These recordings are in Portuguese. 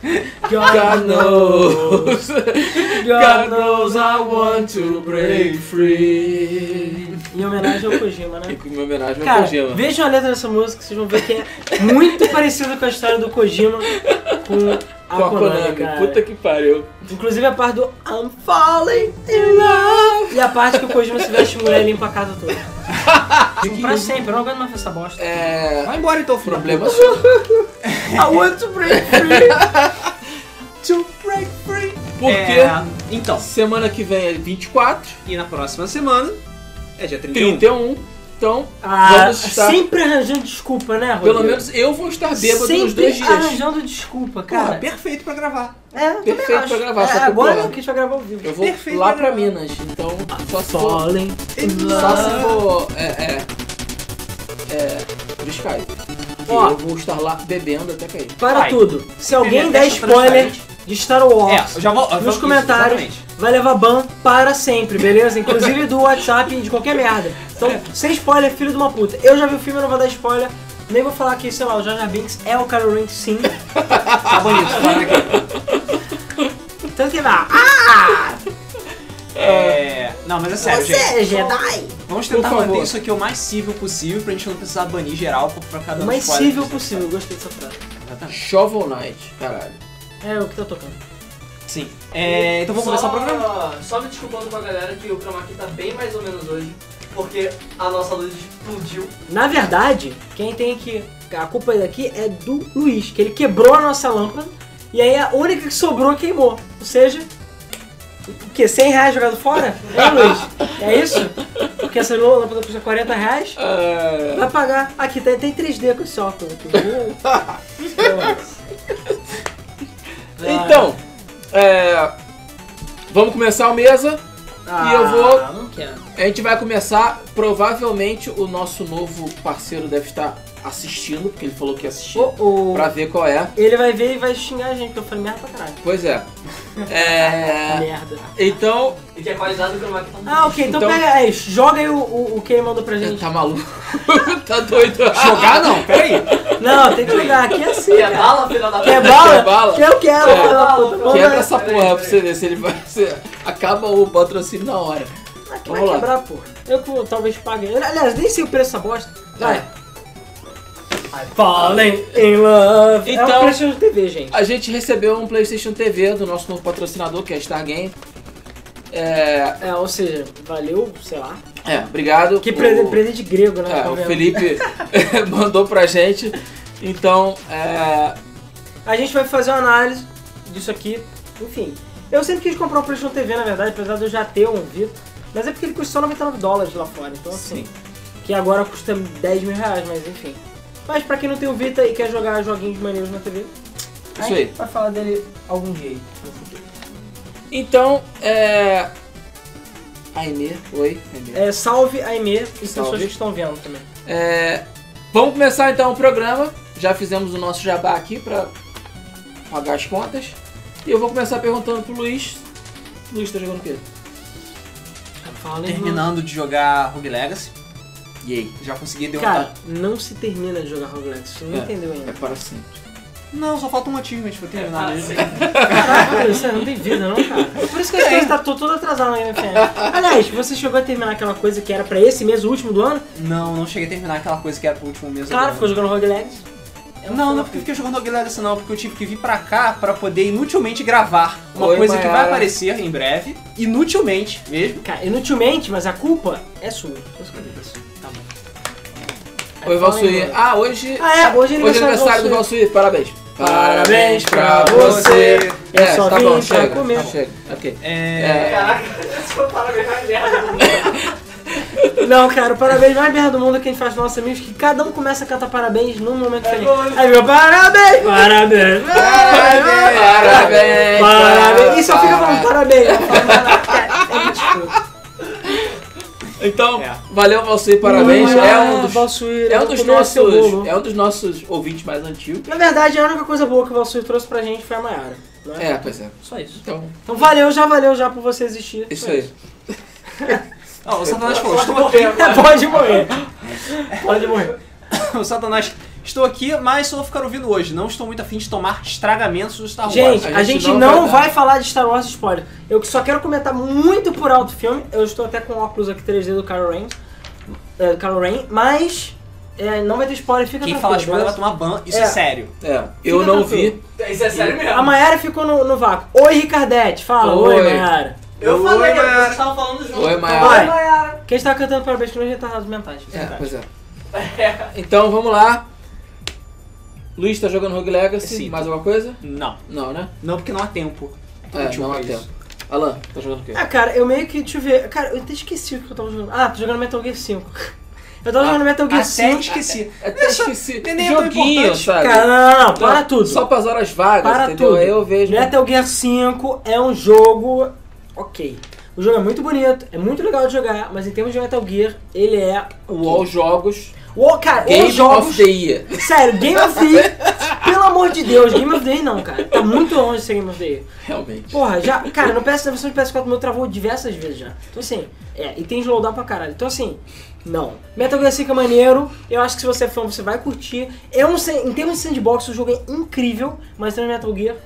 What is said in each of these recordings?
God knows, God knows I want to break free. Em homenagem ao Kojima, E né? com uma homenagem ao Cara, Kojima. vejam a letra dessa música, vocês vão ver que é muito parecida com a história do Kojima com a, Com a Konami, Konami, cara. puta que pariu. Inclusive a parte do I'm falling in love e a parte que o Kojima se veste mulher e limpa a casa toda. Tipo, pra sempre, eu não aguento mais essa bosta. É. Vai embora então, filho. Problema seu. I want to break free. To break free. Porque É, então, semana que vem é 24, e na próxima semana é dia 31. 31. Então, Ah, vamos estar. sempre arranjando desculpa, né, Rodrigo? pelo menos eu vou estar bêbado sempre nos dois dias. arranjando desculpa, cara. Porra, perfeito pra gravar. É, eu também Perfeito acho. pra gravar, É, só que, agora porra, que a gente vai gravar ao vivo. Eu vou Perfeito lá pra pra gravar. Minas, então só se for. Falling in Só se love. for. É. É. é por Skype. E Ó. eu vou estar lá bebendo até cair. Para Vai. tudo. Se alguém Primeiro, der deixa spoiler transparente. de Star Wars, É, eu já vou- eu falo nos isso, comentários, exatamente. vai levar ban para sempre, beleza? Inclusive do WhatsApp e de qualquer merda. Então, É. sem spoiler, filho de uma puta. Eu já vi o filme, eu não vou dar spoiler. Nem vou falar que, sei lá, o Jar Jar Binks é o Kylo Ren, sim. Tá bonito, tá aqui. Tanto que vá. É. Não, mas é sério, Você gente. é Jedi? Vamos tentar Por favor. manter isso aqui o mais cível possível pra gente não precisar banir geral pra- pra cada O um. mais spoiler. cível possível. Gostei dessa frase. Exatamente. Shovel Knight, caralho. É o que tá tocando. Sim. É, então vamos começar o programa. Ah, Só me desculpando com a galera que o chroma key tá bem mais ou menos hoje, porque a nossa luz explodiu. Na verdade, quem tem que. A culpa daqui é do Luiz, que ele quebrou a nossa lâmpada e aí é a única que sobrou queimou. Ou seja, o quê? 100 reais jogado fora? É, Luiz? É isso? Porque essa lâmpada custa 40 reais? Vai pagar. Aqui tá, tem, tem 3D com esse óculos aqui. Então, é, vamos começar a mesa. Ah, e eu vou- Não quero. A gente vai começar, provavelmente o nosso novo parceiro deve estar assistindo, porque ele falou que ia assistir, Oh, oh. pra ver qual é. Ele vai ver e vai xingar a gente, porque eu falei merda pra caralho. Pois é. É, Merda. então, E que a qualidade do chroma key tá Ah, ok, então, Então- pega aí, joga aí o, o, o que ele mandou pra gente. tá maluco? tá doido? Jogar não, peraí. Não, tem que jogar, aqui é assim, Quer cara. bala, filha da é Quer puta? bala? Quer bala? Eu quero, Quer filha da bala? puta. Quer Manda- Quebra essa Peraí, porra pra peraí. você ver se ele vai. se acaba o patrocínio na hora. Ah, que Vamos vai lá. quebrar, porra. Eu que talvez pague. Eu, Aliás, nem sei o preço dessa bosta. Vai. Fallen in love. Então, é Então- um preço de TV, gente. A gente recebeu um PlayStation TV do nosso novo patrocinador, que é a Star Game. É, É, ou seja, valeu, sei lá. é, obrigado. Que O- prende, de grego, né? É, Tá o vendo? Felipe mandou pra gente. Então, é, A gente vai fazer uma análise disso aqui. Enfim, eu sempre quis comprar um PlayStation TV, na verdade, apesar de eu já ter um Vita. Mas é porque ele custa só 99 dólares lá fora, então assim. Que agora custa 10 mil reais, mas enfim. Mas pra quem não tem o Vita e quer jogar joguinhos maneiros na TV, a Isso gente aí. vai falar dele algum dia. aí, no futuro. Então, é. Aime, oi, Aime. É, salve Aimee e pessoas Salve. que estão vendo também. É, Vamos começar então o programa. Já fizemos o nosso jabá aqui pra pagar as contas. E eu vou começar perguntando pro Luiz. Luiz, tá jogando o quê? Terminando de jogar Rogue Legacy, E aí? já consegui Cara, derrotar. não se termina de jogar Roblox, você não É. entendeu ainda. É para sempre. Não, só falta um achievement pra terminar mesmo. Caraca, você não tem vida, não, cara. Por isso que as coisas tá tô toda atrasada na Game FM. Aliás, você chegou a terminar aquela coisa que era pra esse mês, o último do ano? Não, não cheguei a terminar aquela coisa que era pro último mesmo. Claro, ficou jogando Rogue Legacy. Não, não porque eu fiquei jogando Rogue Legacy não, porque eu tive que vir pra cá pra poder inutilmente gravar uma Oi, coisa que vai Mayara. aparecer em breve, inutilmente mesmo. Cara, inutilmente, mas a culpa é sua. Tá bom. Oi, Valsuí. Ah, Ah, hoje. é, hoje é Hoje é aniversário do Valsuí. Valsuí, parabéns. Parabéns pra você. É, Eu só tá vim bom, pra chega. comer. tá bom, chega. Ok. É. Caraca, esse foi o parabéns mais merda do mundo. Não, cara, o parabéns mais merda do mundo que a gente faz com nossos amigos, que cada um começa a cantar parabéns num momento É feliz. bom, né? Aí meu parabéns, parabéns, parabéns, Parabéns! parabéns. E só fica parabéns. falando parabéns. não fala mais nada. Cara, é ridículo. Então, É. valeu Valsuí, parabéns. Não, é um dos, Valsuí, é um eu dos vou comer seu bolo. nossos, é um dos nossos ouvintes mais antigos. Na verdade, a única coisa boa que o Valsuí trouxe pra gente foi a Mayara. né? É, pois é. Só isso. Então, Então valeu, já valeu já por você existir. isso Foi aí. Ó, o Satanás falou, estou Morreu. É, pode morrer. Pode morrer. aqui. O Satanás, Estou aqui, mas só vou ficar ouvindo hoje. Não estou muito afim de tomar estragamentos do Star Wars. Gente, A a gente gente, não não, vai vai, falar de Star Wars spoiler. Eu só quero comentar muito por alto o filme. Eu estou até com o óculos aqui 3D do Kylo Ren. É, do Kylo Ren, mas é, não vai ter spoiler, fica Quem tranquilo, fala de spoiler vai beleza? tomar ban, isso é, É. sério. É, eu não vi. Isso é sério Ah, mesmo. A Mayara ficou no, no vácuo. Oi, Ricardete. Fala, oi, um Oi. Mayara. Eu Oi, falei, Maiara. vocês estavam falando junto. Oi, Maiara. Oi, Maiara. Quem está cantando parabéns para os retardados mentais. É, pois é. Então vamos lá. Luiz tá jogando Rogue Legacy. Sim. Mais alguma coisa? Não. Não, né? Não, porque não há tempo. Tô É, mentindo não há pra tempo. isso. Alan, tá jogando o quê? Ah, cara, eu meio que, deixa eu ver. Cara, eu até esqueci o que eu tava jogando. Ah, tô jogando Metal Gear 5. Eu tava Ah, jogando Metal Gear Até 5. esqueci. Até esqueci. nem é tão Joguinho, importante, sabe? Cara, não, não, não, Não, para tudo. Só pras horas vagas, Para entendeu? tudo. é Aí eu vejo. Metal Gear 5 é um jogo. Ok. O jogo é muito bonito, é muito legal de jogar, mas em termos de Metal Gear, ele é. o UOL Jogos. O, cara, Game os jogos. of the Year. Sério, Game of the Year. Pelo amor de Deus, Game of the Year não, cara. Tá muito longe de ser Game of the Year. Realmente. Porra, já. Cara, no PS, na versão de PS4 meu travou diversas vezes já. Então assim, é, e tem slowdown pra caralho. Então assim, não. Metal Gear 5 é maneiro, eu acho que se você é fã, você vai curtir. Eu não sei, em termos de sandbox, o jogo é incrível, mas também Metal Gear,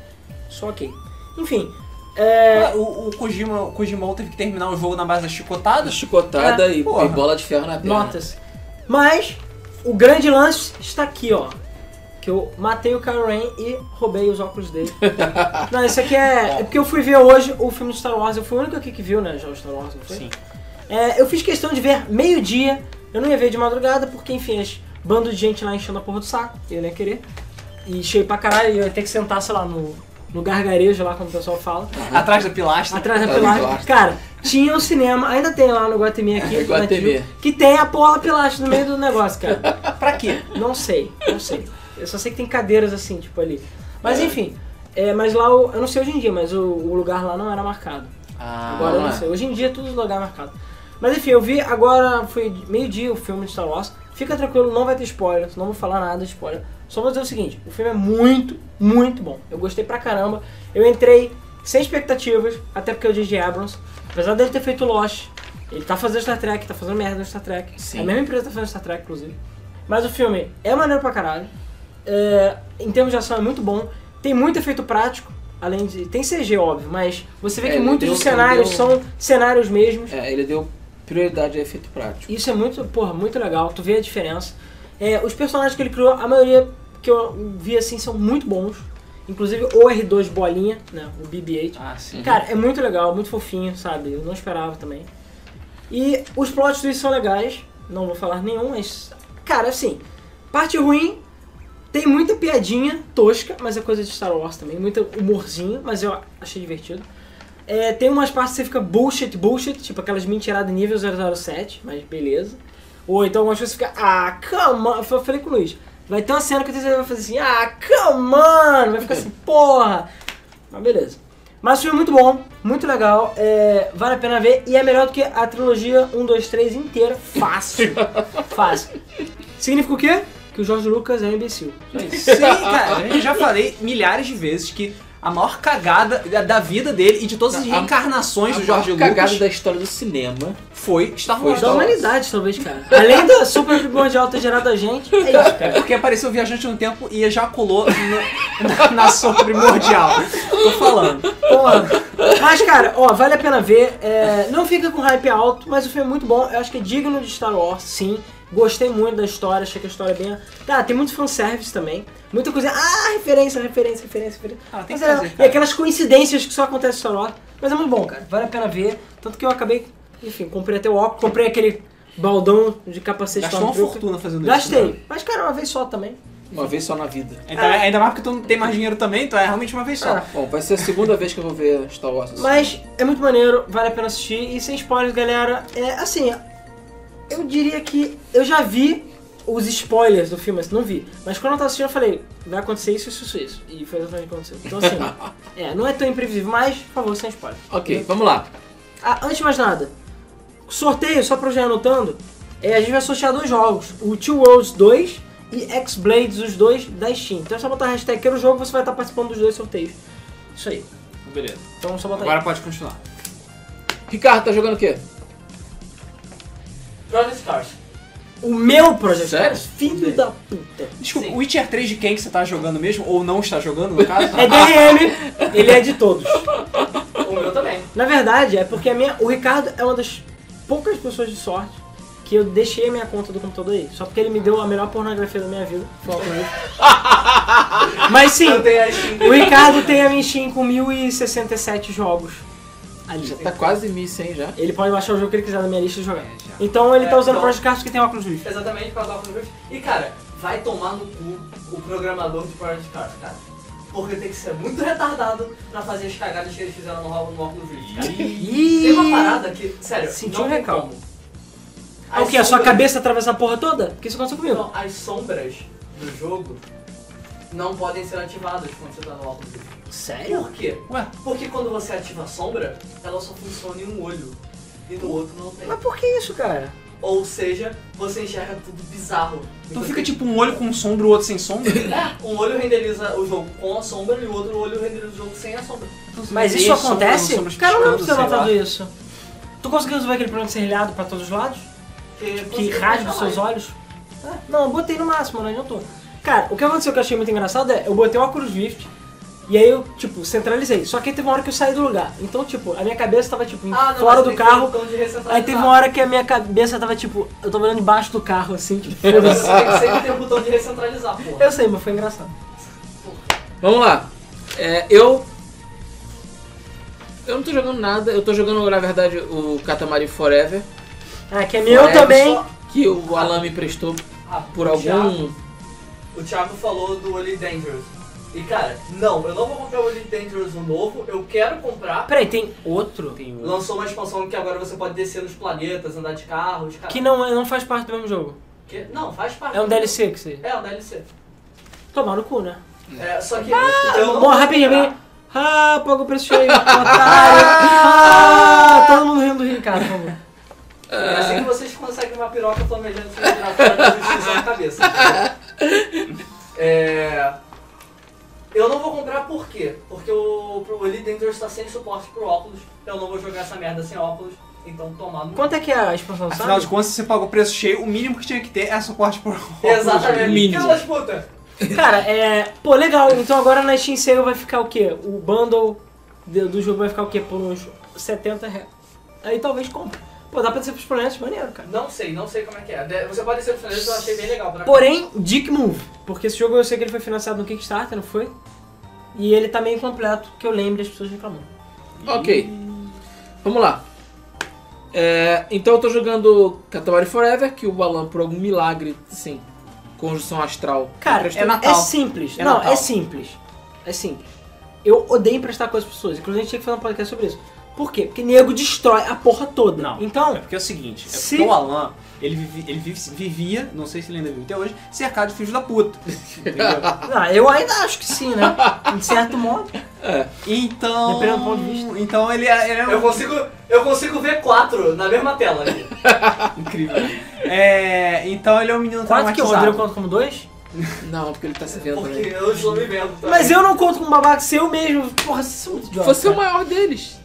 só ok. Enfim, é. Ah, O, o Kojima, o Kojimão teve que terminar o jogo na base das chicotadas. Chicotada É, e, e porra. bola de ferro na perna. notas. Mas o grande lance está aqui, ó. Que eu matei o Kylo Ren e roubei os óculos dele. não, isso aqui é. É porque eu fui ver hoje o filme do Star Wars. Eu fui o único aqui que viu, né? Já o Star Wars, não foi? Sim. É, eu fiz questão de ver meio-dia. Eu não ia ver de madrugada, porque, enfim, as bando de gente lá enchendo a porra do saco. Eu não ia querer. E cheio pra caralho, eu ia ter que sentar, sei lá, no, no gargarejo lá, como o pessoal fala. Atrás da pilastra. Atrás da Ah, eu pilastra. gosto. né? Cara, tinha um cinema, ainda tem lá no Guatemi aqui, É, Iguatemi. nativo, que tem a porra pilastra no meio do negócio, cara. Pra quê? Não sei, não sei. Eu só sei que tem cadeiras assim, tipo ali. Mas enfim, é, mas lá, o- eu não sei hoje em dia, mas o, o lugar lá não era marcado. Ah, Agora eu não não é. sei. Hoje em dia tudo lugar é marcado. Mas enfim, eu vi agora, foi meio-dia o filme de Star Wars. Fica tranquilo, não vai ter spoiler, não vou falar nada de spoiler. Só vou dizer o seguinte, o filme é muito, muito bom. Eu gostei pra caramba. Eu entrei sem expectativas, até porque é o J.J. Abrams. Apesar dele ter feito Lost, ele tá fazendo Star Trek, tá fazendo merda no Star Trek. Sim. A mesma empresa tá fazendo Star Trek, inclusive. Mas o filme é maneiro pra caralho. É, em termos de ação é muito bom. Tem muito efeito prático, além de... Tem CG, óbvio, mas você vê É, que ele muitos deu- dos cenários ele deu- são são cenários mesmos. É, ele deu prioridade a efeito prático. Isso é muito, porra, muito legal. Tu vê a diferença. É, os personagens que ele criou, a maioria que eu vi assim são muito bons. Inclusive o R2 bolinha, né? O BB-8. Ah, sim. Cara, é muito legal, muito fofinho, sabe? Eu não esperava também. E os plots disso são legais. Não vou falar nenhum, mas. Cara, assim. Parte ruim. Tem muita piadinha tosca, mas é coisa de Star Wars também. Muito humorzinho, mas eu achei divertido. É, tem umas partes que você fica bullshit, bullshit, tipo aquelas mentiradas nível 007, mas beleza. Ou então algumas coisas que fica, ah, come on. Eu falei com o Luiz, vai ter uma cena que o terceiro vai fazer assim, ah, come on. Vai ficar assim, porra. Mas beleza. Mas o filme é muito bom, muito legal, é, vale a pena ver e é melhor do que a trilogia 1, 2, 3 inteira, fácil. fácil. Significa o quê? Que o Jorge Lucas é um imbecil. Só isso. Sim, cara. Eu já falei milhares de vezes que a maior cagada da- da vida dele e de todas as Não, a- reencarnações do Jorge a maior cagada Lucas da história do cinema. foi Star Foi Wars. Star Da Wars. humanidade, talvez, cara. Além da super primordial ter gerado a gente, é isso, cara. É porque apareceu o viajante no tempo e ejaculou na, na, na sopa primordial. Tô falando. Porra. Mas, cara, ó, vale a pena ver. É, não fica com hype alto, mas o filme é muito bom. Eu acho que é digno de Star Wars, sim. Gostei muito da história, achei que a história é bem. Tá, tem muito fanservice também. Muita coisa. Ah, referência, referência, referência, referência. Ah, tem Mas que é- fazer, e cara. aquelas coincidências que só acontecem em Star Wars. Mas é muito bom, cara. Vale a pena ver. Tanto que eu acabei, enfim, comprei até o óculos, comprei aquele baldão de capacete Gastou uma Stormtrooper. fortuna fazendo isso. né? Gastei. Mas, cara, uma vez só também. Uma vez só na vida. Ainda, é, ainda mais porque tu não tem mais dinheiro também, então é realmente uma vez só. Ah. Bom, vai ser a segunda vez que eu vou ver Star Wars. no cinema. Mas é muito maneiro, vale a pena assistir. E sem spoilers, galera, é assim. Eu diria que eu já vi os spoilers do filme, assim, não vi. Mas quando eu tava assistindo, eu falei: vai acontecer isso, isso, isso, isso. E foi exatamente o que aconteceu. Então, assim, é, não é tão imprevisível, mas, por favor, sem spoiler. Ok, vamos lá. Ah, antes de mais nada, sorteio, só pra eu já ir anotando, é, a gente vai sortear dois jogos, o Two Worlds 2 e X-Blades, os dois, da Steam. Então é só botar a hashtag quero o jogo, você vai estar participando dos dois sorteios. Isso aí. Beleza. Então é só botar Agora pode continuar. Ricardo, tá jogando o quê? Project Cars. O meu Project Sério? Cars, filho da puta. Desculpa, Sim. o Witcher 3 de quem que você tá jogando mesmo? Ou não está jogando, no caso? É DRM, ele é de todos. O meu também. Na verdade, é porque a minha, o Ricardo é uma das poucas pessoas de sorte que eu deixei a minha conta do computador aí. Só porque ele me deu a melhor pornografia da minha vida. Foi uma coisa. Mas sim, Eu tenho a Steam. o Ricardo tem a minha Steam com 1067 jogos ali. Já tá quase miss, hein, já. Ele pode baixar o jogo que ele quiser da minha lista e jogar. É, já. Então ele tá É, usando o então- Project Cars que tem óculos vivos. Exatamente, pra dar o E cara, vai tomar no cu o programador de Project Cars, cara. Porque tem que ser muito retardado pra fazer as cagadas que eles fizeram no Robo no Oculus Rift, cara. Tem uma parada que, sério, Senti não um tem recalque. como. Ah, O As que? A sua sombras- cabeça atravessa a porra toda? Porque isso aconteceu comigo. Não, as sombras do jogo não podem ser ativadas quando você tá no Oculus Rift. Sério? Por quê? Ué, Porque quando você ativa a sombra, ela só funciona em um olho e no outro não tem. Mas por que isso, cara? Ou seja, você enxerga tudo bizarro. então Você- fica tipo um olho com sombra, o outro sem sombra? É, um olho renderiza o jogo com a sombra e o outro olho renderiza o jogo sem a sombra. Mas Meio isso sombra, acontece? sombras Cara, eu não lembro de ter piscando, sei notado lá. isso. Tu conseguiu resolver aquele problema de ser ilhado pra todos os lados? Que, Que rasga os seus olhos? Ah, Não, eu botei no máximo, né? não adiantou. Cara, o que aconteceu que eu achei muito engraçado é, eu botei o óculos Rift e aí eu, tipo, centralizei. Só que aí teve uma hora que eu saí do lugar. Então, tipo, a minha cabeça tava, tipo, em- Ah, não, fora mas do tem que ter um carro. botão de recentralizar. Aí teve uma hora que a minha cabeça tava, tipo, eu tava olhando embaixo do carro, assim, tipo, foda-se. Você tem que sempre ter um botão de recentralizar, porra. Eu sei, mas foi engraçado. Vamos lá. É, eu. Eu não tô jogando nada, eu tô jogando, na verdade, o Katamari Forever, Ah, que é meu É, também. só- que o Alan me prestou Ah, por o Thiago- algum. o Thiago falou do Oli Dangerous. E cara, não, eu não vou comprar o Oli Dangerous o novo, eu quero comprar. Peraí, tem outro Tem um- Lançou uma expansão que agora você pode descer nos planetas, andar de carro, de cara. que não, é, não faz parte do mesmo jogo. que- Não, faz parte. É um do- DLC que você. É, um DLC. Tomar no cu, né? É, só que. eu não Bom, vou Ah, rapidinho, comprar. vem. Ah, pagou o preço cheio, otário. Ah, todo mundo rindo do Ricardo, por favor. É assim que vocês conseguem uma piroca flamejante sem tirar fora da justiça na cabeça. É... Eu não vou comprar por quê? Porque o, o Elite Dangerous está sem suporte pro óculos, eu não vou jogar essa merda sem óculos, então tomar no... Quanto é que é a expansão, Afinal sabe? de contas, se você pagou o preço cheio, o mínimo que tinha que ter é suporte por Exatamente. mínimo. Aquelas putas. Cara, é... Pô, legal. Então agora na Steam Sale vai ficar o quê? O bundle de- do jogo vai ficar o quê? Por uns 70 reais. Aí talvez compre. Pô, dá pra ser pros planetas, maneiro, cara. Não sei, não sei como é que é. De- Você pode ser funcionário, eu achei bem legal. Pra... Porém, Dick Move. Porque esse jogo eu sei que ele foi financiado no Kickstarter, não foi? E ele tá meio incompleto, que eu lembro das pessoas reclamando. Ok. Vamos lá. É, então eu tô jogando Katamari Forever, que o Alan, por algum milagre, assim, conjunção astral. Cara, emprestou. é, Natal. é simples. É não, Natal. é simples. É simples. Eu odeio emprestar coisas às pessoas. Inclusive, a gente tinha que fazer um podcast sobre isso. Por quê? Porque nego destrói a porra toda. Não. É Então, porque é o seguinte, é porque Se- o Alan, ele, vivi- ele vive- vivia, não sei se ele ainda vive até hoje, cercado de filhos da puta. Entendeu? não, ah, eu ainda acho que sim, né? De certo modo. Tá Então. Dependendo do ponto de vista. Então ele é, ele é um- Eu consigo, eu consigo ver quatro na mesma tela aqui. incrível. É, então ele é um menino Quatro que eu odeio eu traumatizado. conto como dois. Não, porque ele tá se vendo. Porque Né? eu estou me vendo. tá? Mas eu não conto como babaca se eu mesmo. Porra, vocês são muito idiotas. Você é o maior deles.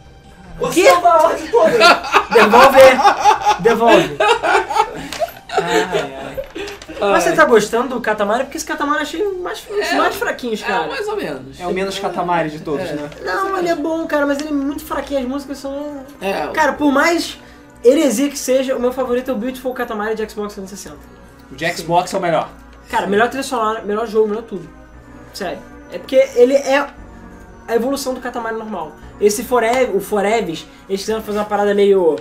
Você é o maior de todos. Devolve! Devolve! Ai, ai. Mas você tá gostando do Catamari? Porque esse Catamari eu achei mais, os mais fraquinhos, É, cara. mais ou menos. É o menos catamari de todos, né? Não, ele é bom, cara, mas ele é muito fraquinho. As músicas são. É, Cara, por mais heresia que seja, o meu favorito é o Beautiful Katamari de Xbox 360. O de Xbox é o melhor. Cara, melhor trilha sonora, melhor jogo, melhor tudo. Sério. É porque ele é a evolução do Katamari normal. Esse Forever, o Forevis, eles quiseram fazer uma parada meio.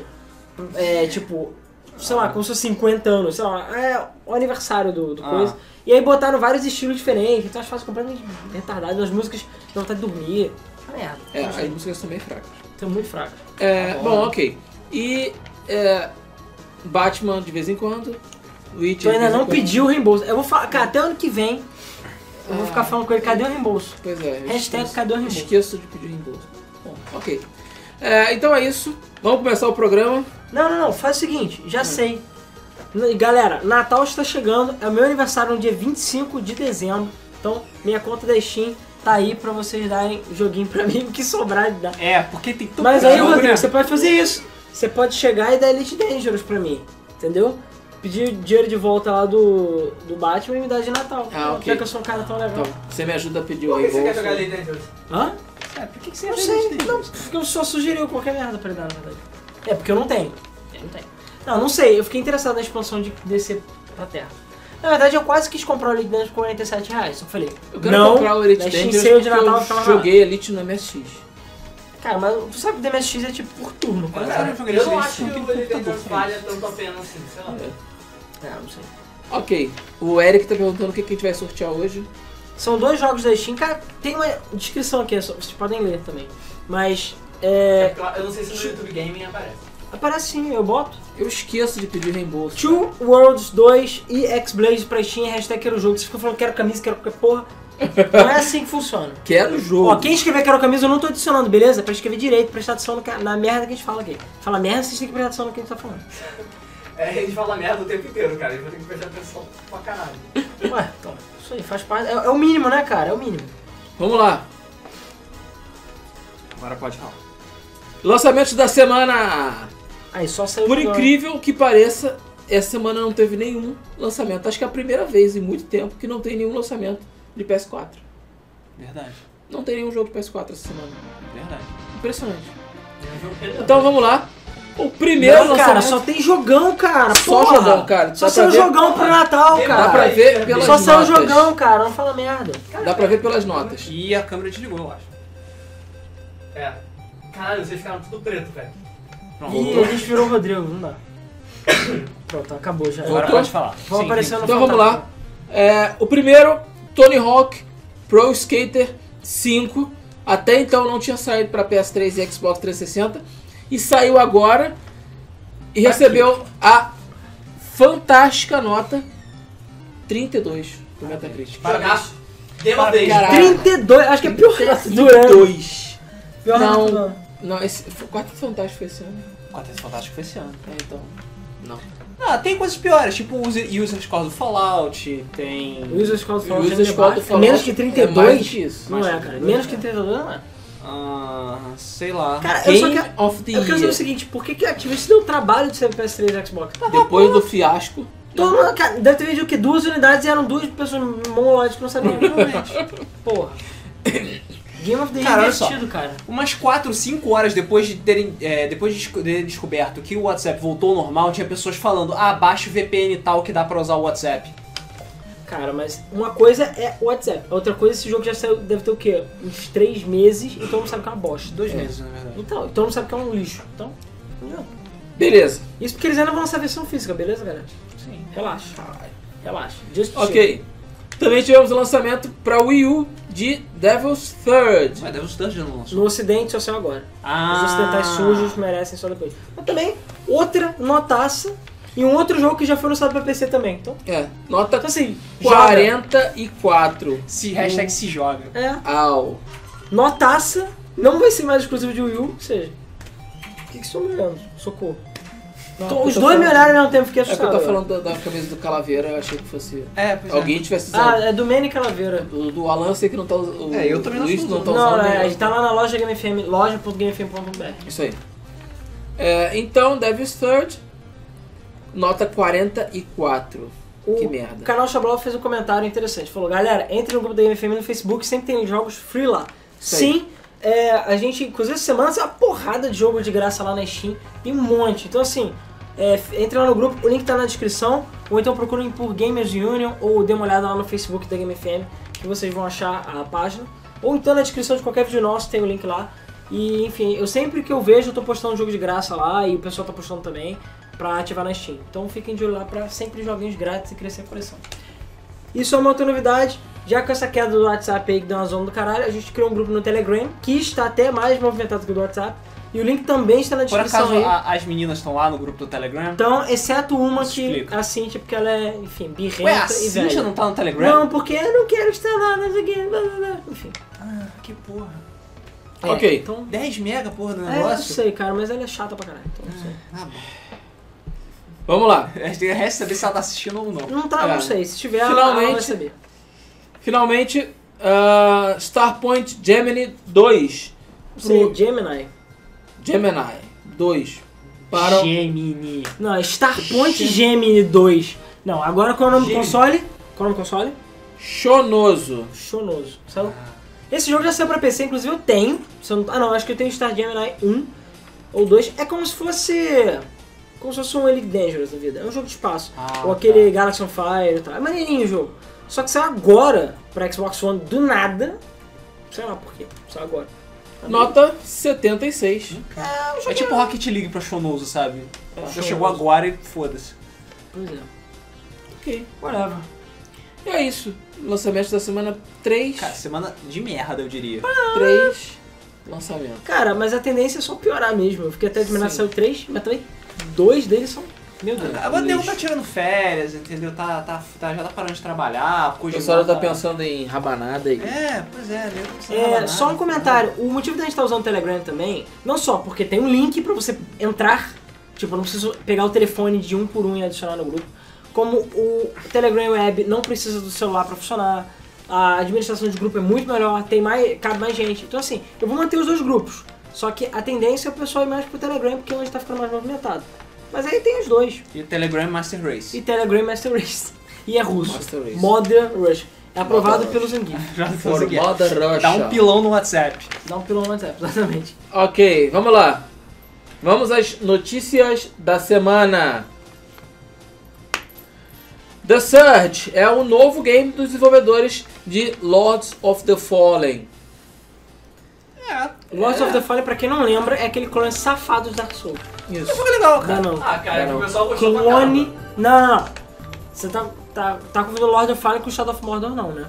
É, tipo. Sei lá, como se fosse 50 anos, sei lá, é o aniversário do, do Ah. coisa. E aí botaram vários estilos diferentes, então as fases completamente retardadas, as músicas dão vontade de dormir. Ah, merda. é, as músicas são bem fracas. Estão muito fracas. É, Tá bom. bom. ok. E é, Batman de vez em quando. Witcher. Tu ainda de vez em não quando. pediu o reembolso. Eu vou falar, cara, até ano que vem eu vou Ah. ficar falando com ele, cadê o reembolso? Pois é. eu Hashtag esqueço. cadê o reembolso? Esqueço de pedir reembolso. Bom, ok. É, então é isso. Vamos começar o programa. Não, não, não, faz o seguinte, já sei. N- Galera, Natal está chegando, é o meu aniversário no dia 25 de dezembro, então minha conta da Steam tá aí pra vocês darem joguinho pra mim, o que sobrar de dar. É, porque tem tudo Mas aí, jogo, Rodrigo, né? você pode fazer isso. Você pode chegar e dar Elite Dangerous pra mim, entendeu? pedir dinheiro de volta lá do, do Batman e me dar de Natal. Ah, ok. Já que eu sou um cara tão legal. Então, você me ajuda a pedir o Por que você quer reembolso. jogar Lady Dangerous? Hã? É, por que, que você Não acha sei, isso? não, porque eu só sugeriu qualquer merda pra ele dar, na verdade. É, porque eu não tenho. Eu não tenho. Não, não sei, eu fiquei interessado na expansão de descer pra terra. Na verdade, eu quase quis comprar o Elite Dangerous por 47 reais, só que eu falei. Eu quero não, comprar o Elite mas Dangerous Shinsei porque de Natal eu ficava lá. joguei Elite no MSX. Cara, mas tu sabe que o DMSX é tipo por turno, quase. Cara, É, eu eu, jogaria não esse acho que jogo o com Lady Dangerous computador valha tanto a pena assim, sei lá. É, não sei. Ok, o Eric tá perguntando o que que a gente vai sortear hoje. São dois jogos da Steam, cara, tem uma descrição aqui, é só- vocês podem ler também. Mas, É é... porque Eu eu não sei se no YouTube Gaming aparece. Aparece sim, eu boto. Eu esqueço de pedir reembolso. Two Worlds 2 e X-Blaze pra Steam, hashtag quero jogo. Vocês ficam falando quero camisa, quero qualquer porra. Não é assim que funciona. Quero o jogo. Ó, quem escrever quero camisa eu não tô adicionando, beleza? Pra escrever direito, prestar atenção no que- na merda que a gente fala aqui. Fala merda, vocês têm que prestar atenção no que a gente tá falando. É, a gente fala merda o tempo inteiro, cara. Eu vou ter que prestar atenção pra caralho. Ué, então, isso aí faz parte. É, é o mínimo, né, cara? É o mínimo. Vamos lá. Agora pode falar. Lançamentos da semana. Aí só saiu Por o jogo. incrível que pareça, essa semana não teve nenhum lançamento. Acho que é a primeira vez em muito tempo que não tem nenhum lançamento de PS4. Verdade, Não tem nenhum jogo de PS4 essa semana. verdade. Impressionante. Então vamos lá. O primeiro Não, lançamento. cara, só tem jogão, cara. né? Só porra. jogão, cara. Só Dá saiu pra ver- jogão pro Natal, Dá Dá cara. pra ver pelas Só notas. saiu jogão, cara. Não fala merda. Dá pra ver pelas notas. E a câmera desligou, eu acho. É. Caralho, vocês ficaram tudo preto, velho. Pronto. Ih, a gente virou o Rodrigo, não dá. Pronto, acabou já. Agora Voltou? pode falar. Vão aparecer no Então vamos Fantástico. lá. É, o primeiro, Tony Hawk Pro Skater 5. Até então não tinha saído para PS3 e Xbox 360. E saiu agora e recebeu a fantástica nota 32 do Metacritic. Jogaço. Dê uma vez. Caralho. 32, acho que é pior nota do ano. 32. Pior nota Não. do ano. Não, esse foi quarto fantástico foi esse ano. Quarteto Fantástico foi esse ano. É, então. Não. Ah, tem coisas piores, tipo o user, user score do Fallout, tem... O User Score do O Fallout é User Score do menos- Fallout Menos que é mais do 32? que isso. Não Mais é, que cara. 32, Menos que né? 32 não é. Ah, sei lá. Cara, eu só Game quero... of the Eu quero saber o Year. seguinte, por que, que a Activision deu trabalho de ser PS3 e Xbox? Depois do fiasco. Todo mundo, cara, deve ter vendido o quê? Duas unidades e eram duas pessoas mongolóides que não sabiam. Porra. Game of the Year Cara, é olha só. divertido, cara. Umas 4, 5 horas depois de terem. é, depois de desco- terem descoberto que o WhatsApp voltou ao normal, tinha pessoas falando, ah, baixa o VPN e tal que dá pra usar o WhatsApp. Cara, mas uma coisa é o WhatsApp, a outra coisa esse jogo já saiu, deve ter o quê? Uns três meses, então não sabe que é uma bosta. Dois meses. na verdade. Então, então não sabe que é um lixo. Então, não. Beleza. Isso porque eles ainda vão lançar a versão física, beleza, galera? Sim. Relaxa. Relaxa. Just chill. Ok. Também tivemos o lançamento para Wii U de Devil's Third. Mas um Devil's Dungeon não lançou. No ocidente só saiu agora. Ah, Os ocidentais sujos merecem só depois. Mas também, outra notaça e um outro jogo que já foi lançado pra PC também. Então, É, nota então assim, joga. 44. Se, hashtag se joga. É, Au. notaça não vai ser mais exclusivo de Wii U, ou seja, o que que estou me olhando? Socorro. Não, Então, eu os tô dois me falando- olharam ao mesmo tempo, fiquei É porque eu assustado. tô falando da, da camisa do Calaveira, eu achei que fosse. É, pois Alguém tivesse Ah, usado. é do Manny Calaveira. O do Alan, sei que não tá usando. É, eu também não Luiz sou não tá dono. usando. Não, é, a nenhum. gente tá lá na loja GameFM, loja.gamefm.br. Isso aí. É, então, Devil's Third, nota 44. Que merda. O canal Xablau fez um comentário interessante. Falou, galera, entre no grupo da GameFM no Facebook, sempre tem jogos free lá. Isso aí. Sim, é, a gente, inclusive, essa semana tem uma porrada de jogo de graça lá na Steam. Tem um monte. Então, assim, é, f- entre lá no grupo, o link tá na descrição. Ou então procurem por Gamers Union ou dê uma olhada lá no Facebook da GameFM, que vocês vão achar a página. Ou então na descrição de qualquer vídeo nosso tem o link lá. E, enfim, eu sempre que eu vejo, eu tô postando um jogo de graça lá e o pessoal tá postando também pra ativar na Steam. Então fiquem de olho lá pra sempre joguinhos grátis e crescer a coleção. Isso é uma outra novidade. Já com essa queda do WhatsApp aí que deu uma zona do caralho, a gente criou um grupo no Telegram que está até mais movimentado que o do WhatsApp. E o link também está na Por descrição acaso aí. a- as meninas estão lá no grupo do Telegram? Então, exceto uma Isso que explica. a Cintia, porque ela é, enfim, birrenta Ué, a e Cintia velha. não tá no Telegram? Não, porque eu não quero estar lá, não sei o quê, blá, blá, blá. enfim. Ah, que porra. É, Ok. Então, 10 mega, porra, do é, eu não negócio? sei, cara, mas ela é chata pra caralho. Então, não sei. Ah, bom. Vamos lá. A gente resta saber se ela tá assistindo ou não. Não tá, É. não sei. Se tiver, ela- ela vai Finalmente- saber. Finalmente, ah, Starpoint Gemini 2. Sim, Gemini. Gemini 2 para o Gemini. Não, é Starpoint Gemini 2. Não, agora qual é o nome do Gemini. console? Qual é o nome do console? Shonoso. Shonoso. Saiu. Esse jogo já saiu pra PC, inclusive eu tenho. Se eu não- Ah não, acho que eu tenho Star Gemini 1 ou 2. É como se fosse. Como se fosse um Elite Dangerous da vida. É um jogo de espaço. Ah, ou aquele Galaxy on Fire e tal. É maneirinho o jogo. Só que saiu agora pra Xbox One do nada. Sei lá por quê. Saiu agora. Nota 76. É tipo Rocket League pra Shonoso, sabe? Já chegou agora e foda-se. Pois é. Ok. Whatever. E é isso. Lançamento da semana 3. Cara, semana de merda, eu diria. Ah, 3 lançamento. Cara, mas a tendência é só piorar mesmo. Eu fiquei até admirado, Sim. saiu três, mas também dois deles são. Meu Deus. Agora o nego tá tirando férias, entendeu? Tá, tá, tá- já tá parando de trabalhar, O porque pessoal tá pensando em rabanada e. É, pois é, nego não sabe É, nada. só um comentário. O motivo da gente estar usando o Telegram também, não só porque tem um link pra você entrar, tipo, eu não preciso pegar o telefone de um por um e adicionar no grupo, como o Telegram Web não precisa do celular pra funcionar, a administração de grupo é muito melhor, tem mais, cabe mais gente. Então assim, eu vou manter os dois grupos. Só que a tendência é o pessoal ir mais pro Telegram, porque é onde tá ficando mais movimentado. Mas aí tem os dois. E o Telegram Master Race. E Telegram Master Race. E é russo. Master Race. Modern Rush. É aprovado Modern pelos Zangief. Já não sei o que é. Formada rocha. Dá um pilão no WhatsApp. Dá um pilão no WhatsApp, exatamente. Ok, vamos lá. Vamos às notícias da semana. The Surge é o novo game dos desenvolvedores de Lords of the Fallen. É, Lords of the Fallen, pra quem não lembra, é aquele clone safado do Dark Souls. Isso. foi legal, Não, cara. não. Ah, cara, Não, que não. o pessoal gostou pra Clone... caramba. Não, não, não. Você tá, tá, tá confundindo Lord of Fallen com Shadow of Mordor não, né?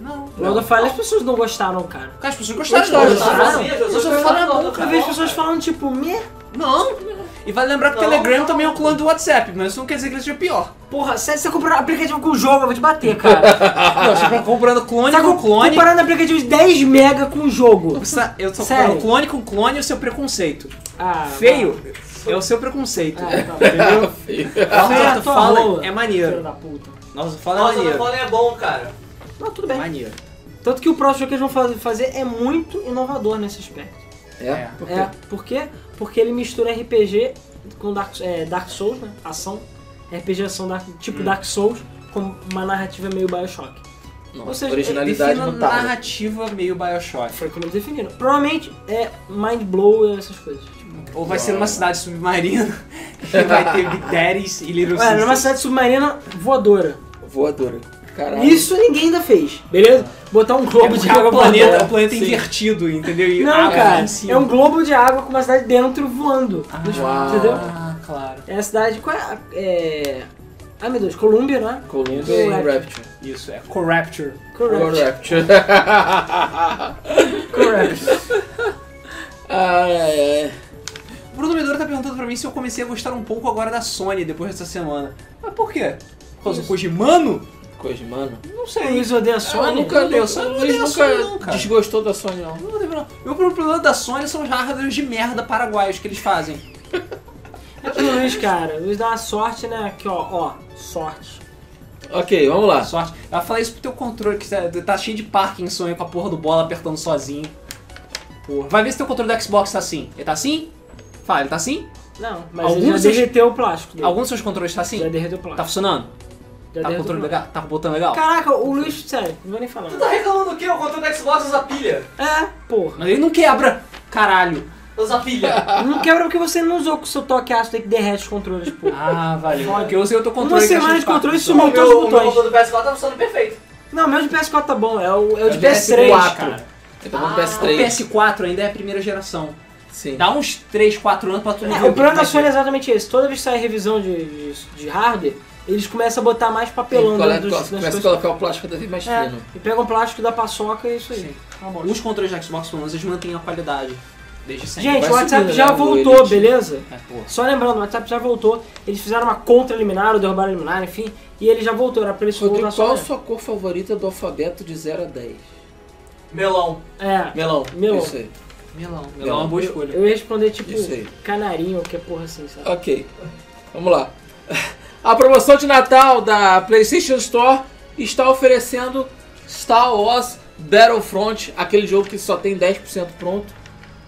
Não. Lord of Fallen as pessoas não gostaram, cara. Cara, as pessoas gostaram. Gostaram, gostaram. Gostaram? sim, As as pessoas pessoas gostaram falaram do bom, Lord of eu vejo Fallen, pessoas cara. falando tipo, meh, Não. E vale lembrar que o Não, Telegram não. também é o clone do WhatsApp, mas isso não quer dizer que ele seja pior. porra, sério, você comprou um aplicativo com o jogo, eu vou te bater, cara. Não, você tá comprando clone Você tá com clone. comparando aplicativo de 10 mega com o jogo. Precisa- Eu tô Sério? comparando clone com clone e o seu preconceito. Ah, Feio é o seu preconceito. Ah, tá. Entendeu? Feio é Nossa, a tua fala rola. é Filho maneiro. da puta. Nossa, fala é Nossa, o maneiro. É Fallen é bom, cara. Não, tudo bem. Maneiro. Tanto que o próximo jogo que eles vão fa- fazer é muito inovador nesse aspecto. É? Por quê? É, por quê? Porque ele mistura RPG com Dark, é, Dark Souls, né? Ação. RPG ação Dark- Hum. tipo Dark Souls, com uma narrativa meio Bioshock. Nossa, Ou seja, originalidade tá, né? Defina no tá, né? talo. narrativa meio Bioshock. Foi como eles definiram. Provavelmente é Mind Blow e essas coisas. Tipo, Ou vai ser numa cidade submarina que vai ter Big Daddies e Little ué, Sisters. numa cidade submarina voadora. Voadora. Caralho. Isso ninguém ainda fez, beleza? Botar um É globo porque de é água o planeta, voadora. é o planeta Sim. invertido, entendeu? E Não, água tá cara. em cima. É um globo de água com uma cidade dentro voando. uau. Entendeu? Ah, claro. É a cidade. Qual é? a- é... Ai meu Deus, Colômbia, né? Columbia e Rapture. Rapture. Isso, é Corrapture. Ou Correct. Rapture. Correct. Ai, ai. O Bruno Medora tá perguntando pra mim se eu comecei a gostar um pouco agora da Sony depois dessa semana. Mas por quê? Por causa do Kojimano? Coisa, mano. Não O sei. Luiz odeia a Eu Sony? nunca odeio leu. a Sony, eu Luiz odeio a nunca Sony, não, cara. desgostou da Sony, não. Não lembro, não. Meu problema da Sony são os hardwares de merda paraguaios que eles fazem. É pro Luiz, cara. O Luiz dá uma sorte, né? Aqui, ó. Ó, sorte. Ok, vamos lá. Sorte. Ela fala isso pro teu controle, que tá- tá cheio de Parkinson aí com a porra do bola apertando sozinho. Porra. Vai ver se teu controle do Xbox tá assim. Ele tá assim? Fala, ele tá assim? Não, mas Alguns ele já vocês- derreteu o plástico dele. Alguns dos seus controles Já tá assim? derreteu o plástico. Tá já funcionando? Tá com o derreteu controle plástico. legal? Tá com o botão legal? Caraca, o Luiz, sério, não vou nem falar. Tu tá reclamando o quê? O controle do Xbox usa pilha. É, porra. Mas ele não quebra! Caralho! Usa pilha. Não quebra porque você não usou com o seu toque ácido aí que derrete os controles, porra. Ah, valeu. Porque eu usei o teu controle. Uma que tá semana cheio de controle é sumou. Parkinson. o, meu, o meu botões. controle do PS4 tá funcionando perfeito. Não, meu de PS4 tá bom, é o, é o É de o PS3. PS4, cara. cara. Eu tô com Ah, O PS3. PS4 ainda é a primeira geração. Sim. tá Dá uns 3, 4 anos pra tu não É, ver o problema da que vai Sony é exatamente esse. Toda vez que sai revisão de, de, de hardware, eles começam a botar mais papelão Cole- dos, co- das começa a coisas. colocar o plástico da vez mais É, fino. e pegam plástico da paçoca e é isso ter. aí. Sim. Os controles da Xbox, pelo menos, eles mantêm a qualidade. Desde sempre. Gente, Vai o WhatsApp subindo, já né, o voltou, Elite. beleza? É, porra. Só lembrando, o WhatsApp já voltou. Eles fizeram uma contra eliminar, ou derrubaram eliminar, enfim. E ele já voltou, era pra eles voltar Rodrigo, qual só. a sua cor favorita do alfabeto de 0 a 10? Melão. É. Melão. Melão. Isso aí. Melão. Melão, é Melão. uma boa Eu, escolha. eu ia responder tipo Isso aí. Ah. canarinho, que é porra assim, sabe? Ok. Vamos lá. A promoção de Natal da PlayStation Store está oferecendo Star Wars Battlefront, aquele jogo que só tem 10% pronto,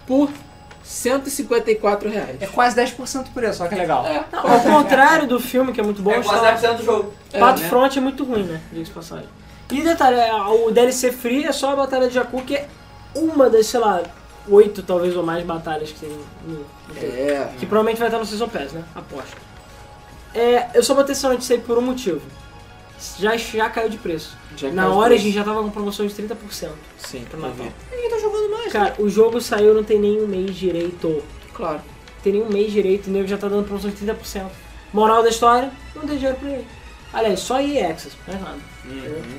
por R$ 154 reais. É quase 10% do preço, só que é legal. É. Não, ao contrário do filme, que é muito bom, É está quase lá- 10% do jogo. Pato né? Front é muito ruim, né? Diga-se de passagem. E detalhe, é, o DLC Free é só a Batalha de Jakku, que é uma das, sei lá, oito talvez ou mais batalhas que tem no. no jogo. É. Que provavelmente vai estar no Season Pass, né? Aposto. É, eu só botei esse antes aí por um motivo. Já, já caiu de preço. Já Na caiu de Origin já tava com promoção de 30% Sim, pro Natal. eu Ninguém tá jogando mais. Cara, o jogo saiu não tem nem um mês direito. vi. Claro. Tem nem um mês direito, o nego já tá dando promoção de 30%. Moral da história, não dê dinheiro pra ele. Aliás, só EA Access, mais nada. Uhum.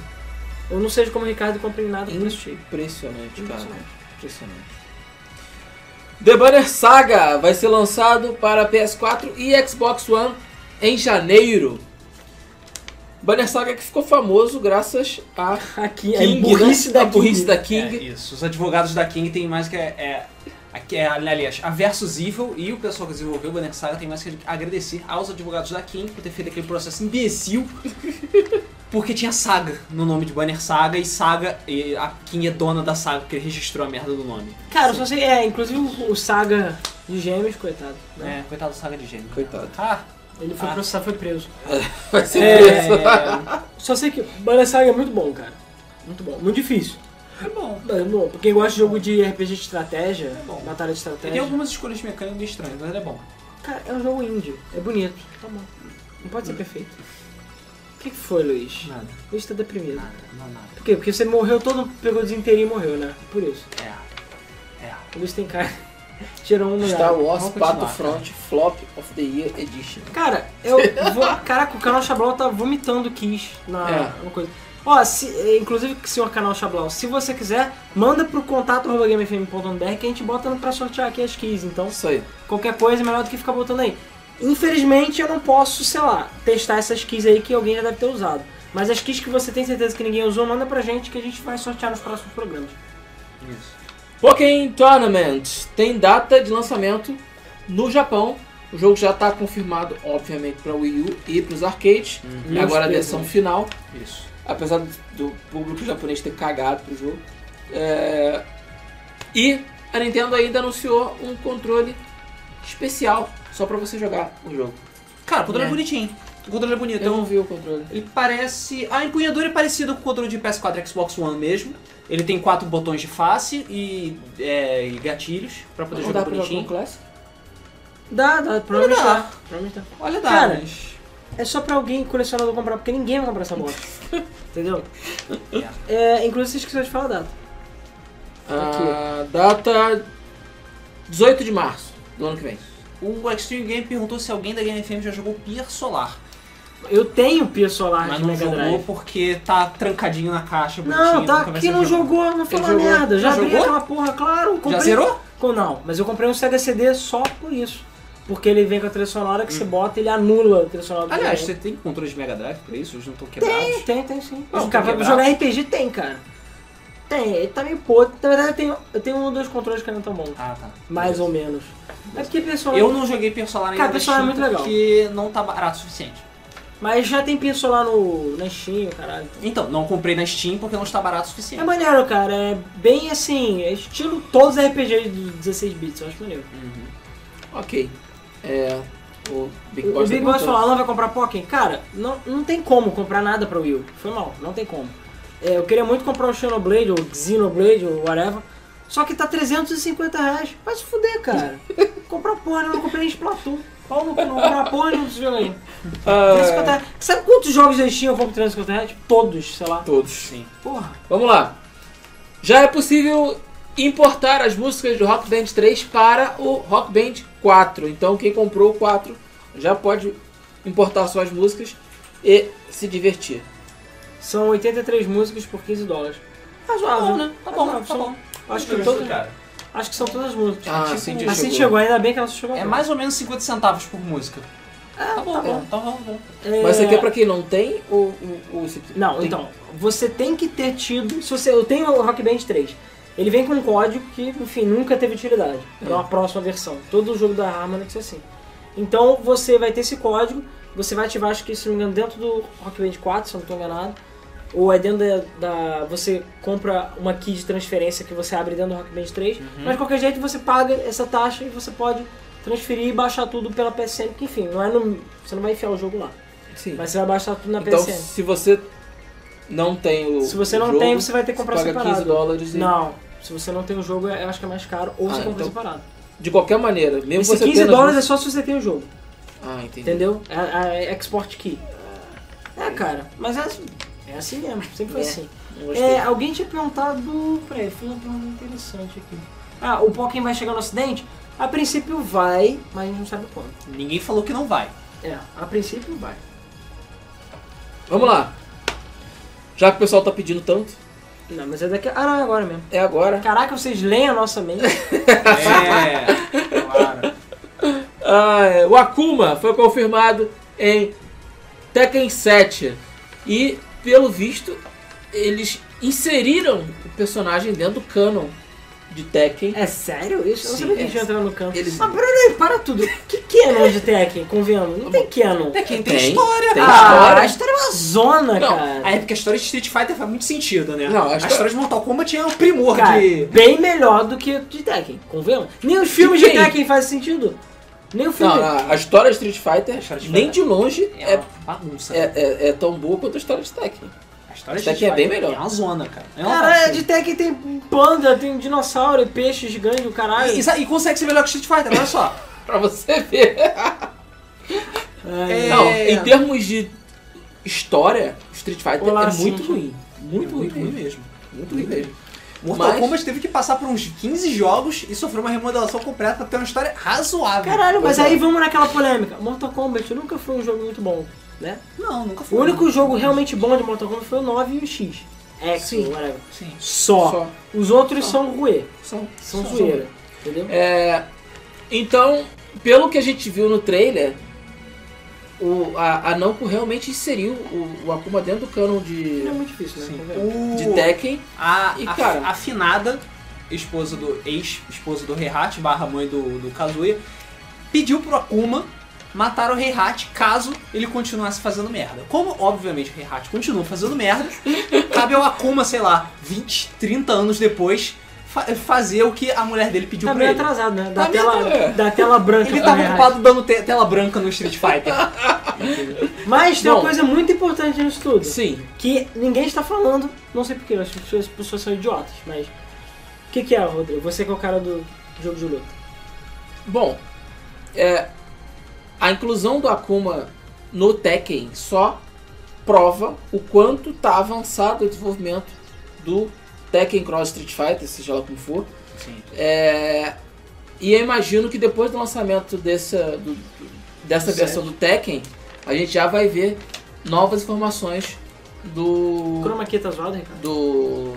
Eu não sei como o Ricardo comprei nada por esse tipo. Impressionante, cara. Impressionante. Impressionante. The Banner Saga vai ser lançado para PS4 e Xbox One em janeiro. Banner Saga que ficou famoso graças a Aqui, King, a burrice né? da a burrice King. da É, King. isso. Os advogados da King tem mais que. É, é, que é, aliás, a Versus Evil e o pessoal que desenvolveu o Banner Saga tem mais que agradecer aos advogados da King por ter feito aquele processo imbecil. Porque tinha Saga no nome de Banner Saga e Saga. E a King é dona da Saga, porque ele registrou a merda do nome. Cara, eu só sei, é, inclusive o, o Saga de Gêmeos, coitado. né? É, coitado do Saga de Gênio. Coitado. Ah, Ele foi Ah. processado, foi preso. Vai ser preso. É, só sei que Banner Saga é muito bom, cara. Muito bom, muito difícil. é bom. Mas é bom, pra quem gosta de jogo de RPG de estratégia, É bom. batalha de Tem estratégia. algumas escolhas mecânicas estranhas, mas ele é bom. Cara, é um jogo índio, é bonito, tá bom. Não pode ser perfeito. O que, que foi, Luiz? Nada, Luiz tá deprimido. nada, não, nada. Por quê? Porque você morreu todo, pegou desinteirinho e morreu, né? Por isso. É. É. O Luiz tem cara. Tirou um lugar. Star Wars Vamos Pato continuar, Front Flop of the Year Edition. Cara, eu vou. Caraca, o canal Xablau tá vomitando Kiss na É. na coisa. Ó, se, eh, inclusive, senhor canal Xablau, se você quiser, manda pro contato arroba gamefm.br que a gente bota pra sortear aqui as keys. Então, Isso aí. qualquer coisa é melhor do que ficar botando aí. Infelizmente, eu não posso, sei lá, testar essas keys aí que alguém já deve ter usado. Mas as keys que você tem certeza que ninguém usou, manda pra gente que a gente vai sortear nos próximos programas. Isso. Pokémon Tournament tem data de lançamento no Japão. O jogo já está confirmado, obviamente, para Wii U e para os arcades. E agora a versão final, Uhum. Isso. apesar do público japonês ter cagado pro jogo. É, E a Nintendo ainda anunciou um controle especial só para você jogar o jogo. Cara, o controle é, É. bonitinho. O controle é bonito. Eu não vi o controle. Ele parece. A empunhadura é parecida com o controle de PS4 e Xbox One mesmo. Ele tem quatro botões de face e, é, e gatilhos pra poder Não jogar dá para jogar com bonitinho. Classic? Dá, dá, provavelmente Dá. dá. Provavelmente dá. Olha, dá, Cara, mas. É só pra alguém colecionador comprar, porque ninguém vai comprar essa bosta. Entendeu? Yeah. É, inclusive, você esqueceu de falar a data. Ah, data 18 de março do ano que vem. O Extreme Game perguntou se alguém da Game FM já jogou Pier Solar. Eu tenho Pia Solar mas Ah, de não Mega jogou Drive. porque tá trancadinho na caixa, bonitinho. Não, tá nunca vai aqui ser não jogado. jogou, não fala jogou? merda. Já Já abri jogou? aquela porra, claro. Comprei... Já zerou? Com- Não, mas eu comprei um Sega CD só por isso. Porque ele vem com a trilha sonora que você bota ele anula a trilha sonora do Hum. Aliás, videogame. você tem controle de Mega Drive pra isso? Eles não estão quebrados? Tem, tem sim. Não, Mas, cara, pra quebrar. jogar RPG tem, cara. Tem, ele tá meio podre. Na verdade, eu tenho, eu tenho um ou dois controles que não tão bons. Ah, tá. Mais ou menos. É porque pessoal. Eu não joguei Pier Solar ainda Cara, na Pier Solar é Steam muito legal. porque não tá barato o suficiente. Mas já tem Pia Solar no, na Steam, caralho. Então, não comprei na Steam porque não está barato o suficiente. É maneiro, cara. É bem assim, é estilo todos os RPGs dos 16 bits, eu acho maneiro. Uhum. Ok. É. O Big Boss tá O Big Boss perguntando. falou, Alan vai comprar Pokémon? Cara, não, não tem como comprar nada pra Will. Foi mal, não tem como. É, eu queria muito comprar o Xenoblade, ou Xenoblade, ou whatever. Só que tá 350 reais. Vai se fuder, cara. comprar porra, eu não comprei nem Splatoon. Pau no cu, não comprar porra nenhum desse jogo aí. Ah, é. 350 reais. Sabe quantos jogos da Steam eu compro 350 reais? Todos, sei lá. Todos. Sim. Porra. Vamos lá. Já é possível importar as músicas do Rock Band 3 para o Rock Band 4. Então quem comprou o 4 já pode importar suas músicas e se divertir. São 83 músicas por 15 dólares. Razoável, bom, né? Tá bom, Razoável, tá são- bom. Acho que, Justo, todas, cara. acho que são todas as músicas. Ah, Tipo, Cintia a Cintia chegou. chegou, ainda bem que ela só chegou. É agora. mais ou menos 50 centavos por música. Ah, Tá bom, tá bom. Tá bom, bom. É, Mas isso aqui é pra quem não tem ou, ou, ou se- Não, tem? então, você tem que ter tido. Se você... Eu tenho o Rock Band 3. Ele vem com um código que, enfim, nunca teve utilidade. É uma próxima versão. Todo jogo da Harmonix é assim. Então você vai ter esse código, você vai ativar, acho que se não me engano, dentro do Rock Band 4, se eu não estou enganado. Ou é dentro da, da- Você compra uma key de transferência que você abre dentro do Rock Band 3. Uhum. Mas de qualquer jeito você paga essa taxa e você pode transferir e baixar tudo pela PSN. Que enfim, não é no, você não vai enfiar o jogo lá. Sim. Mas você vai baixar tudo na Então, PSN. se você não tem o. Se você não o jogo, tem, você vai ter que comprar paga separado. 15 dólares. e- Não. Se você não tem o jogo, eu acho que é mais caro. Ou você Ah, compra então- separado. De qualquer maneira, mesmo Esse você 15 tendo as dólares é duas- só se você tem o jogo. Ah, entendi. Entendeu? É a, export key. É, cara. Mas é, assim- é assim mesmo. Sempre foi É. assim. Não gostei. É, alguém tinha perguntado. Peraí, eu fiz uma pergunta interessante aqui. Ah, o Pokémon vai chegar no ocidente? A princípio vai, mas a gente não sabe quando. Ninguém falou que não vai. É, a princípio vai. Vamos lá. Já que o pessoal tá pedindo tanto, Não, mas é daqui. Ah, não, é agora mesmo. é agora. Caraca, vocês leem a nossa mente. É, claro. Ah, é, o Akuma foi confirmado em Tekken 7. E, pelo visto, eles inseriram o personagem dentro do canon de Tekken. é sério isso? Eu não Sim, sabia que é. a gente ia entrar no campo. Eles- Ah, peraí, para tudo. Que canon de Tekken? Convenhamos. Não tem canon. Até quem tem, Tem, história, tem cara. Ah, história. a história é uma zona, Não, cara. Ah, é porque a história de Street Fighter faz muito sentido, né? Não, a a história- história, de Mortal Kombat é um primor Cara, de... bem melhor do que de Tekken, convenhamos? Nem os filmes de quem? Tekken fazem sentido. Nem o filme. Não, a- a história de Street Fighter, A história de nem Fighter. de longe É uma é, bagunça. é, é- é tão boa quanto a história de Tekken. A história de Isso Street aqui é Fighter bem melhor. É uma zona, cara. É uma Cara, bagunça. de Tekken tem panda, tem dinossauro, peixe gigante, o caralho. E, e sa- e consegue ser melhor que Street Fighter, olha só. Pra você ver. Ai, É. Não, em termos de história, Street Fighter Olá, é muito Cintia. ruim. Muito, É ruim, mesmo. mesmo. Muito ruim mesmo. Mortal Mas- Kombat teve que passar por uns 15 jogos e sofreu uma remodelação completa pra ter uma história razoável. Caralho, mas Pois é. aí vamos naquela polêmica. Mortal Kombat nunca foi um jogo muito bom, né? Não, nunca foi. O único jogo realmente bom de Mortal Kombat foi o 9 e o X. X, Sim. whatever. Sim. Só. Só. Os outros Só. são ruê. São, São são- zoeira. Entendeu? É, então, pelo que a gente viu no trailer, o, a, a Namco realmente inseriu o, o Akuma dentro do canon de, Não é muito difícil, né? Sim. Convenhamos. O... de Tekken. A, E, a- cara- a finada, esposa do ex-esposa do Heihachi, barra mãe do, do Kazuya, pediu pro Akuma matar o Heihachi caso ele continuasse fazendo merda. Como, obviamente, o Heihachi continua fazendo merda, cabe ao Akuma, sei lá, 20, 30 anos depois, fa- fazer o que a mulher dele pediu Tá pra meio ele. atrasado, né? Da, Tá meio tela, atrasado. da tela branca. tá Ele pra tava Mirage. ocupado dando te- tela branca no Street Fighter. Mas tem Bom. uma coisa muito importante nisso tudo. Sim, que ninguém está falando, não sei porquê, acho que as pessoas são idiotas, mas. O que, que é, Rodrigo? Você que é o cara do jogo de luta. bom, é, a inclusão do Akuma no Tekken só prova o quanto tá avançado o desenvolvimento do Tekken Cross Street Fighter, seja lá como for, Sim. É, e eu imagino que depois do lançamento dessa, do- dessa Certo. versão do Tekken, a gente já vai ver novas informações O do. Chroma Key tá zoado, Ricardo? do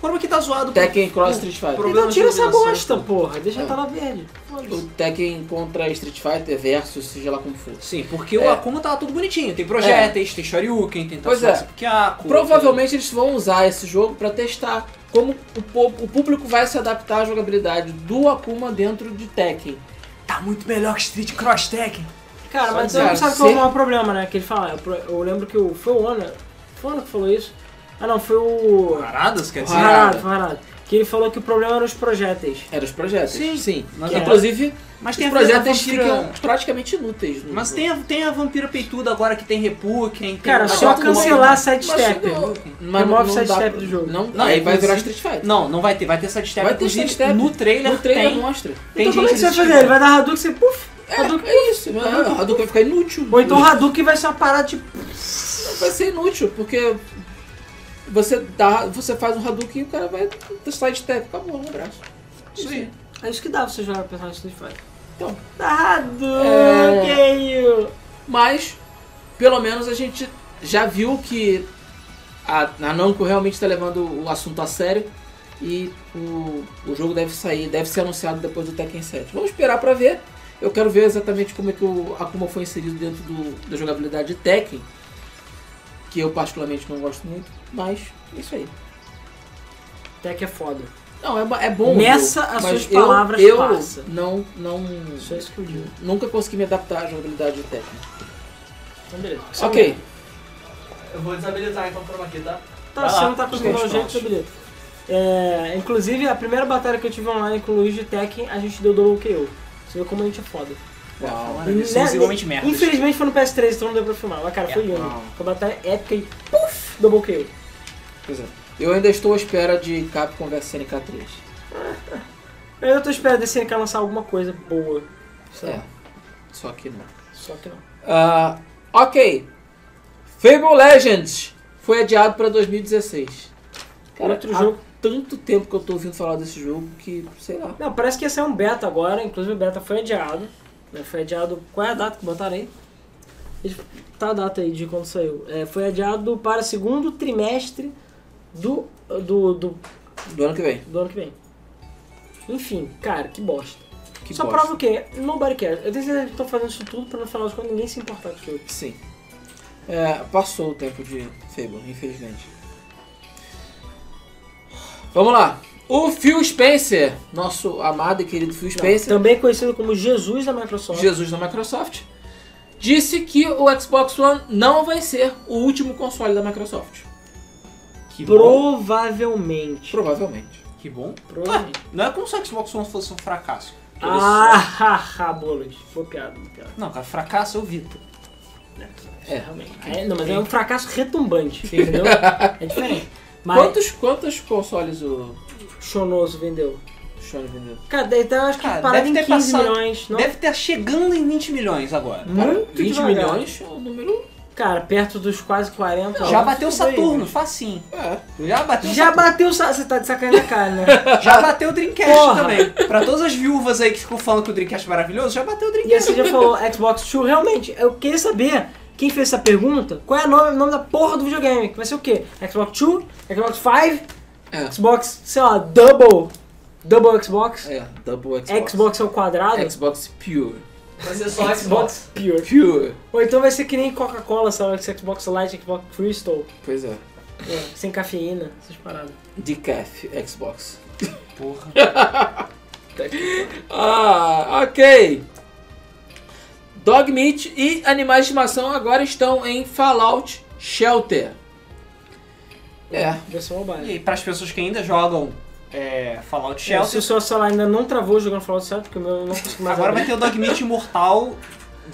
Como que tá zoado? pô? Tekken Cross Street Fighter. Problema Então tira de essa iluminação. bosta, porra. Deixa É. a tela verde. Foda-se. O Tekken contra Street Fighter versus, seja lá como for. Sim, porque É. o Akuma tava tudo bonitinho. Tem projéteis, tem Shoryuken, tem Pois Tatsutsu é. Kyaku, Provavelmente eles vão usar esse jogo para testar como o, po- o público vai se adaptar à jogabilidade do Akuma dentro de Tekken. Tá muito melhor que Street Cross Tekken. Cara, Só mas você dizer, não sabe se- qual é o maior problema, né? Que ele fala. Eu, pro- eu lembro que o. Foi o Ana. Foi o Ana que falou isso? Ah, não, foi o. Paradas, quer dizer? Harada. Harada, foi o Harada. Que ele falou que o problema eram os projéteis. Era os projetos. Sim, mas Que, é. Inclusive, Mas tem os a vampira... projetos ficam praticamente inúteis. no Mas jogo. tem a, tem a vampira peituda agora que tem Repuken. Tem Cara, o- só é. Mas- cancelar Mas sidestep. chegou- mas Remove não dá sidestep pra- do jogo. Não, Não, aí vai inclusive- virar Street Fighter. Não, não vai ter. Vai ter sidestep. Vai ter Inclusive, sidestep. No trailer, No trailer tem. mostra. tem então como é que gente você vai desistindo. fazer? Ele vai dar Hadouken e você. Puf! É, Hadouken. é isso. né? O Hadouken vai ficar inútil. Ou então o Hadouken vai tipo, ser uma parada de. Vai ser inútil, porque você, dá, você faz um Hadouken e o cara vai testar de step. Acabou, um abraço. Isso aí. É isso que dá você jogar personagem Street Fighter. Então. Tá É. Hadouken! Mas, pelo menos a gente já viu que a, a Namco realmente está levando o assunto a sério. E o, o jogo deve sair, deve ser anunciado depois do Tekken 7. Vamos esperar pra ver. Eu quero ver exatamente como é que o Akuma foi inserido dentro do, da jogabilidade de Tekken. Que eu particularmente não gosto muito, mas é isso aí. Até que é foda. Não, é, ba- é bom. o Nessa, jogo, as mas suas eu- palavras Eu passa. não, não, Só isso que eu digo. nunca consegui me adaptar à jogabilidade de Tekken. Então beleza. ok. Eu vou desabilitar então o chroma key, tá? Tá, Vai se lá, você não tá conseguindo dar um gente, jeito, pronto. beleza. É, inclusive, a primeira batalha que eu tive online com o Luiz de Tekken, a gente deu double KO. Você vê como a gente é foda. Uau, E eles são né, igualmente merdas. Infelizmente foi no PS3, então não deu pra filmar. Mas, cara, foi É, lindo. não. Foi uma batalha épica e puff, double KO. Pois é. Eu ainda estou à espera de Capcom vs SNK3. Eu tô esperando a SNK lançar alguma coisa boa. Sei lá. É. Só que não. Só que não. Ah, ok. Fable Legends foi adiado pra 2016. Cara, Outro há jogo. tanto tempo que eu tô ouvindo falar desse jogo que, sei lá. Não, parece que ia ser um beta agora, inclusive o beta foi adiado. né? Foi adiado. Qual é a data que botaram aí? Deixa- Tá a data aí de quando saiu. É, foi adiado para segundo trimestre do, do, do, Do ano que vem. do ano que vem. Enfim, cara, que bosta. Que Só bosta. prova o quê? Nobody cares. Eu tenho certeza que estão fazendo isso tudo pra no final de contas ninguém se importar com o jogo. Sim. É, passou o tempo de Fable, infelizmente. Vamos lá. O Phil Spencer, nosso amado e querido Phil Spencer. Também é conhecido como Jesus da Microsoft. Jesus da Microsoft, disse que o Xbox One não vai ser o último console da Microsoft. Que bom. Provavelmente. Provavelmente. Que bom. Provavelmente. Não é como se o Xbox One fosse um fracasso. Ele Ah, haha, bolas. Boa piada, boa piada. só- Não, cara, fracasso é o Vita. É. Realmente. É, não, mas é um fracasso retumbante, Sim. entendeu? É diferente. Mas Quantos, quantos consoles o Chonoso vendeu? Sony vendeu? Cara, daí tá, acho que Cara, parada deve em ter 15 passado- milhões. Não? Deve estar chegando em 20 milhões agora. Muito 20 devagar. milhões é um número. Cara, perto dos quase 40. Já ó. bateu o Isso daí, Saturno, né? facinho. É. Já bateu o Já Saturno. bateu o sa- Você tá de sacanagem na cara, né? Já bateu o Dreamcast Porra. também. Pra todas as viúvas aí que ficam falando que o Dreamcast é maravilhoso, já bateu o E aí Dreamcast. você já falou Xbox Two, realmente, eu queria saber quem fez essa pergunta, qual é o nome, o nome da porra do videogame, que vai ser o quê? Xbox Two, Xbox Five, É. Xbox, sei lá, Double, Double Xbox, É. Double Xbox. É, Xbox, ao quadrado, Xbox Pure. Vai ser só Xbox. Xbox Pure. Pure. Ou então vai ser que nem Coca-Cola, sei lá, Xbox Light, Xbox Crystal, Pois é. é, sem cafeína, essas paradas. Decaf Xbox. Porra. Ah, ok. Dog Meat e animais de estimação agora estão em Fallout Shelter. É. Versão E mobile. aí, pras pessoas que ainda jogam é, Fallout É, se Shelter, o seu celular ainda não travou jogando Fallout certo, porque o meu eu não tá consigo mais agora vai abrir. ter o Dogmeat Imortal,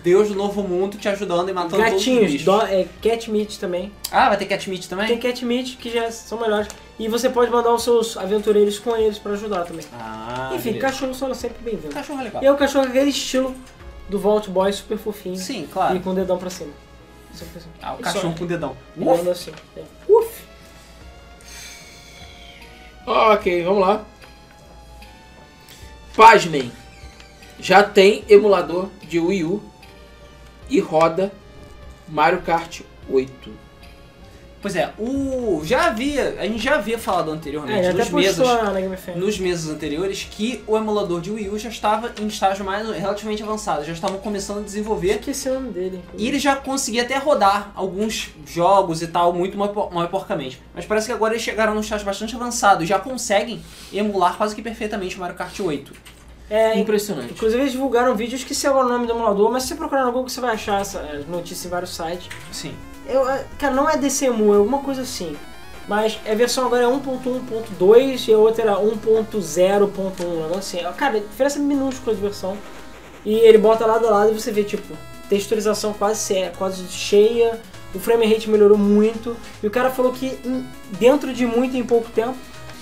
Deus do Novo Mundo, te ajudando e matando todos os Gatinhos, bichos. do, é, Cat Meat também. Ah, vai ter Catmeat também? Tem cat meat que já são melhores. E você pode mandar os seus aventureiros com eles pra ajudar também. Ah, Enfim, beleza. cachorro são sempre bem-vindo. cachorro é legal. E é o cachorro com aquele estilo do Vault Boy super fofinho. Sim, claro. E com o dedão pra cima. Sempre assim. Ah, o E cachorro só. com o dedão. Ele Uf, anda assim. é. Uf! Ok, vamos lá. Pasmem. Já tem emulador de Wii U e roda Mario Kart 8. Pois é, o já havia, a gente já havia falado É, anteriormente ele até Ah, nos postou meses, lá na Game FM. nos meses anteriores que o emulador de Wii U já estava em estágio mais relativamente avançado, já estavam começando a desenvolver Esqueci é o nome dele. e ele já conseguia até rodar alguns jogos e tal muito mais por- mais porcamente. Mas parece que agora eles chegaram num estágio bastante avançado e já conseguem emular quase que perfeitamente o Mario Kart 8. É, Impressionante. inclusive eles divulgaram um vídeo, eu esqueci agora o nome do emulador, mas se você procurar no Google você vai achar essa é, notícia em vários sites. Sim. Eu, é, cara, não é DCMU, é alguma coisa assim. Mas a versão agora é 1.1.2 e a outra era 1.0.1, um negócio assim. Cara, a diferença é minúscula de versão. E ele bota lado a lado e você vê, tipo, texturização quase, ce- quase cheia, o frame rate melhorou muito. E o cara falou que em- dentro de muito em pouco tempo,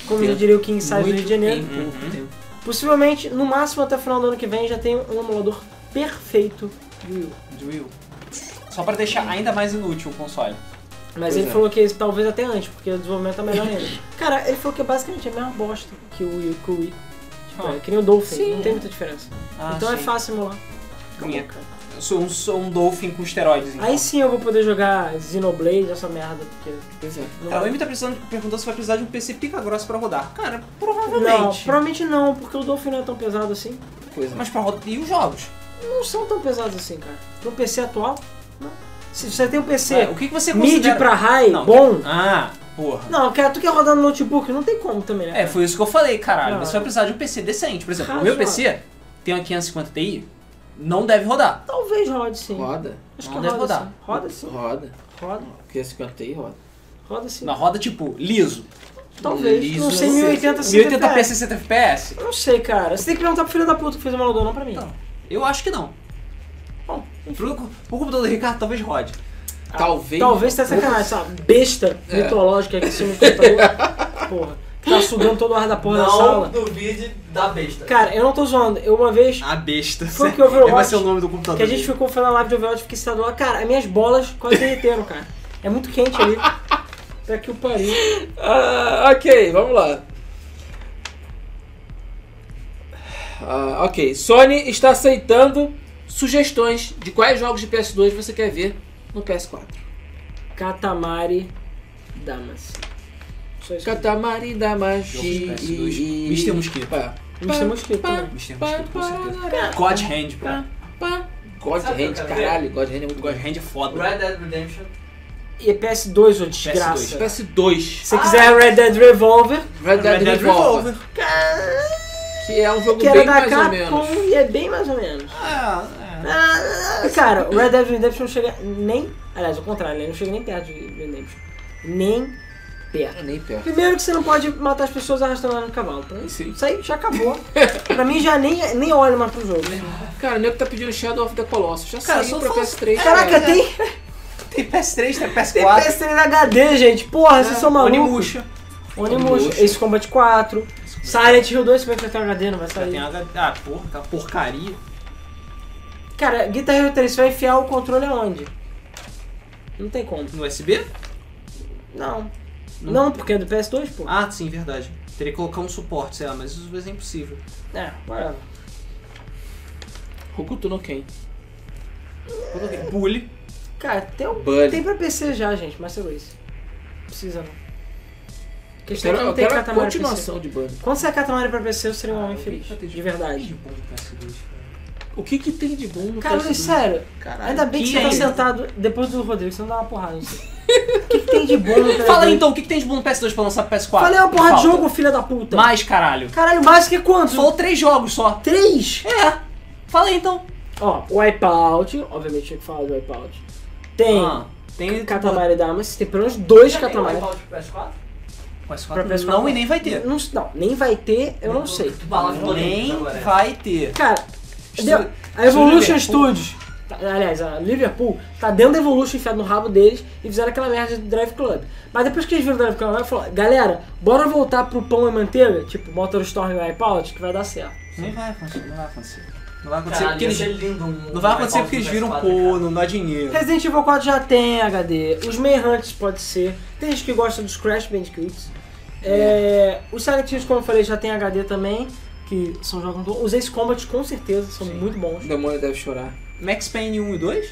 como eu Dentro- diria o King Size do Rio de Janeiro, em pouco Uhum. tempo. possivelmente no máximo até o final do ano que vem já tem um emulador perfeito de Wii U. De Wii U. Só para deixar ainda mais inútil o console. Mas Pois ele é. falou que talvez até antes, porque o desenvolvimento tá melhor ainda. Cara, ele falou que é basicamente a mesma bosta que o Wii. Que o Wii. Tipo, Ah. é que nem o Dolphin, Sim. não tem muita diferença. Ah, então é sim. fácil simular. Minha. Acabou, cara. Eu sou um, sou um Dolphin com esteroides. Então. Aí sim eu vou poder jogar Xenoblade, essa merda, porque... Pois é. Não, Cara, o Amy tá precisando, perguntando se vai precisar de um PC pica grossa pra rodar. Cara, não, provavelmente. provavelmente não, porque o Dolphin não é tão pesado assim. Pois é. Mas pra rodar. E os jogos? Não são tão pesados assim, cara. Pro PC atual, não. Se você tem um PC É, o que, que você mid considera... pra high, Não. bom... Ah, porra. Não, cara, tu quer rodar no notebook, não tem como também, né? É, cara? foi isso que eu falei, caralho. Não. Você vai precisar de um PC decente. Por exemplo, o Razoável. meu PC tem uma 550 Ti, não deve rodar. Talvez rode sim. Roda. Acho que Não deve roda rodar. sim. Roda sim. Roda. Roda. Porque 50 aí roda. Roda sim. Na roda, tipo, liso. Talvez. é não sei, 1080, 1080p, 60 60 FPS? Eu não sei, cara. Você tem que perguntar pro filho da puta que fez o Malodon, não pra mim. Então, eu acho que não. Bom, Pro, pro computador do Ricardo, talvez rode. Talvez. Ah, Talvez um tá sacanagem, essa besta É. mitológica que se me computador. porra. Que tá sugando todo o ar da porra da Não sala. duvide da besta. Cara, eu não tô zoando. Eu uma vez A besta. Foi que sério. Overwatch- é, Vai ser o nome do computador. que a gente dele. ficou foi na live de Overwatch, fiquei citado lá. Cara, as minhas bolas quase derreteram, cara. É muito quente ali. Pra que o pariu. Ah, ok, vamos lá. Ah, ok, Sony está aceitando sugestões de quais jogos de PS2 você quer ver no PS4. Katamari Damas. Só isso. Katamari da magia. Jogos de PS2. Mr. Mosquito. Pá, Mr. Mosquito, pá, né? Mr. pá, Mosquito, com certeza. pá, God Hand, pá, bro. pá. God Sabe o Hand, que eu quero ver? caralho, God Hand é muito bom. God Hand é foda. Red Dead Redemption. E é PS2, ô desgraça. PS2. PS2, Se você quiser Red Dead Revolver, Red Dead Revolver, que é um jogo que era bem da mais ou Capcom, menos. e é bem mais ou menos. Ah, Ah, Cara, o Red Dead Redemption não chega nem. Aliás, ao contrário, ele não chega nem perto de Redemption. Nem perto. É, Nem perto. Primeiro que você não pode matar as pessoas arrastando ela no cavalo. Pra mim, Sim. Isso aí já acabou. pra mim já nem, nem olho mais pro jogo. Cara, o nego tá pedindo Shadow of the Colossus. Já Cara, saiu só pra fala- PS3. Caraca, cara. tem, é. Tem PS3, tem PS4. tem PS3 HD, gente. Porra, vocês são malucos. Onimusha. Onimusha. Onimusha. Ace Combat 4. Silent Hill 2, se vai enfrentar HD, não vai Já sair. tem a... Ah, porra, aquela porcaria. Cara, Guitar Hero 3, você vai enfiar o controle aonde? Não tem como. No USB? Não. Não. Não, porque é do PS2, pô. Ah, sim, verdade. Teria que colocar um suporte, sei lá, mas isso às vezes é impossível. É, whatever. Hokuto no Ken. Bully. Cara, tem, um, Bud. tem pra PC já, gente, Master Race. Precisa não. Questão é Quero, que não eu tem quero a Katamari continuação pra de Bunny. PC. Quando sair Katamari pra PC, eu seria um homem feliz. De verdade. O que que tem de bom no Cara, PS2? Luiz, sério. Caralho. Ainda bem que, você tá sentado depois do Rodrigo, você não dá uma porrada nisso. O que, que tem de bom no PS2? Fala aí então, o que, que tem de bom no PS2 pra lançar pro PS4? Falei uma porrada de Falta. jogo, filha da puta. Mais, caralho. Caralho, mais que quantos? Falou três jogos só. Três? É. Fala aí então. Ó, Wipeout, obviamente tinha que falar do Wipeout. Tem Ah, tem Katamari Damas, tem pelo menos dois Já tem Katamari. Wipeout pro PS4? Pra PS4 PS4 não, e nem vai ter. Não, não, nem vai ter, eu não sei. Tu balas polêmicas Nem agora. vai ter. Cara, Estúdio- deu- a Evolution Liverpool. Studios, tá- aliás, a Liverpool, tá dentro da Evolution enfiado no rabo deles e fizeram aquela merda de Drive Club. Mas depois que eles viram o Drive Club, eles falaram, galera, bora voltar pro pão e manteiga, tipo Motor Storm e iPod, que vai dar certo. Não vai acontecer, não vai acontecer. Não vai acontecer Caralho, porque ia eles... ser lindo um- Não vai um acontecer Wipeout porque pro eles viram, PS4, pô, cara. não dá dinheiro. Resident Evil 4 já tem HD, os Manhunters pode ser, tem gente que gosta dos Crash Bandicoots. É, os Silent Hills, como eu falei, já tem HD também, que são jogos muito bons. Os Ace Combat, com certeza, são Sim. muito bons. O demônio deve chorar. Max Payne 1 e 2?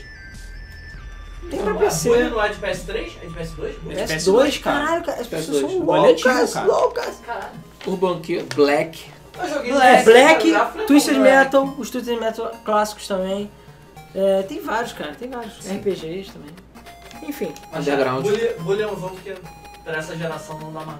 Tem pra A PC. bolha não é de PS3? É de PS2? É. PS2, PS2, cara. caralho, cara, as pessoas PS2. são Olha é loucas, antigo, cara. tá loucas. Caralho. O banqueiro, Black. Eu joguei no Black, PS3, É, Black, cara, foi Twisted bom, né? Metal, os Twisted Metal clássicos também. É, tem vários, cara, tem vários. RPGs também. Enfim, Mas, Underground. cara, Bully, Bully é um jogo que pra essa geração não dá mais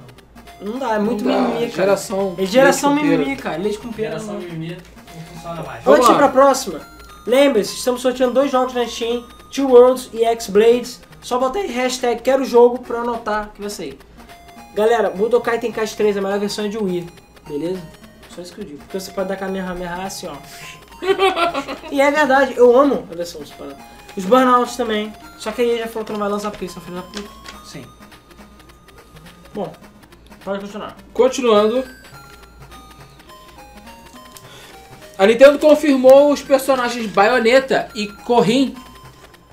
não. não dá, é muito Não dá. mimimi, cara. Geração. É geração leite com pera. mimimi, cara. Leite com pera. é Geração não. mimimi não funciona mais. Vamos Antes de ir lá. pra próxima, lembre-se, estamos sorteando dois jogos na Steam, Two Worlds e X-Blades. Só botar aí hashtag quero jogo pra eu anotar que vai sair. Galera, Budokai Tenkaichi 3, a melhor versão é de Wii, beleza? Só isso que eu digo. Porque você pode dar Kamehameha assim, ó. e é verdade, eu amo a versão separada. Os Burnouts também. Só que aí já falou que não vai lançar porque são filhos da puta. Sim. Bom, pode continuar. Continuando. A Nintendo confirmou os personagens Bayonetta e Corrin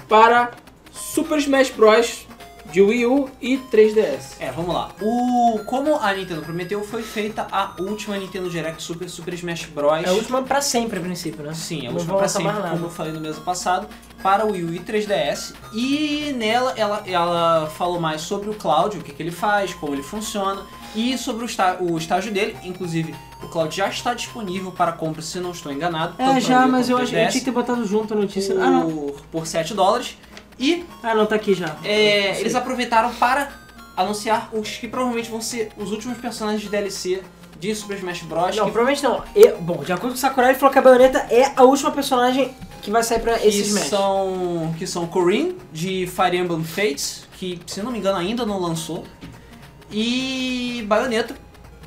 para Super Smash Bros. de Wii U e 3DS. É, vamos lá. O como a Nintendo prometeu, foi feita a última Nintendo Direct Super Super Smash Bros. É a última pra sempre, a princípio, né? Sim, Não a última vão pra lançar sempre, mais nada. como eu falei no mês passado, para o Wii U e 3DS. E nela ela, ela falou mais sobre o Cloud, o que, que ele faz, como ele funciona, e sobre o, está- o estágio dele. Inclusive, o Cloud já está disponível para compra, se não estou enganado. tanto É, para Wii já, U mas eu quanto acho que eu 3DS, tinha que ter botado junto a notícia. Ah, não. por, por 7 dólares. E Ah, não, tá aqui já. é, Sim. eles aproveitaram para anunciar os que provavelmente vão ser os últimos personagens de DLC de Super Smash Bros. Não, que provavelmente não. E- bom, de acordo com o Sakurai, ele falou que a Bayonetta é a última personagem que vai sair pra que esses Smash. são que são Corinne de Fire Emblem Fates, que se não me engano ainda não lançou, e Bayonetta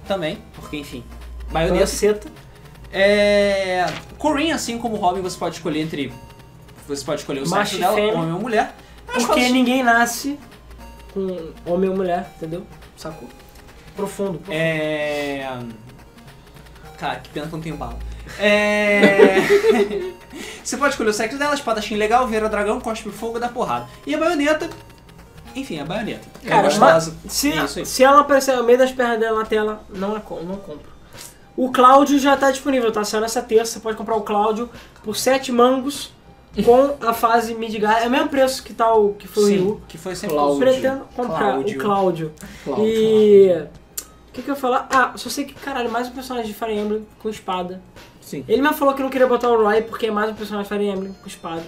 também, porque enfim, Então, Bayonetta. Baioneta. É, Corinne, assim como Robin, você pode escolher entre você pode escolher o Macho sexo e dela, fêmea. homem ou mulher. Mas Porque fala- ninguém nasce com homem ou mulher, entendeu? Sacou? Profundo. profundo. É. Cara, que pena que eu não tenho bala. É. Você pode escolher o sexo dela, espadachim legal, Vera Dragão, cospe fogo da porrada. E a baioneta. Enfim, a baioneta. Cara, é gostosa. mas se, É isso aí. se ela aparecer no meio das pernas dela na tela, não, é, co- não compro. O Cláudio já tá disponível, tá saindo essa terça. Você pode comprar o Cláudio por 7 mangos com a fase Midgar. É o mesmo preço que tá o que foi o Ryu. Sim, que foi sempre Cláudio. Pretendo comprar Cláudio. o Cláudio. Cláudio. E. O que, que eu ia falar? Ah, só sei que, caralho, mais um personagem de Fire Emblem com espada. Sim. Ele mesmo falou que não queria botar o Roy porque é mais um personagem de Fire Emblem com espada.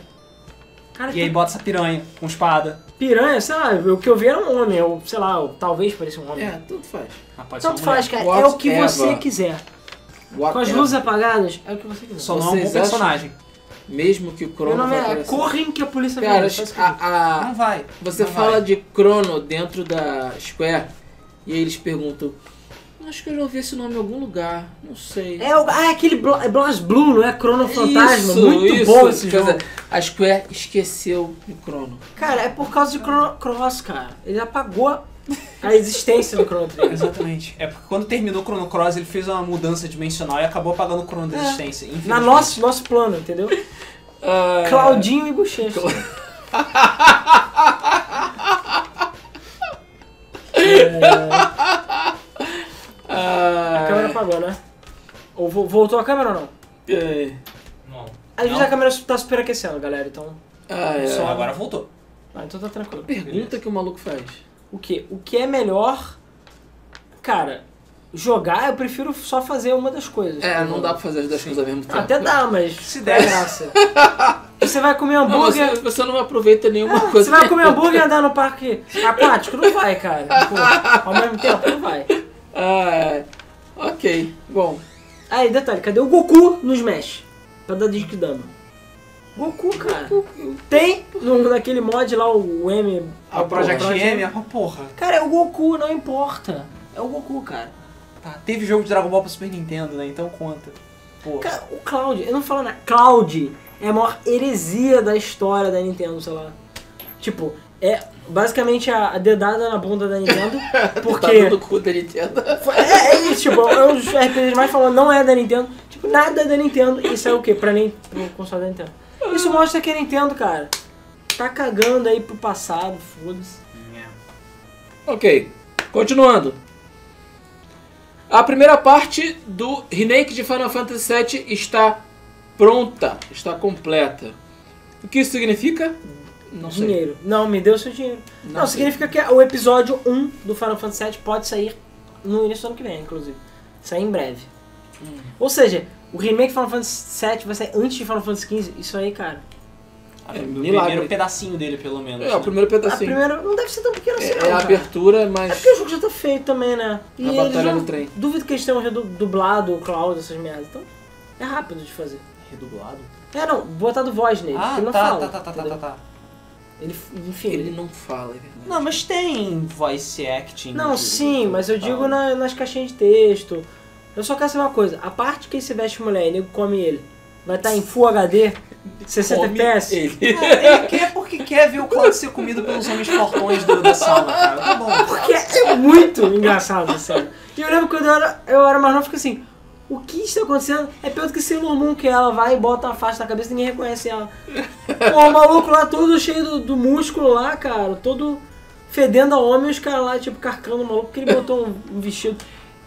Cara, E aí que bota essa piranha com espada. piranha, sei lá, o que eu vi era um homem, ou sei lá, ou talvez pareça um homem. É, tudo faz. Ah, pode ser Tanto uma faz, mulher. cara, é Whatever. o que você quiser. Com as Whatever. luzes apagadas, é o que você quiser. Só não é um bom Vocês acham- personagem. Mesmo que o Crono Meu nome vai é aparecer. Correm que a polícia vem. Cara, Só isso que eu digo. a- a- Não vai. você não fala vai. de Crono dentro da Square e aí eles perguntam: Acho que eu já ouvi esse nome em algum lugar, não sei. É o, ah, é aquele Bla, é Blast Blue, não é? Crono Fantasma. Isso, Muito isso, bom esse quer jogo. dizer, A Square esqueceu de Crono. Cara, é por causa de Chrono Cross, cara. Ele apagou a existência do Chrono Trigger. Exatamente. É porque quando terminou o Chrono Cross, ele fez uma mudança dimensional e acabou apagando o Chrono da É. existência. Na infelizmente. nosso, nosso plano, entendeu? Ah, Claudinho e Bochecha. É, ah, a câmera apagou, né? Ou vo- voltou a câmera ou não? é, Não. Às vezes Não. a câmera tá superaquecendo, galera, então... ah, é. Só agora voltou. Ah, então tá tranquilo. Pergunta que o maluco faz. O que? O que é melhor... Cara, jogar eu prefiro só fazer uma das coisas. É, não dá pra fazer as duas coisas ao mesmo tempo. Até dá, mas... Se Se der. der graça. Você vai comer Não, hambúrguer... Ah, você, Ah, você não aproveita nenhuma coisa. Você vai comer hambúrguer e andar no parque aquático? Não vai, cara. Pô, ao mesmo tempo, não vai. Ah, é. ok. Bom, Aí, detalhe, cadê o Goku no Smash? Pra dar disco dama. Goku, cara. Tem no, naquele mod lá o M. Ah, O Project porra. M, ah, porra. Cara, é o Goku, não importa. É o Goku, cara. Tá, teve jogo de Dragon Ball pra Super Nintendo, né? Então conta. Pô. Cara, o Cloud, eu não falo nada. Cloud é a maior heresia da história da Nintendo, sei lá. Tipo, é basicamente a, a dedada na bunda da Nintendo. tá É Porque. do cu da Nintendo. É, é isso, tipo, é um dos RPGs mais falando, não é da Nintendo. Tipo, nada é da Nintendo. Isso é o quê? Pra nem pro console da Nintendo. Isso mostra que a Nintendo, cara, tá cagando aí pro passado, foda-se. Ok, continuando. A primeira parte do remake de Final Fantasy VII está pronta, está completa. O que isso significa? Não sei. Dinheiro. Não, me deu seu dinheiro. Não Não, sei. significa que o episódio 1 do Final Fantasy VII pode sair no início do ano que vem, inclusive. Sair em breve. Hum. Ou seja, o remake de Final Fantasy VII vai sair antes de Final Fantasy XV. Isso aí, cara. Ah, É, o milagre. primeiro pedacinho dele, pelo menos. É, o né? primeiro A pedacinho. primeira não deve ser tão pequena assim, É, não, é a cara. abertura, É mas porque o jogo já tá feito também, né? A eles batalha não- no trem. Duvido que eles tenham redu- dublado o Cloud, essas merdas. Então, é rápido de fazer. Redublado? É, não, botado voz nele, Ah, porque ele não tá, fala. tá, tá, tá, tá, entendeu? tá. Ele, enfim. ele Ele... não fala, é verdade. Não, mas tem voice acting. né? Não, de- sim, mas eu tal. digo na- nas caixinhas de texto. Eu só quero saber uma coisa: a parte que ele se veste mulher e nego come ele, vai estar em Full HD, 60 Come FPS? ele. É, ele quer porque quer ver o Cloud ser comido pelos homens fortões do, da sala, cara. Tá bom. Porque é muito engraçado, sério. E eu lembro quando eu era, eu era mais novo, eu fiquei assim, o que está acontecendo? É pior do que Sailor Moon, que ela vai e bota uma faixa na cabeça e ninguém reconhece ela. Pô, o maluco lá todo cheio do, do músculo lá, cara, todo fedendo a homem, e os caras lá, tipo, carcando o maluco, porque ele botou um, um vestido.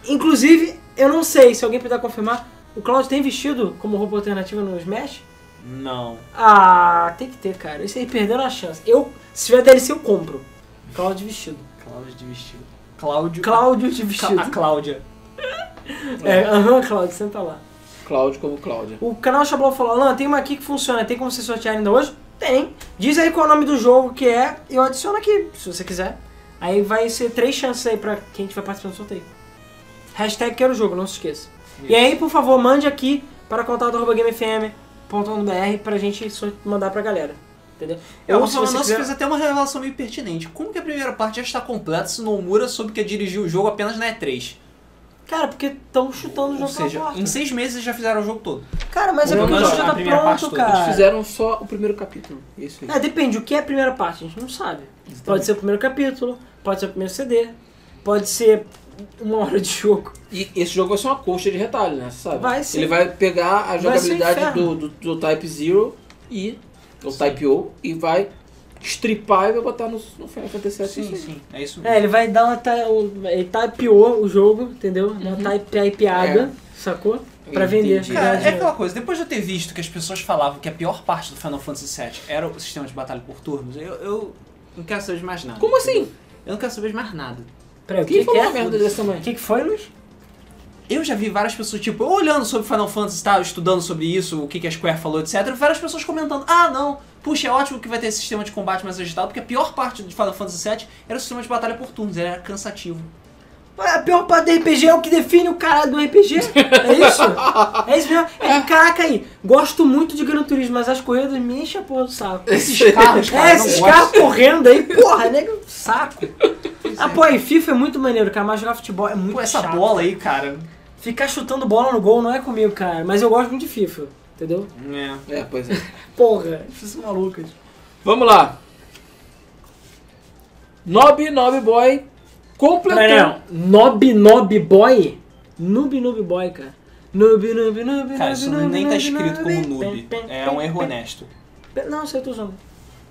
Inclusive, eu não sei, se alguém puder confirmar, o Claudio tem vestido como roupa alternativa no Smash? Não. Ah, tem que ter, cara. Isso aí perderam a chance. Eu, se tiver DLC, eu compro. Claudio de vestido. Cláudio de vestido. Cláudio. Cláudio de Ca- vestido. A Cláudia. É, aham, Claudio, senta lá. Cláudio como Cláudia. O canal Xablon falou, Alan, tem uma aqui que funciona, tem como você sortear ainda hoje? Tem. Diz aí qual é o nome do jogo que é, eu adiciono aqui, se você quiser. Aí vai ser três chances aí pra quem tiver participando do sorteio. Hashtag quero jogo, não se esqueça. E aí, por favor, mande aqui para contato.gamefm.com.br .com.br pra gente só mandar pra galera. Entendeu? Eu Ou vou se falar, você nossa, quiser- fez até uma revelação meio pertinente. Como que a primeira parte já está completa se Nomura soube que ia dirigir o jogo apenas na E3? Cara, porque estão chutando o Ou jogo pela seja, porta. em seis meses já fizeram o jogo todo. Cara, mas é Não, porque o não, jogo já a tá primeira parte pronto, toda, eles cara. Fizeram só o primeiro capítulo. Isso aí. É, depende. O que é a primeira parte? A gente não sabe. Pode ser o primeiro capítulo, pode ser o primeiro CD, pode ser uma hora de jogo. E esse jogo vai ser uma coxa de retalho, né? Você sabe? Vai sim. Ele vai pegar a Vai ser um jogabilidade do, inferno. do, do Type Zero e. do Type O e vai estripar e vai botar no, no Final Fantasy VII. Sim, isso aí. sim. É isso É, mesmo. ele vai dar uma. ta- um- Ele typeou o jogo, entendeu? Uma Uhum. type, typeada, sacou? Pra Eu vender. entendi. É. Cara, Verdade, é aquela coisa, depois de eu ter visto que as pessoas falavam que a pior parte do Final Fantasy VII era o sistema de batalha por turnos, eu, eu não quero saber de mais nada. Como assim? Eu não quero saber de mais nada. Peraí, o Quem que, que falou é? uma merda desse tamanho? O que, que foi, Luiz? Eu já vi várias pessoas, tipo, eu olhando sobre Final Fantasy, tá, estudando sobre isso, o que, que a Square falou, etc. Várias pessoas comentando, ah, não, puxa, é ótimo que vai ter esse sistema de combate mais agitado, porque a pior parte de Final Fantasy VII era o sistema de batalha por turnos, ele era cansativo. A pior parte do RPG é o que define o caralho do RPG. É isso? É isso mesmo. É, que, caraca aí, gosto muito de Gran Turismo, mas as corridas me enchem a porra do saco. Esses carros, cara, é, eu não esses gosto. caras correndo aí, porra, nego, saco. Ah, pô, e FIFA é muito maneiro, cara, mas jogar futebol é muito Pô, essa chato. bola aí, cara. Ficar chutando bola no gol não é comigo, cara, mas eu gosto muito de FIFA, entendeu? É. É, pois é. Porra, isso é malucas. Vamos lá. Nob Nob Boy completou. Não, não, Nob Nob Boy? Noob Noob Boy, cara. Noob Noob Noob Cara, isso noob, nem tá noob, escrito como noob. noob. Pem, pem, É um pem, erro pem. honesto. Não, isso aí eu tô usando.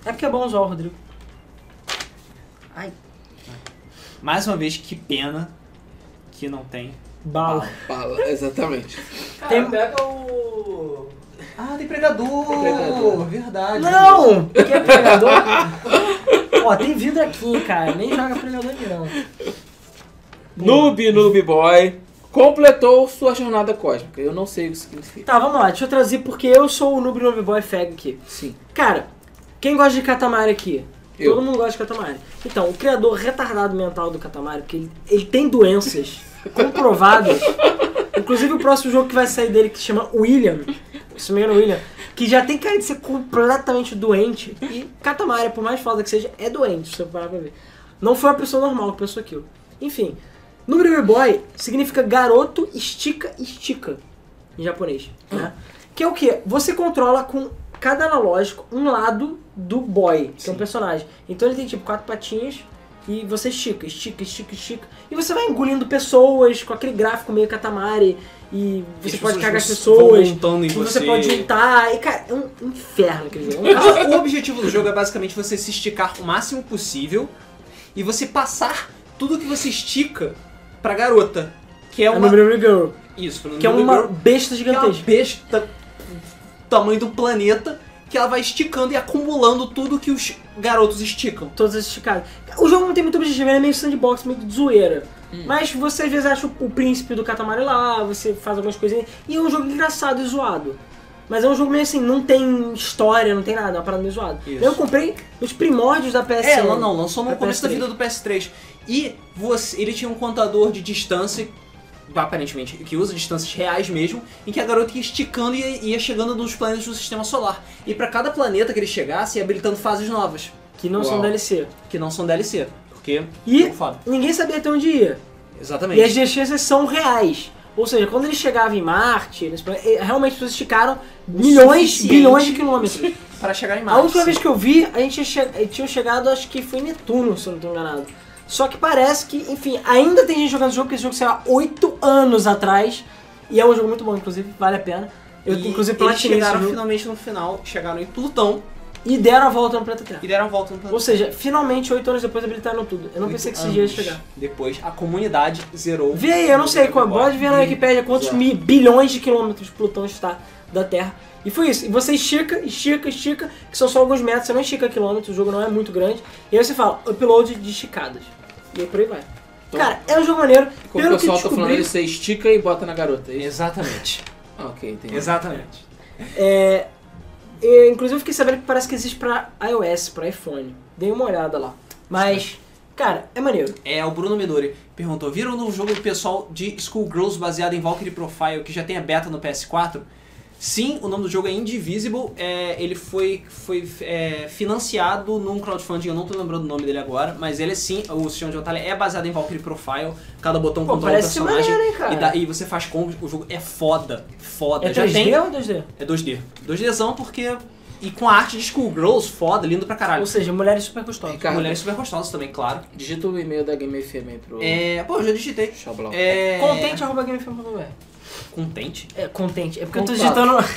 É porque é bom usar o Rodrigo. Ai, Mais uma vez, que pena que não tem. bala. Fala, exatamente. Cara, Tem- pega o. Ah, depredador! Depredador. Verdade. Não! Que é pregador? Ó, tem vidro aqui, cara. Nem joga pregador aqui, não. Noob Noob Boy completou sua jornada cósmica. Eu não sei o que significa. Tá, vamos lá. Deixa eu trazer, porque eu sou o Noob Noob Boy Fag aqui. Sim. Cara, quem gosta de Katamari aqui? Eu. Todo mundo gosta de Katamari. Então, o criador retardado mental do Katamari, porque ele, ele tem doenças comprovadas. Inclusive o próximo jogo que vai sair dele, que se chama William, se não me engano William, que já tem cara de ser completamente doente. E Katamari, por mais foda que seja, é doente, se você parar pra ver. Não foi uma pessoa normal que pensou aquilo. Enfim, Number Boy significa garoto estica estica em japonês, né? Que é o que? Você controla com cada analógico um lado do boy, que é um personagem. Então ele tem tipo quatro patinhas e você estica, estica, estica, estica. E você vai engolindo pessoas com aquele gráfico meio catamari. E você pode cagar as pessoas. E Montando em você pode juntar. E cara, é um inferno aquele jogo. É um caos. Ah, o objetivo do jogo é basicamente você se esticar o máximo possível e você passar tudo que você estica pra garota. Que é É uma. uma Memory Girl, Isso, pra que é número uma girl, besta que é uma gigantesca. besta do tamanho do planeta que ela vai esticando e acumulando tudo que os garotos esticam. Todas esticadas. O jogo não tem muito objetivo, ele é meio sandbox, meio de zoeira. Hum. Mas você às vezes acha o o príncipe do Katamari lá, você faz algumas coisinhas. E é um jogo engraçado e zoado. Mas é um jogo meio assim, não tem história, não tem nada, é uma parada meio zoada. Isso. Eu comprei nos primórdios da PSN. É, ela não, lançou no Pra começo da PS3. vida do PS3. E você- ele tinha um contador de distância, aparentemente, que usa distâncias reais mesmo, em que a garota ia esticando e ia, ia chegando nos planetas do sistema solar. E pra cada planeta que ele chegasse, ia habilitando fases novas, Que não são Uau. DLC. que não são DLC. Porque. é E- jogo foda. Ninguém sabia até onde ia. E as Exatamente. distâncias são reais. Ou seja, quando ele chegava em Marte, eles- realmente as pessoas esticaram milhões, suficiente. bilhões de quilômetros. Pra chegar em A Marte. última vez que eu vi, a gente tinha, che- tinha chegado, acho que foi em Netuno, se eu não tô enganado. Só que parece que, enfim, ainda tem gente jogando esse jogo, porque esse jogo saiu há 8 anos atrás. E é um jogo muito bom, inclusive, vale a pena. Eu, E inclusive, eles platinei esse chegaram jogo. finalmente no final, chegaram em Plutão E deram a volta no planeta Terra. e deram a volta no Ou planeta. seja, finalmente, 8 anos depois, habilitaram tudo. Eu não pensei que esse dia ia dias chegar. Depois, a comunidade zerou. Vê aí, eu não sei é qual. Pode ver na Wikipédia quantos Exato. mi- bilhões de quilômetros Plutão está da Terra. E foi isso. E você estica, estica, estica, que são só alguns metros, você não estica quilômetros, o jogo não é muito grande. E aí você fala, upload de esticadas. E aí por aí vai. Então- Cara, é um jogo maneiro. Como Pelo o que pessoal tá falando, descobri, você estica e bota na garota. é Isso? Exatamente. Ah, ok, entendi. Exatamente. é, é, inclusive eu fiquei sabendo que parece que existe pra iOS, pra iPhone. Dei uma olhada lá. Mas, cara, é maneiro. É, o Bruno Midori perguntou: viram o novo jogo do pessoal de Schoolgirls baseado em Valkyrie Profile que já tem a beta no PS4? Sim, o nome do jogo é Indivisible. É, ele foi, foi é, financiado num crowdfunding, eu não tô lembrando o nome dele agora, mas ele é sim, o sistema de batalha é baseado em Valkyrie Profile. Cada botão Pô, controla um parece ser personagem. maneiro, hein, cara? E, dá- e você faz combos, o jogo é foda. Foda. É Já 3D tem. ou 2D? É 2D. 2Dzão porque. E com a arte de Schoolgirls, foda, lindo pra caralho. Ou seja, mulheres super custosas. Cara, Mulheres super gostosas também, claro. Digita o e-mail da Game FM aí pro É. Pô, eu já digitei. Xablau. É. Contente arroba gamefilm.br. Contente? É, contente. É porque eu tô Contato. digitando.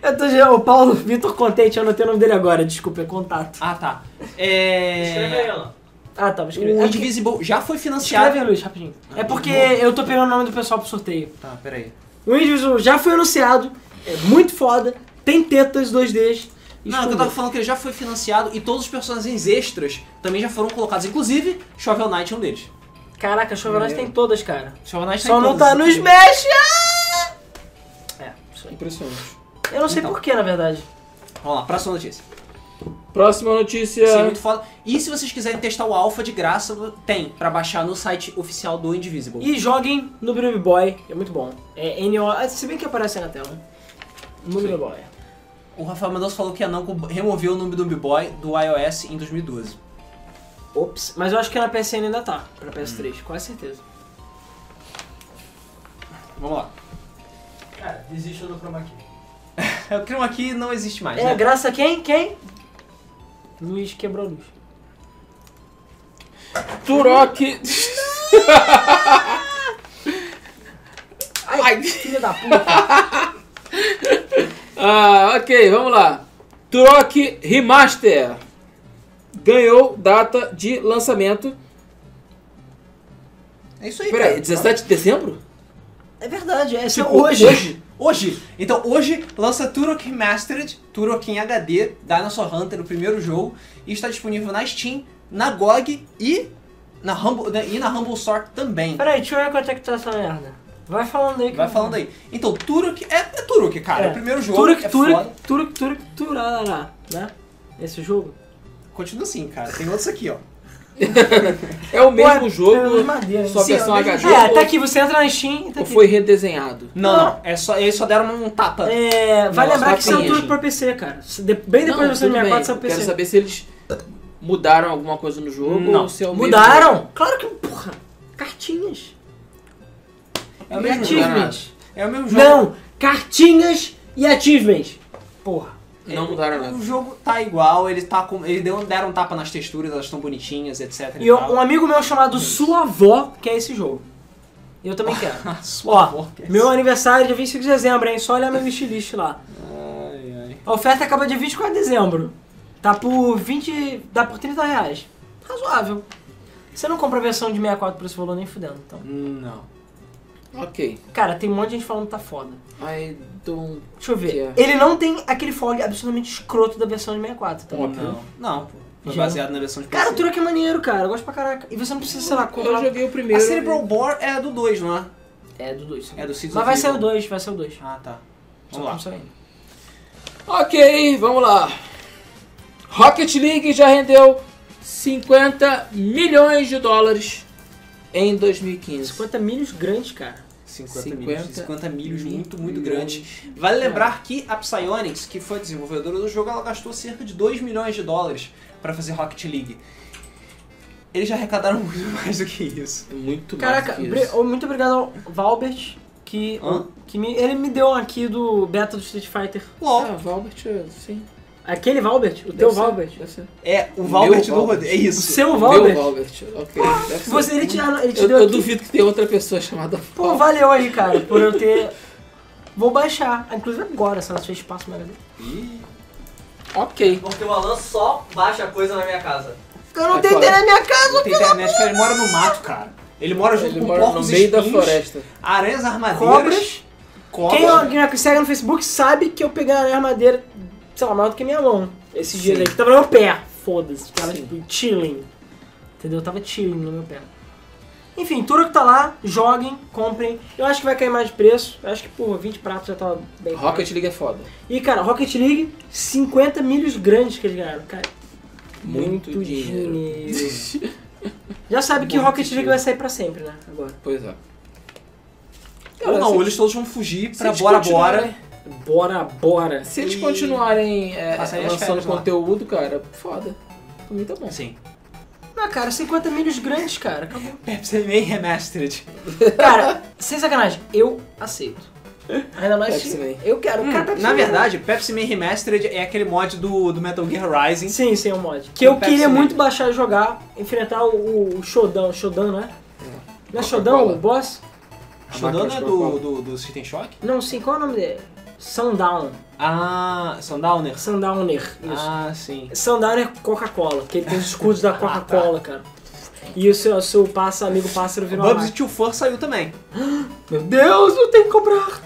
eu tô digitando. O Paulo Vitor Contente, eu anotei o nome dele agora, desculpa, é contato. Ah, tá. É. Escreve aí, Alan. Ah, tá, vou escrever. O É porque- Indivisible já foi financiado. Escreve, Luiz, rapidinho. É porque eu tô pegando o nome do pessoal pro sorteio. Tá, peraí. O Indivisible já foi anunciado, é muito foda, tem tetas 2Ds. Não, é que eu tava falando que ele já foi financiado e todos os personagens extras também já foram colocados. Inclusive, Shovel Knight é um deles. Caraca, Shovel Knight tem todas, cara. Shovel Knight É. Só em não todas, tá no inclusive. Smash! ah! É, isso aí. Impressionante. Eu não sei Então. porquê, na verdade. Vamos lá, próxima notícia. Próxima notícia. Sim, muito foda. E se vocês quiserem testar o Alpha de graça, tem pra baixar no site oficial do Indivisible. E joguem no Baby Boy, é muito bom. É NO, ah, se bem que aparece aí na tela. né? No Baby Boy. O Rafael Mendonça falou que a Namco removeu o nome do B-Boy do iOS em 2012. Ops, mas eu acho que na PSN ainda tá, pra PS3, Hum. quase certeza. Vamos lá. É. Cara, desista É, do chroma key. O Chroma aqui não existe mais, É, né? graça a quem? Quem? Luiz quebrou a luz. Turok. Ai, filha da puta. Ah, ok, vamos lá. Turok Remaster ganhou data de lançamento. É isso aí, Peraí, cara. 17 de dezembro? É verdade, é só Tipo, hoje. hoje. Hoje. Então, hoje lança Turok Remastered, Turok em HD, Dinosaur Hunter, o primeiro jogo, e está disponível na Steam, na GOG e na Humble, né, e na Humble Store também. Peraí, deixa eu ver quanto é que tá essa merda. Vai falando aí. Vai falando aí. Então, Turok é, é Turok, cara. É. É. o primeiro jogo. Turuk, é Turuk, foda. Turuk, Turuk, Turarará, né? Esse jogo. Continua assim, cara. Tem outros aqui, ó. É o mesmo Ué, jogo, é madeira, só hein? Sim, versão é o mesmo HD jogo. É, tá aqui, você entra na Steam e tá ou aqui. foi redesenhado? Não, não. É só, eles só deram um tapa. É, vai Nossa, lembrar que saiu rapidinho, tudo gente. pra PC, cara. Se de- Bem depois do tudo bem. 64 saiu Eu Quero PC. saber se eles mudaram alguma coisa no jogo Não. ou se é o mesmo jogo. Mudaram? Claro que, porra. Cartinhas. É o E mesmo jogo. ativo. achievements. É o mesmo jogo. Não, cartinhas e achievements. Porra. Não mudaram nada. O jogo tá igual, ele tá com. Eles deu- deram um tapa nas texturas, elas estão bonitinhas, etc. E eu- tal. um amigo meu chamado Sua Avó quer esse jogo. E eu também quero. Ah, Ó, sua porca. meu aniversário é dia 25 de dezembro, hein? Só olhar meu wishlist lá. Ai, ai. A oferta acaba dia 24 de dezembro. Tá por 20. dá por 30 reais. Razoável. Você não compra a versão de 64 por esse valor nem fudendo, então. Não. Ok. Cara, tem um monte de gente falando que tá foda. I don't... Deixa eu ver. Que é? Ele não tem aquele fog absolutamente escroto da versão de 64, tá? Óbvio. Não, não, pô. Foi Já. baseado na versão de PC. Cara, o Turok é maneiro, cara. Eu gosto pra caraca. E você não precisa, sei lá, Eu comprar. joguei o A primeiro. Cerebral Bore é do 2, não é? É do 2. É do Seeds Mas of vai ser o Evil. 2, vai ser o 2. Ah, tá. Vamos lá. Ok, vamos lá. Rocket League já rendeu 50 milhões de dólares em 2015. 50 milhos grandes, cara. 50, 50 milhos. 50 milhos, Uhum. mil- muito, muito milhões. grande. Vale lembrar que a Psyonix, que foi a desenvolvedora do jogo, ela gastou cerca de 2 milhões de dólares pra fazer Rocket League. Eles já arrecadaram muito mais do que isso. Muito mais Caraca, do que bri- isso. oh, muito obrigado ao Valbert, que, Hã? que me, ele me deu um aqui do beta do Street Fighter. LOL. Ah, Valbert, sim. Aquele Valbert? O Deve teu ser, Valbert? deve ser. É, o Valbert do Valbert. Rodrigo. É O isso. seu Meu Valbert? Valbert, ok. deve ser. Você, ele te, ele te eu, deu eu aqui. duvido que tenha outra pessoa chamada Pô, Valbert. valeu aí, cara, por eu ter... Vou baixar, inclusive agora, se ela tiver espaço no HD. Ih, Ok. Porque o Alan só baixa coisa na minha casa. Eu não Vai tenho falar. internet na minha casa! Não tem internet, cara. Ele mora no mato, cara. Ele mora junto Ele com mora no porcos meio da espinhos, floresta. aranhas armadeiras, Cobras. cobras. Quem é ó, que me segue no Facebook sabe que eu peguei a armadeira, sei lá, maior do que a minha mão. Esses dias Sim. aí, que tava no meu pé. Foda-se, tava Sim. tipo chilling. Entendeu? Tava chilling no meu pé. Enfim, tudo que tá lá, joguem, comprem. Eu acho que vai cair mais de preço. Eu acho que por 20 pratos já tava bem. caro. Rocket League é foda. E cara, Rocket League, 50 milhos grandes que eles ganharam, cara. Muito, dinheiro. já sabe que Muito Rocket League dinheiro. vai sair pra sempre, né? Agora. Pois é. Ou Cara, não, se- eles todos vão fugir se pra eles Bora Bora. né? continuarem- Bora, bora. Se eles E- continuarem é, Passa aí as lançando férias lá. conteúdo, cara, foda. Pra mim tá bom. Sim. Não, cara, 50 milhas grandes, cara. Acabou. Pepsi Man Remastered. Cara, sem sacanagem, eu aceito. Ainda mais Pepsi se- Man. eu quero. Hum, cara, Pepsi na Man. verdade, Pepsi Man Remastered é aquele mod do, do Metal Gear Rising. Sim, sim, é um mod. Que eu Pepsi queria Man. muito baixar e jogar, enfrentar o, o Shodan. Shodan, não é? Não é Shodan, Coca-Cola. o boss? A Madonna máquina de né, do, Coca-Cola. do, do System Shock? Não, sim, qual é o nome dele? Sundown. Ah, Sundowner. Sundowner, isso. Ah, sim. Sundowner é Coca-Cola, que ele tem os escudos da Coca-Cola, cara. E o seu, seu passa, amigo pássaro virou uma Bubsy máquina. Two Fur saiu também. Meu Deus, eu tenho que comprar. Deixa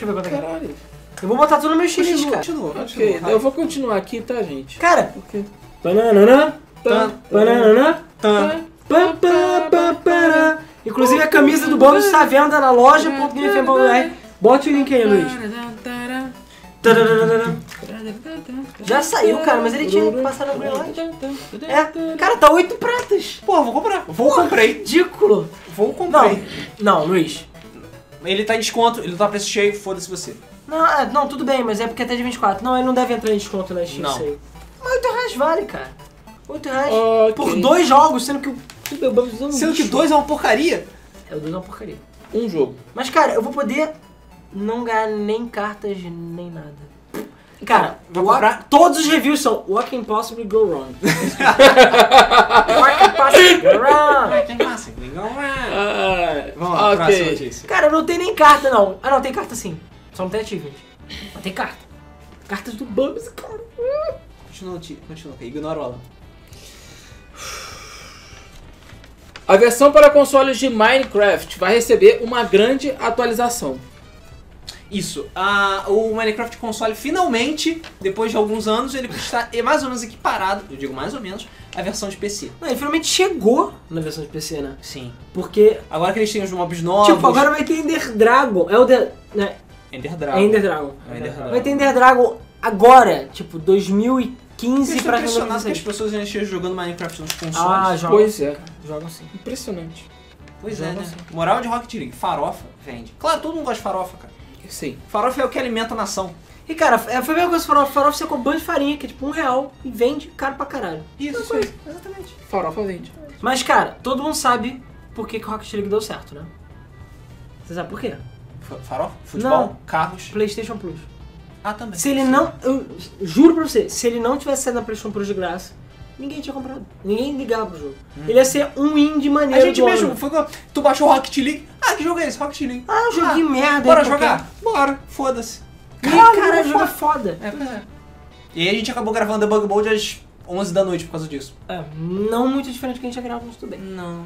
eu ver quanto é que é. Caralho. Eu vou botar tudo no meu xixi, Continua, cara. continua, continua. Ok, vai. eu vou continuar aqui, tá, gente? Tá. Cara, Ok. banana, Tan, banana, tan. pam, pam, pam, pará. Inclusive a camisa do Bob está à venda na loja.gamefm.br. Bote o link aí, Luiz. Tadadadadadam. Já saiu, cara, mas ele tinha que passar na brilhante. É, cara, tá oito pratas. Pô, vou comprar. Vou comprei. Ridículo. Vou Não, comprei. não, Luiz. Ele tá em desconto, ele tá preço cheio, foda-se você. Não, é, não, tudo bem, mas é porque é até de 24. Não, ele não deve entrar em desconto na X. Não. Aí. Mas 8 reais vale, cara. 8 reais Ok. por dois jogos, sendo que o. tudo bem, o Bubsy é um Sendo que lixo. dois é uma porcaria. É, o 2 é uma porcaria. Um jogo. Mas, cara, eu vou poder não ganhar nem cartas, nem nada. Cara, Vai wa- comprar? todos os reviews são What Can Possibly Go Wrong. What Can Possibly Go Wrong. né? Ah, Vamos lá, próxima ok. notícia. Cara, não tem nem carta, não. Ah, não, tem carta sim. Só um não tem achievement. Mas tem carta. Cartas do Bubsy, cara. Continua, noti- continua, ok. ignora o Alan. A versão para consoles de Minecraft vai receber uma grande atualização. Isso, ah, o Minecraft console finalmente, depois de alguns anos, ele está é mais ou menos equiparado, eu digo mais ou menos, à versão de PC. Não, ele finalmente chegou na versão de PC, né? Sim. Porque, Agora que eles têm os mobs novos, tipo, agora vai ter Ender Dragon. É o de, né? Ender É Dragon. Ender Dragon. É Ender Dragon. Vai ter Ender Dragon agora, tipo, Eu 2015 estou pra impressionado que as 2016. pessoas ainda estejam jogando Minecraft nos consoles. Ah, jogam. Pois é, Jogam sim. impressionante. pois é, joga né? assim. Moral de Rocket League, farofa vende. Claro, todo mundo gosta de farofa, cara. Sim. Farofa é o que alimenta a nação. E cara, é, foi a mesma coisa que farofa. Farofa você compra um de farinha, que é tipo um real, e vende caro pra caralho. Isso, isso, isso. exatamente. Farofa vende. Mas cara, todo mundo sabe por que, que o Rocket League deu certo, né? Você sabe por quê? Fa- Farofa? Futebol? Não. Carros? PlayStation Plus. Ah, também. Se ele não. Eu juro pra você, se ele não tivesse saído na PlayStation Plus de graça, ninguém tinha comprado. Ninguém ligava pro jogo. Ele ia ser um indie maneiro. A gente do mesmo, ano. foi quando- tu baixou Rocket League? Ah, que jogo é esse? Rocket League. Ah, um joguinho merda. Bora aí, qualquer. jogar? Bora, foda-se. Caralho, caralho, jogo é foda. É, pois é. E aí a gente acabou gravando Debug Mode às 11 da noite por causa disso. É, não muito diferente do que a gente já gravou, mas tudo bem. Não.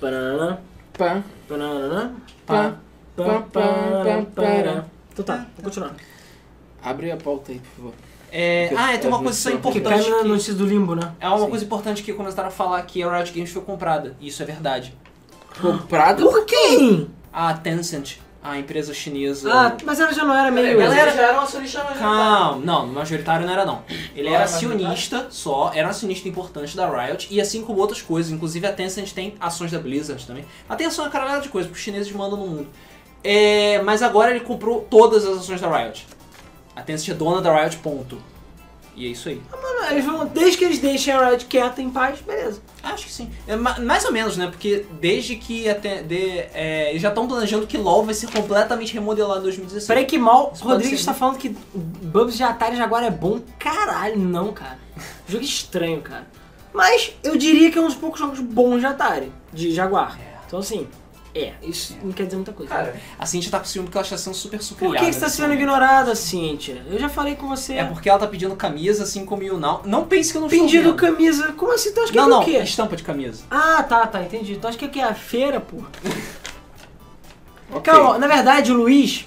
Banana, Pá, banana, pá. pá, pá, pá. Então tá, vou continuar. Abre a pauta aí, por favor. É, Que- ah, é, tem uma é, coisa só que Que importante. cai na que- notícia do limbo, né? É uma Sim. coisa importante que começaram a falar que a Riot Games foi comprada. E isso é verdade. Comprado? Por quê? A Tencent, a empresa chinesa. Ah, mas ela já não era meio. Ela Galera, era- já era uma né? solista majoritária. Calma, não, majoritário não era não. Ele Não era era majoritário? acionista só, era um acionista importante da Riot, e assim como outras coisas, inclusive a Tencent tem ações da Blizzard também. A Tencent é uma caralhada de coisas, porque os chineses mandam no mundo. É, mas agora ele comprou todas as ações da Riot. A Tencent é dona da Riot, ponto. E é isso aí. Mano, eles vão, desde que eles deixem a Riot quieta em paz, beleza. Acho que sim. É, ma- mais ou menos, né? Porque desde que até. De, é, eles já estão planejando que LoL vai ser completamente remodelado em 2016. Peraí que mal, Isso o Rodrigues pode ser, tá né? falando que Bubs de Atari agora é bom. Caralho, não, cara. Jogo estranho, cara. Mas eu diria que é um dos poucos jogos bons de Atari, de Jaguar. Então assim, é, isso não quer dizer muita coisa. Cara, A Cintia tá com ciúme porque ela está sendo super né? Por sucrilhada. que, que você tá nesse sendo momento. ignorada, Cíntia? Eu já falei com você. É porque ela tá pedindo camisa, assim como o Now. Não pense que eu não Pedido estou vendo. camisa. Como assim? Tu acha que Não, é não, o quê? estampa de camisa. Ah, tá, tá, entendi. Tu acha que aqui é a feira, porra? Ok. Calma, na verdade, o Luiz.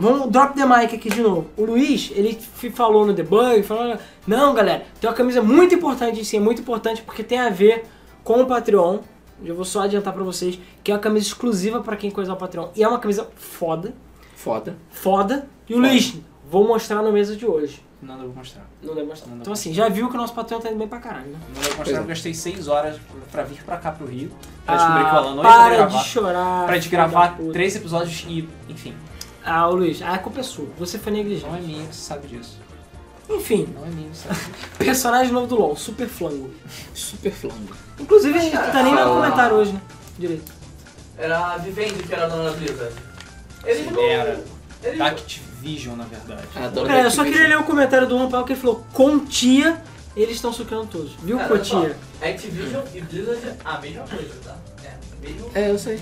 Vamos drop the mic aqui de novo. O Luiz, ele f- falou no debug, falou. Não, galera, tem uma camisa muito importante, sim, é muito importante porque tem a ver com o Patreon. Eu vou só adiantar pra vocês que é uma camisa exclusiva pra quem coisar o Patreon. E é uma camisa foda, Foda. foda. E o Luiz, vou mostrar na mesa de hoje. Nada eu vou mostrar. Não deve mostrar. Não dá Então assim, já viu que o nosso Patreon tá indo bem pra caralho, né? Nada eu vou Pois é. mostrar. Eu gastei 6 horas pra vir pra cá pro Rio. Pra descobrir Ah, que o Alan não ia poder para gravar. de chorar. pra gente filho da gravar puta. três episódios e. Enfim. Ah, ô Luiz, a culpa é sua. Você foi negligente. Não é minha, você sabe disso. Enfim, Não é minha, você sabe disso. personagem novo do LoL, Super Flango. Super flango. Inclusive, ele tá nem no fala. comentário hoje, né? Direito. Era a Vivendi que era a dona da Blizzard. Eles não... Era. Eles Da Activision, na verdade. Adoro Cara, eu só Activision. queria ler o comentário do Rampal que ele falou, Contia, eles estão sucando todos. Viu, Cara, olha só, Cotia? Activision e Blizzard, a mesma coisa, tá? É, um- mesmo... É, eu sei.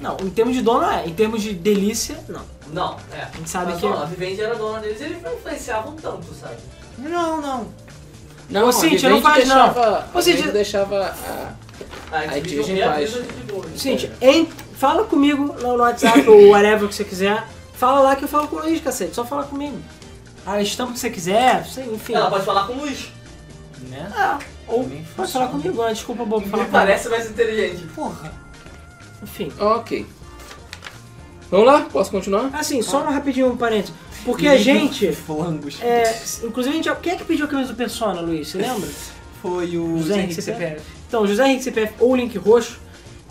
Não, em termos de dono é. Em termos de delícia, não. Não, é. A gente sabe Mas, que- ó, a Vivendi era dona deles e eles não influenciavam tanto, sabe? Não, não. Não, Ô, a Cintia, Vivendi não faz não. deixava, Ô, A Cintia- Vivendi deixava a... A Activision Activision e a faz. Blizzard de boa. né? Gente, É. em- fala comigo no no WhatsApp ou whatever que você quiser. Fala lá que eu falo com o Luiz, cacete. Só fala comigo. Ah, A estampa que você quiser, sei, enfim. Ela pode falar com o Luiz. Né? Ah, ou Também pode funciona. falar comigo, né? desculpa bobo falar Me comigo. parece mais inteligente. Porra. Enfim. Ok. Vamos lá? Posso continuar? Assim, só um rapidinho um parênteses. Porque a gente. Flangos. é, inclusive, a gente, quem é que pediu a camisa do Persona, Luiz? Você lembra? Foi José o Henrique José Henrique CPF. CPF. Então, José Henrique CPF ou Link Roxo,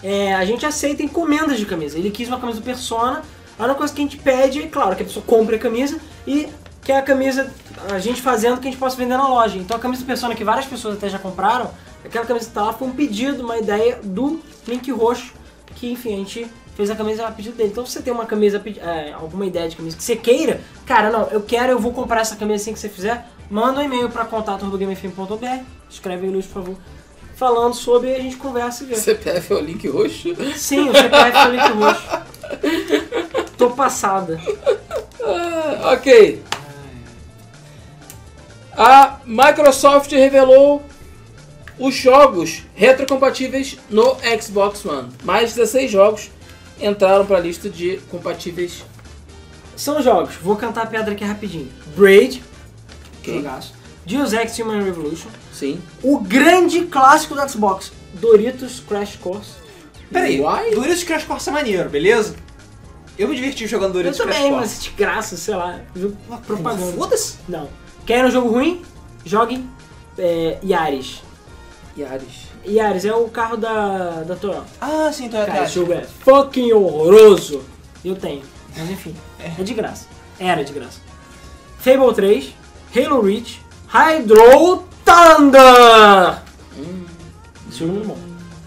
é, a gente aceita encomendas de camisa. Ele quis uma camisa do Persona. A única coisa que a gente pede é, claro, que a pessoa compre a camisa e que a camisa, a gente fazendo que a gente possa vender na loja. Então a camisa do Persona que várias pessoas até já compraram, aquela camisa que tá lá foi um pedido, uma ideia do Link Roxo, que enfim, a gente fez a camisa a pedido dele. Então se você tem uma camisa, a pedi- é, alguma ideia de camisa que você queira, cara, não, eu quero, eu vou comprar essa camisa assim que você fizer, manda um e-mail para contato.gamefm.br, escreve aí, Luiz, por favor, falando sobre, a gente conversa e vê. CPF é o link roxo? Sim, o CPF foi Link é Roxo. Tô passada. Ah, ok. A Microsoft revelou os jogos retrocompatíveis no Xbox One. Mais 16 jogos entraram para a lista de compatíveis. São jogos, vou cantar a pedra aqui rapidinho. Braid, Ok. jogaço. Deus Ex Human Revolution. Sim. O grande clássico do Xbox, Doritos Crash Course. Peraí, Why? Doritos Crash Course é maneiro, beleza? Eu me diverti jogando Eu Doritos Crash também, Course. mas de graça, sei lá, jogo propaganda. Foda-se. Não. Quer um jogo ruim? Jogue é, Yaris. Yaris. Yaris é o carro da, da Toyota. Ah, sim, Toyota. Cara, esse jogo é fucking horroroso. Eu tenho, mas enfim, é de graça. Era de graça. Fable 3, Halo Reach, Hydro Thunder! Hum. Esse jogo é muito bom.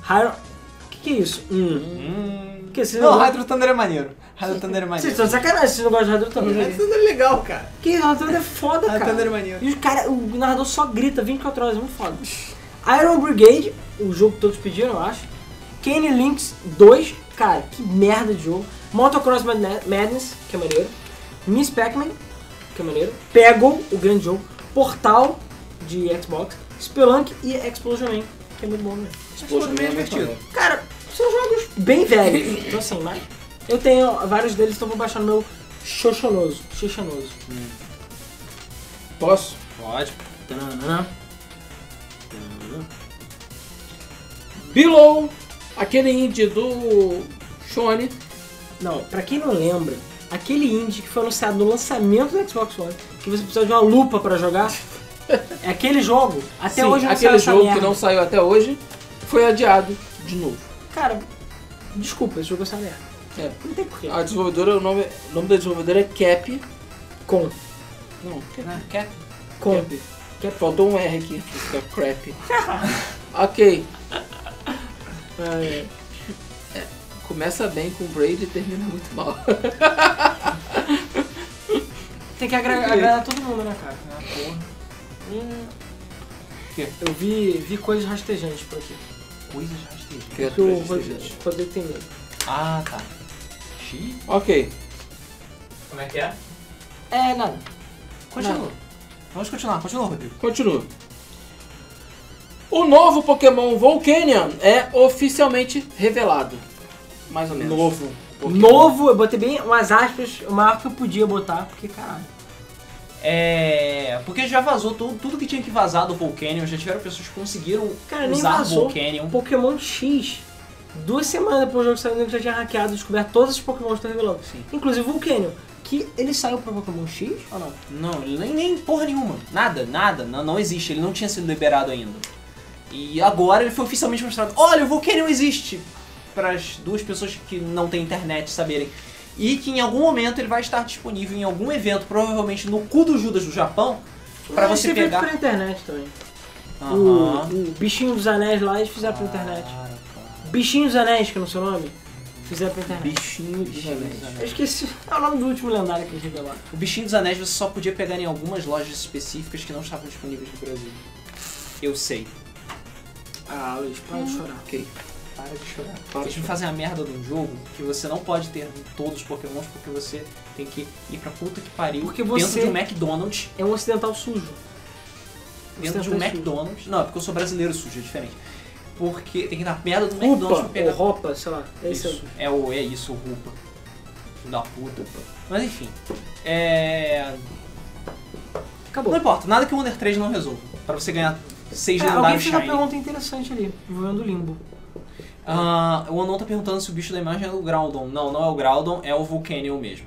Hydro... O que, que é isso? Hum. Hum. Porque vocês Não, gostam- Hydro Thunder é maneiro. Hydro Thunder é Vocês maneiro. estão de sacanagem, vocês não gostam de Hydro Thunder. né? Hydro Thunder é legal, cara. Que Hydro Thunder é foda, Hydro Thunder é cara. maneiro. E os cara, o narrador só grita 24 horas, é muito foda. Iron Brigade, o jogo que todos pediram, eu acho. Kane Links 2, cara, que merda de jogo. Motocross Madne- Madness, que é maneiro. Miss Pac-Man, que é maneiro. Peggle, o grande jogo. Portal, de Xbox. Spelunk e Explosion Man, que é muito bom, né? Poxa, bem divertido. Cara, são jogos bem velhos. Então assim, mas eu tenho vários deles, então vou baixar no meu xoxonoso. Xoxonoso. Posso? Pode. Below, aquele indie do Sony. Não, pra quem não lembra, aquele indie que foi anunciado no lançamento do Xbox One, que você precisa de uma lupa pra jogar, é aquele jogo. Até Sim, hoje não aquele saiu essa jogo que merda. não saiu até hoje foi adiado de novo. Cara, desculpa, esse jogo é essa merda. É. Não tem porquê. A desenvolvedora, o nome, o nome da desenvolvedora é Cap. Com. Não, Né? Quer? Com. Cap. Cap. Faltou um R aqui, fica crap. ok, É, é, começa bem com o Braid e termina muito mal. tem que agra- agradar todo mundo, né, cara? Ah, porra. Hum. Quê? Eu vi, vi coisas rastejantes por aqui. Coisa já esteja. Que é o Criaturas Rodrigo inteligentes. Rodrigo tem medo. Ah, tá. Xi. ok, Como é que é? É, nada. Continua. Vamos continuar, continua, Rodrigo. continua. O novo Pokémon Volcanion é oficialmente revelado. Mais ou menos. Novo. Pokémon. Novo, eu botei bem umas aspas, o maior que eu podia botar, porque caralho. É. Porque já vazou tudo, tudo que tinha que vazar do Volcanion, já tiveram pessoas que conseguiram Cara, nem usar vazou. Volcanion. Pokémon X, duas semanas depois do jogo saiu, ele já tinha hackeado, descoberto todos os Pokémon que estão revelando. Sim. Inclusive o Volcanion, que ele saiu pro Pokémon X ou não? Não, ele nem, nem porra nenhuma. Nada, nada. Não, não existe. Ele não tinha sido liberado ainda. E agora ele foi um oficialmente mostrado. Olha, o Volcanion existe! Para as duas pessoas que não têm internet saberem. e que em algum momento ele vai estar disponível em algum evento, provavelmente no cu do Judas do Japão, pra Mas você isso é feito pegar. pela internet também. Aham. O, o Bichinho dos Anéis lá eles fizeram pela internet. Cara, Bichinho dos Anéis, que é o seu nome, fizeram pela internet. Bichinho de dos Anéis. Anéis. Eu esqueci. É o nome do último lendário que eles revelaram. O bichinho dos anéis você só podia pegar em algumas lojas específicas que não estavam disponíveis no Brasil. Eu sei. Ah, Luiz, para de chorar. Ok. Para de chorar. Eles me fazem a merda de um jogo que você não pode ter todos os pokémons porque você tem que ir pra puta que pariu Porque você- dentro de um McDonald's. É um ocidental sujo. Dentro de um Ocidental sujo. McDonald's. Não, é porque eu sou brasileiro sujo, é diferente. Porque tem que ir na merda do McDonald's pra Upa, ou pegar Ropa, sei lá. um É isso. Isso. É, o, é isso, o Rupa. Filho da puta. Mas enfim. É. Acabou. Não importa, nada que o Wonder 3 não resolva. Pra você ganhar 6 Ah, alguém lendários fez uma Shiny. pergunta interessante ali, envolvendo o limbo. Ah, o Anon tá perguntando se o bicho da imagem é o Groudon. Não, não é o Groudon, é o Vulcanion mesmo.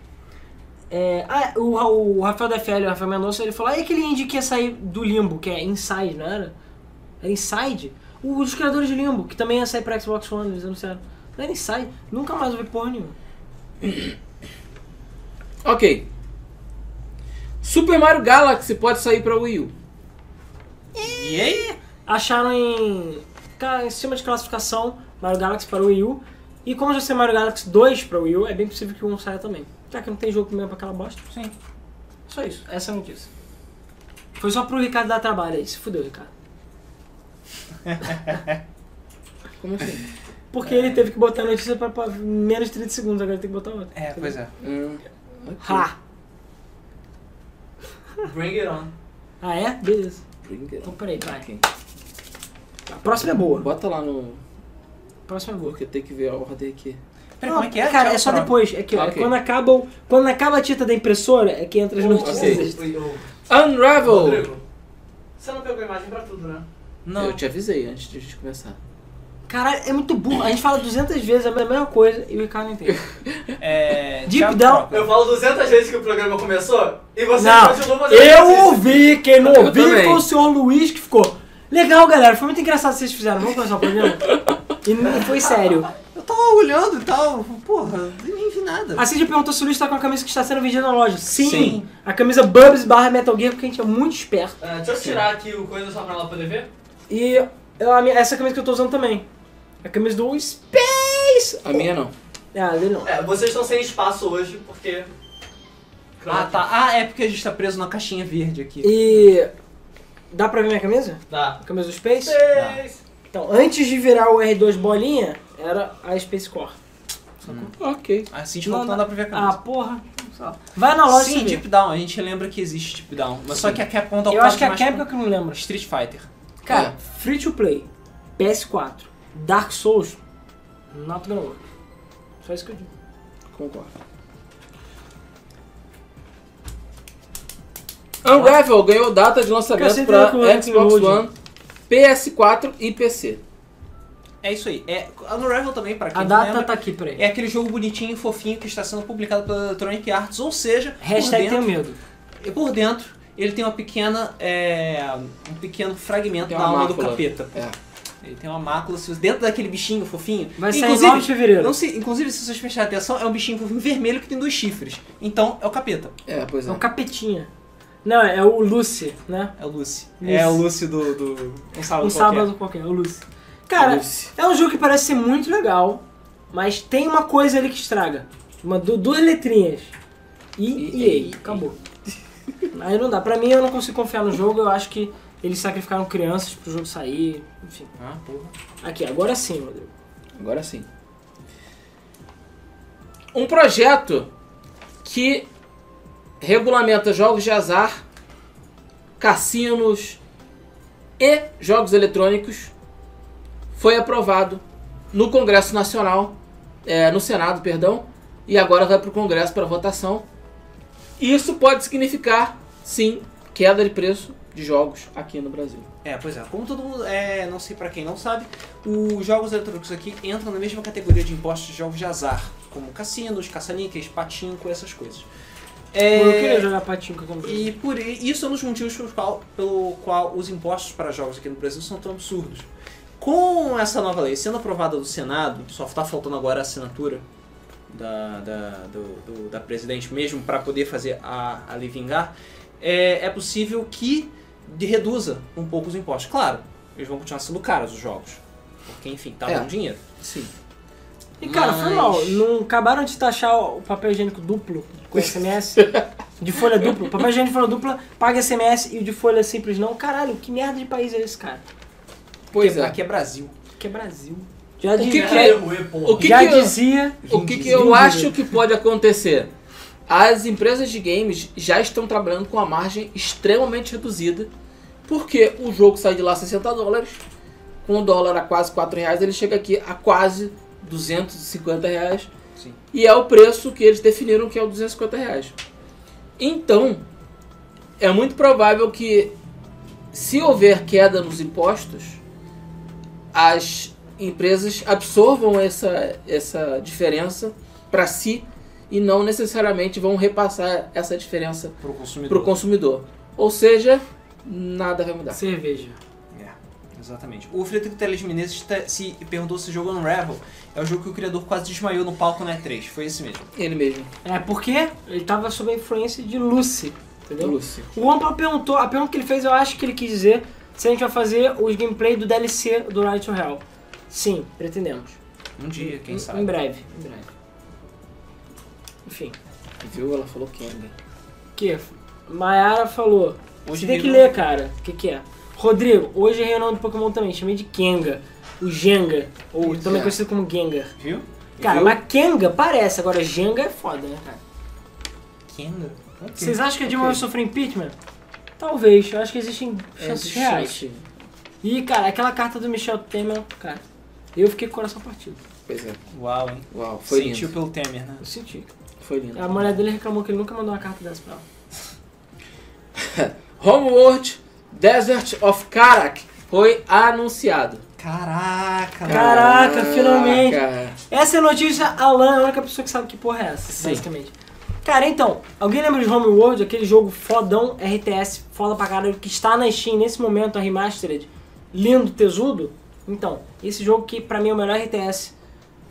É, ah, o, Ra- o Rafael da FL, o Rafael Mendonça, ele falou, ah, e aquele indie que ia sair do Limbo, que é Inside, não era? Era Inside? O, os criadores de Limbo, que também ia sair pra Xbox One, eles anunciaram. Não era Inside, nunca mais ouvi porra nenhuma. Ok. Super Mario Galaxy pode sair pra Wii U. E aí? Acharam em, ca- em cima de classificação Mario Galaxy para o Wii U, e como já saiu Mario Galaxy 2 para o Wii U, é bem possível que um saia também. Já que não tem jogo mesmo pra aquela bosta, Sim. só isso, essa é a notícia. Foi só pro Ricardo dar trabalho aí, se fudeu, Ricardo. Como assim? Porque ele teve que botar a notícia pra, pra menos de 30 segundos, agora tem que botar outra. É, pois é. Hum, Ha! Bring it on. Ah, é? Beleza. brinca. Então peraí, vai. Ok. A próxima é boa. Bota lá no. A próxima é boa. Porque tem que ver a ordem aqui. Peraí, Não, como é que é? Cara, Tchau, é só prova. depois. É que, ó, Ah, ok. quando, acabam, quando acaba a tinta da impressora, é que entra as notícias. ok. Ui, ô, Unravel! Rodrigo, você não pegou imagem pra tudo, né? Não. Eu te avisei antes de a gente começar. Caralho, é muito burro. A gente fala 200 vezes a mesma coisa e o Ricardo não entende. É. Deep tchau, down, prova. Eu falo 200 vezes que o programa começou e você continuam não, fazendo exercício. eu ouvi. Quem não Eu ouviu também. foi o senhor Luiz que ficou. Legal, galera. Foi muito engraçado o que vocês fizeram. Vamos começar o programa? E não foi sério. Eu tava olhando e tal. Porra, nem vi nada. A Cid perguntou se o Luiz tá com a camisa que está sendo vendida na loja. Sim. Sim. A camisa Bubs barra Metal Gear, porque a gente é muito esperto. Ah, deixa eu tirar aqui o coisa só pra ela poder ver. E eu- a minha- essa camisa que eu tô usando também. A camisa do Space! A minha não. Ah, ali não. É, vocês estão sem espaço hoje porque. Ah, tá. Ah, é porque a gente tá preso na caixinha verde aqui. E. Dá pra ver minha camisa? Tá. A camisa do Space? Seis. Então, antes de virar o R2 bolinha, era a Space Core. Ok. Ah, Assim, não, não dá pra ver a Ah, camisa. porra. Vai na loja Sim, e vê. Deep Down. A gente lembra que existe Deep Down. Mas só que a Capcom tá Eu acho que a mais pra- Capcom é que eu não lembro. Street Fighter. Cara, É. Free to Play, PS4, Dark Souls, not gonna work. Só isso que eu digo. Concordo. Unravel ganhou data de lançamento Cacete, para eu não Xbox lembro. One, PS4 e PC. É isso aí. É, a Unravel também, pra quem A não data lembra, tá aqui, peraí. É aquele jogo bonitinho e fofinho que está sendo publicado pela Electronic Arts, ou seja, Hashtag por, tenho dentro, medo. e por dentro ele tem uma pequena. é, um pequeno fragmento Tem na uma alma do mácula. capeta. É. Ele tem uma mácula se você- dentro daquele bichinho fofinho. Vai sair em inclusive, 9 de fevereiro. não se, inclusive, se vocês prestarem atenção, é um bichinho fofinho vermelho que tem dois chifres. Então é o capeta. É, pois É é. um capetinha. Não, é o Lucy, né? É o Lucy. Lucy. É o Lucy do. do um sábado Um qualquer. sábado qualquer, é o Lucy. Cara, Lucy. é um jogo que parece ser muito legal, mas tem uma coisa ali que estraga. Uma, du- duas letrinhas. E, E- e, aí, e- acabou. Aí não dá. Pra mim, eu não consigo confiar no jogo. Eu acho que eles sacrificaram crianças pro jogo sair. Enfim. Ah, porra. Aqui, agora sim, Rodrigo. Agora sim. Um projeto que regulamenta jogos de azar, cassinos e jogos eletrônicos foi aprovado no Congresso Nacional, é, no Senado, perdão, e agora vai para o Congresso para votação. Isso pode significar, sim, queda de preço de jogos aqui no Brasil. É, pois é. Como todo mundo, é, não sei pra quem não sabe, os jogos eletrônicos aqui entram na mesma categoria de impostos de jogos de azar, como cassinos, caça-níqueis, patinco, essas coisas. É, Eu queria jogar patinho com a câmera. E por i- isso é um dos motivos pelo qual, pelo qual os impostos para jogos aqui no Brasil são tão absurdos. tá Com essa nova lei sendo aprovada do Senado, só está faltando agora a assinatura da, da, do- do- da presidente mesmo para poder fazer a, a lei vingar, é, é possível que de- reduza um pouco os impostos. Claro, eles vão continuar sendo caros os jogos. Porque, enfim, tá É. dando dinheiro. Sim. E cara, foi Mas- mal. Não acabaram de taxar o papel higiênico duplo com SMS? de folha dupla? Papel higiênico de folha dupla paga SMS e o de folha simples não? Caralho, que merda de país é esse, cara? Pois Porque é. Aqui é Brasil. Que é Brasil. Já, O que dizia, é? que- O que já que eu- dizia. O que, que eu acho que pode acontecer? As empresas de games já estão trabalhando com a margem extremamente reduzida, porque o jogo sai de lá a 60 dólares, com o dólar a quase 4 reais, ele chega aqui a quase 250 reais, Sim. e é o preço que eles definiram que é o 250 reais. Então, é muito provável que, se houver queda nos impostos, as empresas absorvam essa, essa diferença para si e não necessariamente vão repassar essa diferença Pro consumidor. para o consumidor. Ou seja, nada vai mudar. Cerveja. É, exatamente. O Frederico Teles Menezes tá- se perguntou se o jogo Unravel é o jogo que o criador quase desmaiou no palco na E3. Foi esse mesmo. Ele mesmo, É porque ele tava sob a influência de Lucy, o entendeu? Lúcio. O Ampla perguntou, a pergunta que ele fez, eu acho que ele quis dizer se a gente vai fazer os gameplay do DLC do Right to Hell. Sim, pretendemos. Um dia, quem em, sabe. Em breve, em breve. Enfim, Viu? Ela falou Kenga. que é? Mayara falou. Hoje Você tem que reunião- ler, cara. O que, que é? Rodrigo, hoje é reunião do Pokémon também, chamei de Kenga. O Jenga, ou Isso também é. conhecido como Gengar. Viu? Cara, Viu? mas Kenga parece, agora Jenga é foda, né, cara? Kenga? Ok. Vocês acham que a Dilma Ok. vai sofrer impeachment? Talvez, eu acho que existem chances reais. E, cara, aquela carta do Michel Temer, cara, eu fiquei com o coração partido. Pois é. Uau, hein? Uau, foi Sentiu lindo. pelo Temer, né? Eu senti. Foi lindo. A mulher dele reclamou que ele nunca mandou uma carta dessa pra ela. Homeworld Desert of Karak foi anunciado. Caraca, Caraca, finalmente. Caraca. Essa é a notícia, Alan é a única pessoa que sabe que porra é essa, Sim. basicamente. Cara, então, alguém lembra de Homeworld, aquele jogo fodão RTS, foda pra caralho, que está na Steam nesse momento, a Remastered, lindo, tesudo? Então, esse jogo que pra mim é o melhor RTS,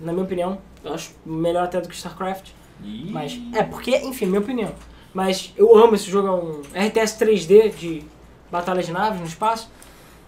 na minha opinião, eu acho melhor até do que StarCraft. Ih, Mas, é porque, enfim, minha opinião. Mas eu amo esse jogo, é um RTS 3D de batalha de naves no espaço.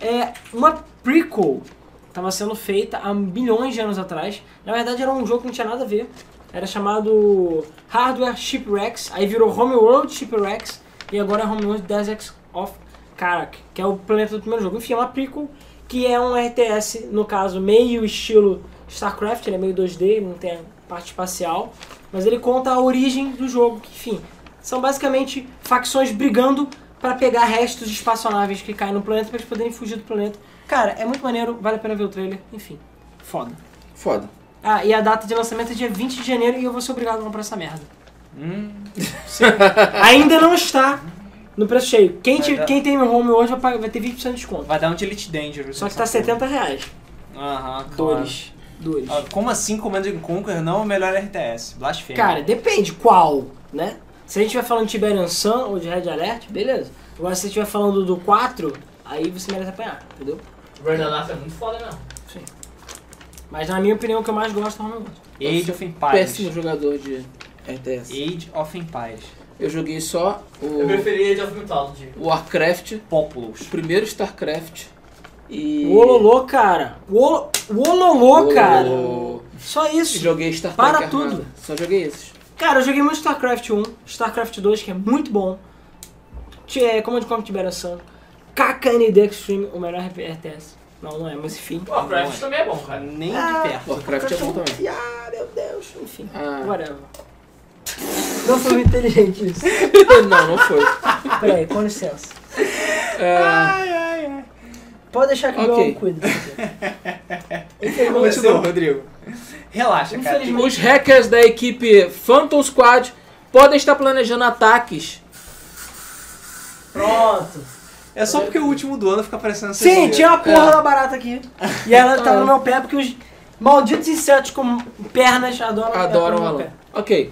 É uma prequel. Estava sendo feita há bilhões de anos atrás. Na verdade era um jogo que não tinha nada a ver. Era chamado Hardware Shipwrecks, aí virou Homeworld Shipwrecks e agora é Homeworld Deserts of Karak, que é o planeta do primeiro jogo. Enfim, é uma prequel que é um RTS, no caso, meio estilo StarCraft, ele é meio 2D, ele não tem a parte espacial, mas ele conta a origem do jogo, que, enfim, são basicamente facções brigando para pegar restos de espaçonaves que caem no planeta para eles poderem fugir do planeta. Cara, é muito maneiro, vale a pena ver o trailer, enfim, foda. Foda. Ah, e a data de lançamento é dia 20 de janeiro e eu vou ser obrigado a comprar essa merda. Hum, Ainda não está no preço cheio. Quem, Vai te- dar- quem tem meu home hoje vai, pagar- vai ter 20% de desconto. vai dar um Delete Dangerous. Só que nessa tá R$ 70 porra. reais. Aham, claro. Dores. Dores. Ah, Como assim Command and Conquer não é o melhor RTS? Blasfêmia. Cara, depende qual, né? Se a gente vai falando de Tiberian Sun ou de Red Alert, beleza. Agora se a gente vai falando do 4, aí você merece apanhar, entendeu? Brandon é muito foda mesmo. Sim. Mas na minha opinião, o que eu mais gosto é o Homeworld. Age of Péssimo Empires. jogador de RTS. Age of Empires. Eu joguei só Eu o preferia Age of Mythology. Warcraft, Populos. o primeiro StarCraft e. O Ololô, cara. O Olo- o Ololô, cara. Ololô. Só isso. Joguei Star Trek. Para Armada. tudo. Só joguei esses. Cara, eu joguei muito StarCraft 1, StarCraft 2, que é muito bom. Ti- É, Command Conquer Tiberian Sun. KKND Extreme, o melhor RTS. Não, não é, mas enfim. O Warcraft também é bom, cara. Nem Ah. de perto. Warcraft é bom também. Ah, meu Deus. Enfim, Ah. whatever. Não foi muito inteligente isso. Ah, não, não foi. Peraí, com licença. Ah, Pode deixar que Ok. eu um cuido. Continua, Rodrigo. Relaxa, cara. Infelizmente- os hackers da equipe Phantom Squad podem estar planejando ataques. Pronto. É só porque o último do ano fica parecendo ser Sim, tinha uma porra É. da barata aqui. E ela tá no meu pé porque os malditos insetos com pernas adoram Adoram ela. Alan. Ok.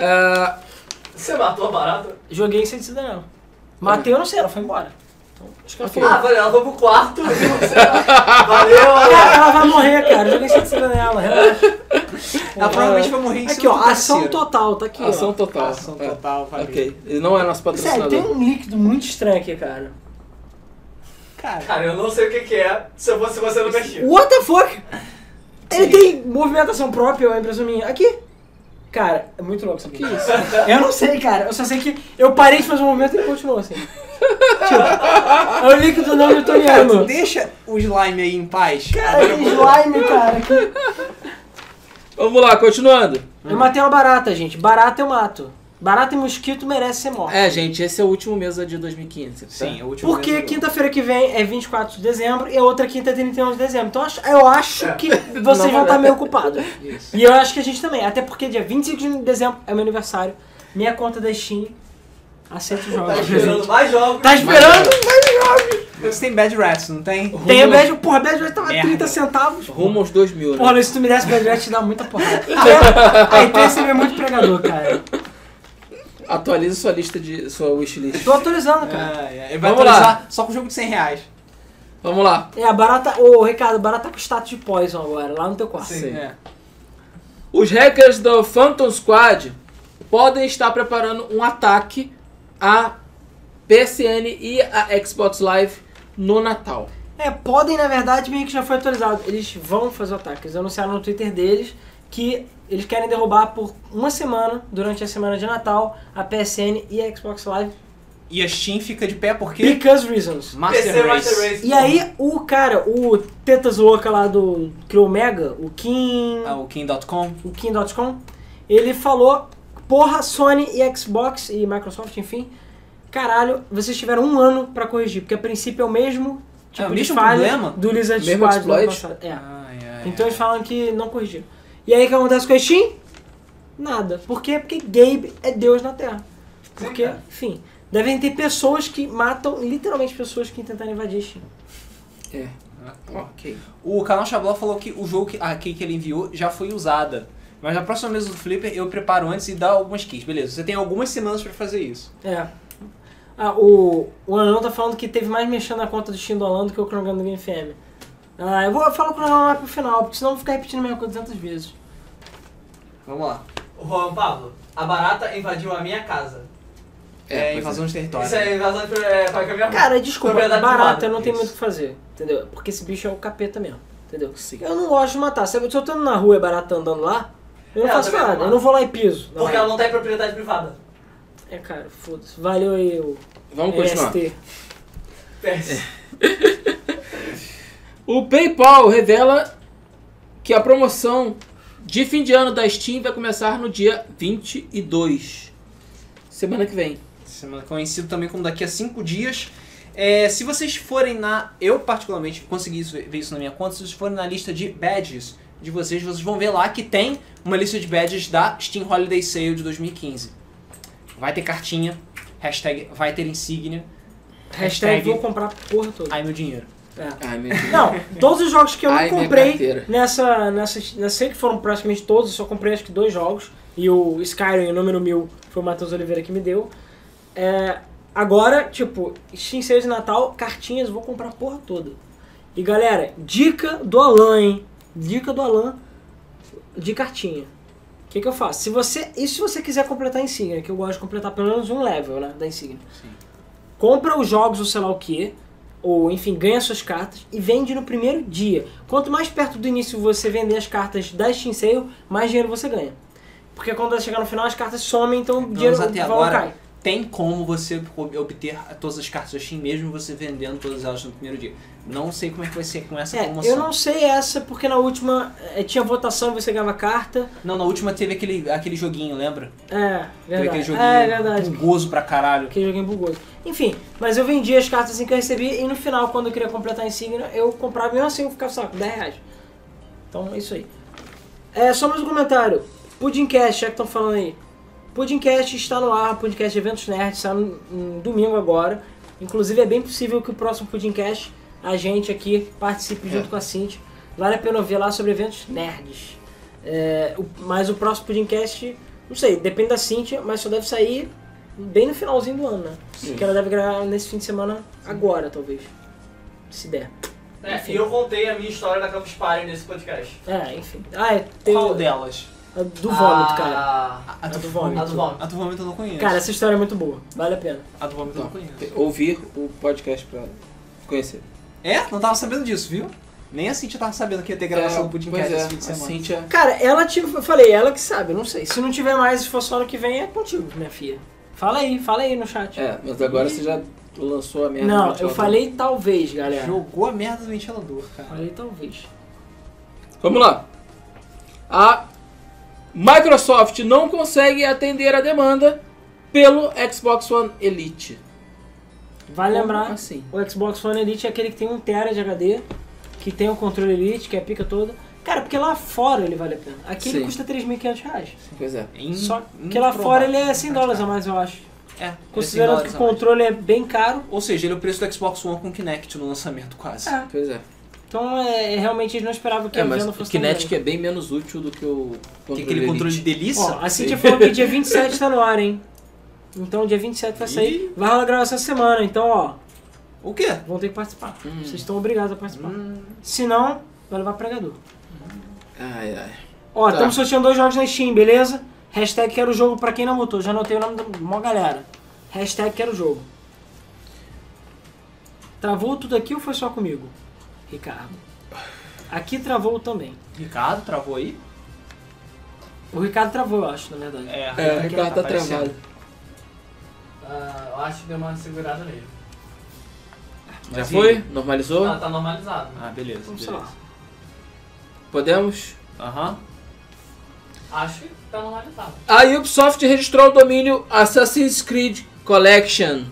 Ah, Você matou a barata? Joguei sem decida não. Matei, eu não sei, ela foi embora. Então, acho que ela foi. Ah, valeu, ela foi pro quarto. Valeu, Ela, ela vai morrer, cara. Joguei sem decida nela, relaxa. Ela provavelmente vai morrer em Aqui, cima ó, do ação parceiro. total, tá aqui, ó. Ação total. Ação total, é. valeu. Ok, ele não é nosso Sério, tem patrocinador. um líquido muito estranho aqui, cara. Cara, Cara, eu não sei o que, que é se, eu fosse você não mexia. What the fuck? Ele tem movimentação própria, é a impressão minha. Aqui. Cara, é muito louco isso aqui. isso? Eu não sei, cara. Eu só sei que eu parei de fazer um movimento e ele continuou assim. Tipo, é o líquido não cara, newtoniano. deixa o slime aí em paz. Cara, é que slime, cara. que- Vamos lá, continuando. Eu matei uma barata, gente. Barata eu mato. Barata e mosquito merece ser morto. É, gente, esse é o último mês de 2015. tá? Sim, é o último. Porque mesmo. quinta-feira que vem é 24 de dezembro e a outra quinta é 31 de dezembro. Então eu acho- eu acho que vocês vão estar meio ocupados. Isso. E eu acho que a gente também. Até porque dia 25 de dezembro é meu aniversário. Minha conta da Steam aceita os Tá jogos. esperando mais jogos. Tá esperando? Você tem Bad Rats, não tem? Tem a Bad, porra, a Bad Red tava Merda. 30 centavos. Rumo aos 2 mil, né? Porra, se tu me desse Bad Red, te dá muita porrada. Então, Aí tem esse meio muito pregador, cara. Atualiza sua lista de. sua wishlist. Tô autorizando, cara. Ah, é. Ele vai Vamos atualizar só com o jogo de 100 reais. Vamos lá. É, a barata. Ô, Ricardo, a barata tá com status de poison agora, lá no teu quarto. Sim. É. Os hackers do Phantom Squad podem estar preparando um ataque à PSN e à Xbox Live no Natal. É, podem, na verdade, meio que já foi atualizado. Eles vão fazer o ataque. Eles anunciaram no Twitter deles que eles querem derrubar por uma semana, durante a semana de Natal, a PSN e a Xbox Live. E a Steam fica de pé porque. Because reasons. PC Master Master Race. Race. E aí, o cara, o Tetas Louca lá do Criou Mega, o Kim. Ah, o King.com. o Kim.com, ele falou: Porra, Sony e Xbox e Microsoft, enfim, caralho, vocês tiveram um ano pra corrigir, porque a princípio é o mesmo tipo É o de mesmo falha problema? Ah. do Lizard Mesmo Squad do ano exploit? passado. É. Ai, ai, Então ai. eles falam que não corrigiram. E aí o que acontece com a Steam? Nada. Por quê? Porque Gabe é Deus na Terra. Porque, enfim, devem ter pessoas que matam literalmente pessoas que tentaram invadir a Steam. É. Ok. O canal Xabló falou que o jogo que, a key que ele enviou já foi usada. Mas na próxima mesa do Flipper eu preparo antes e dá algumas keys. Beleza, você tem algumas semanas pra fazer isso. É. Ah, o, o Anão tá falando que teve mais mexendo na conta do Steam do Alan do que o cronograma do Game FM. Ah, eu vou falar o cronograma mais pro final, porque senão eu vou ficar repetindo a mesma coisa 200 vezes. Vamos lá. Ô, Juan Pablo, a barata invadiu a minha casa. É, É, pois invasão de território. Isso é invasão de é, pra caminhar. Cara, desculpa, Propriedade barata, privada, eu não tenho isso. muito o que fazer, entendeu? Porque esse bicho é o capeta mesmo, entendeu? Sim. Eu não gosto de matar. Se eu se eu tô andando na rua e a barata andando lá, eu não É, eu faço também não nada, eu mato. não é. vou lá e piso. na Porque rua. ela não tem propriedade privada. É, cara, foda-se. Valeu aí o é. Vamos continuar. EST. Péssimo. O PayPal revela que a promoção de fim de ano da Steam vai começar no dia 22. Semana que vem. Semana conhecido também como daqui a 5 dias. É, se vocês forem na. Eu, particularmente, consegui isso- ver isso na minha conta. Se vocês forem na lista de badges de vocês, vocês vão ver lá que tem uma lista de badges da Steam Holiday Sale de 2015. Vai ter cartinha, hashtag vai ter insígnia, Hashtag Hashtag- vou comprar a porra toda. ai meu dinheiro. É. Ai, meu Deus. Não, todos os jogos que eu não Ai, minha comprei carteira. nessa, nessa. Eu sei que foram praticamente todos, eu só comprei acho que dois jogos. E o Skyrim, o número 1000, foi o Matheus Oliveira que me deu. É, agora, tipo, Steam Sale de Natal, cartinhas, vou comprar a porra toda. E galera, dica do Alan, hein? Dica do Alan de cartinha. O que, que eu faço? Se você, e se você quiser completar a insígnia, que eu gosto de completar pelo menos um level né, da insígnia. Compra os jogos, ou sei lá o que, ou enfim, ganha suas cartas e vende no primeiro dia. Quanto mais perto do início você vender as cartas da Steam Sale, mais dinheiro você ganha. Porque quando ela chegar no final, as cartas somem, então o Pelo dinheiro menos até o valor agora, cai. tem como você ob- obter todas as cartas da Steam, mesmo você vendendo todas elas no primeiro dia. Não sei como é que vai ser com essa É, promoção. eu não sei essa, porque na última eh, tinha votação e você ganhava carta. Não, na última teve aquele, aquele joguinho, lembra? É, Teve verdade. aquele joguinho É, verdade. gozo pra caralho. Aquele joguinho bugoso. Enfim, mas eu vendi as cartas assim que eu recebi e no final, quando eu queria completar a insígnia, eu comprava mesmo assim, eu ficava, sabe, 10 reais. Então é isso aí. É, só mais um comentário. Pudimcast, já que estão falando aí. Pudimcast está no ar, Pudimcast Eventos Nerd, está no, em domingo agora. Inclusive é bem possível que o próximo Pudimcast a gente aqui participe junto com a Cintia. Vale a pena ouvir lá sobre eventos nerds. É, o- mas o próximo Pudimcast, não sei, depende da Cintia, mas só deve sair bem no finalzinho do ano, né? Porque ela deve gravar nesse fim de semana agora, talvez. Se der. É, Enfim. e eu contei a minha história da Campus Party nesse podcast. É, enfim. Ah, é, tem Qual delas? a do vômito, cara. cara. A do vômito. Ah, A do vômito. A do Ah, vômito eu não conheço. Cara, essa história é muito boa. Vale a pena. a do vômito eu Não, não conheço. tem- ouvir o podcast pra conhecer. É? Não tava sabendo disso, viu? Nem a Cintia tava sabendo que ia ter gravação do pois Pudimcast é, esse fim de a semana. Cíntia... Cara, ela te. Eu falei, ela que sabe, eu não sei. Se não tiver mais, se for só ano que vem, é contigo, minha filha. Fala aí, fala aí no chat. É, mas agora você já lançou a merda. do não, eu ventilador. falei talvez, galera. Jogou a merda do ventilador, cara. Falei talvez. Vamos lá. A Microsoft não consegue atender a demanda pelo Xbox One Elite. Vale lembrar, Como assim? o Xbox One Elite é aquele que tem 1 tera de HD, que tem o controle Elite, que é a pica toda. Cara, porque lá fora ele vale a pena. Aqui ele Sim. custa 3.500 reais. Pois é. In- Só que lá fora ele é 100 dólares a improvável. mais, eu acho. É, ele é 100 Considerando dólares que o a mais. controle é bem caro. Ou seja, ele é o preço do Xbox One com Kinect no lançamento, quase. É. Pois é. Então é, realmente eles não esperavam que é, a mas venda o fosse Kinetic tão grande. é bem menos útil do que o controle Tem aquele controle de Elite. é delícia. Ó, a Cintia falou que dia 27 tá no ar, hein? Então dia 27 vai sair. Vai rolar gravação essa semana, então ó, O quê? vão ter que participar. Vocês estão obrigados a participar. Se não, vai levar pregador. Ai, ai. Ó, Tá. estamos sorteando dois jogos na Steam, beleza? Hashtag quero o jogo pra quem não votou. Já anotei o nome da mó galera. Hashtag quero o jogo. Travou tudo aqui ou foi só comigo? Ricardo. Aqui travou também. Ricardo, travou aí? O Ricardo travou, eu acho, na verdade. É, o Ricardo Ricardo tá aparecendo. travado. Ah, eu acho que deu uma segurada nele. Já Mas e- foi? Normalizou? Ah, tá normalizado. Ah, beleza. Vamos beleza. Então, sei lá. Podemos? Aham. Ah. Acho que tá normalizado. A Ubisoft registrou o domínio Assassin's Creed Collection.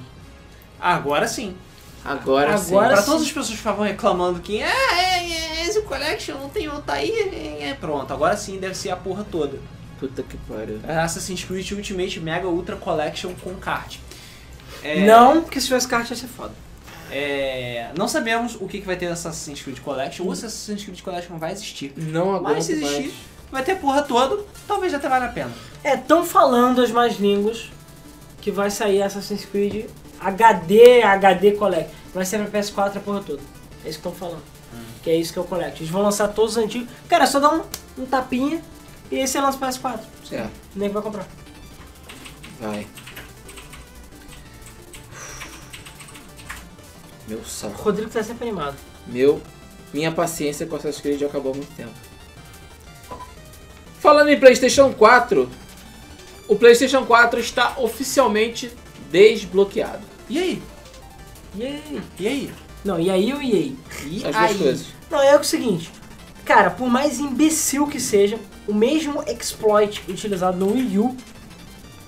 Agora sim. Agora, sim. Agora Para sim. todas as pessoas que estavam reclamando que ah, é, é, esse Collection não tem outro aí, é, é. pronto, agora sim deve ser a porra toda. Puta que pariu. É Assassin's Creed Ultimate Mega Ultra Collection com kart. É, Não, porque se tivesse kart ia ser foda. é, não sabemos o que, que vai ter nessa Assassin's Creed Collection ou se Assassin's Creed Collection vai existir. Não aguento Mas se existir, mais. vai ter a porra toda, talvez até valha a pena. É, tão falando as mais línguas que vai sair Assassin's Creed HD, HD Collect. Vai ser pra PS4 a porra toda. É isso que estão falando. Que é isso que é o Collect. Eles vão lançar todos os antigos. Cara, é só dá um, um tapinha e aí você lança o PS4. Certo, O nego vai comprar. vai. Meu O saco. Rodrigo tá sempre animado. Meu, minha paciência com Assassin's Creed já acabou há muito tempo. Falando em PlayStation 4, o PlayStation 4 está oficialmente desbloqueado. E aí? Yay! E aí? Não, e aí eu e aí? E As duas aí? coisas. Não, é o seguinte. Cara, por mais imbecil que seja, o mesmo exploit utilizado no Wii U,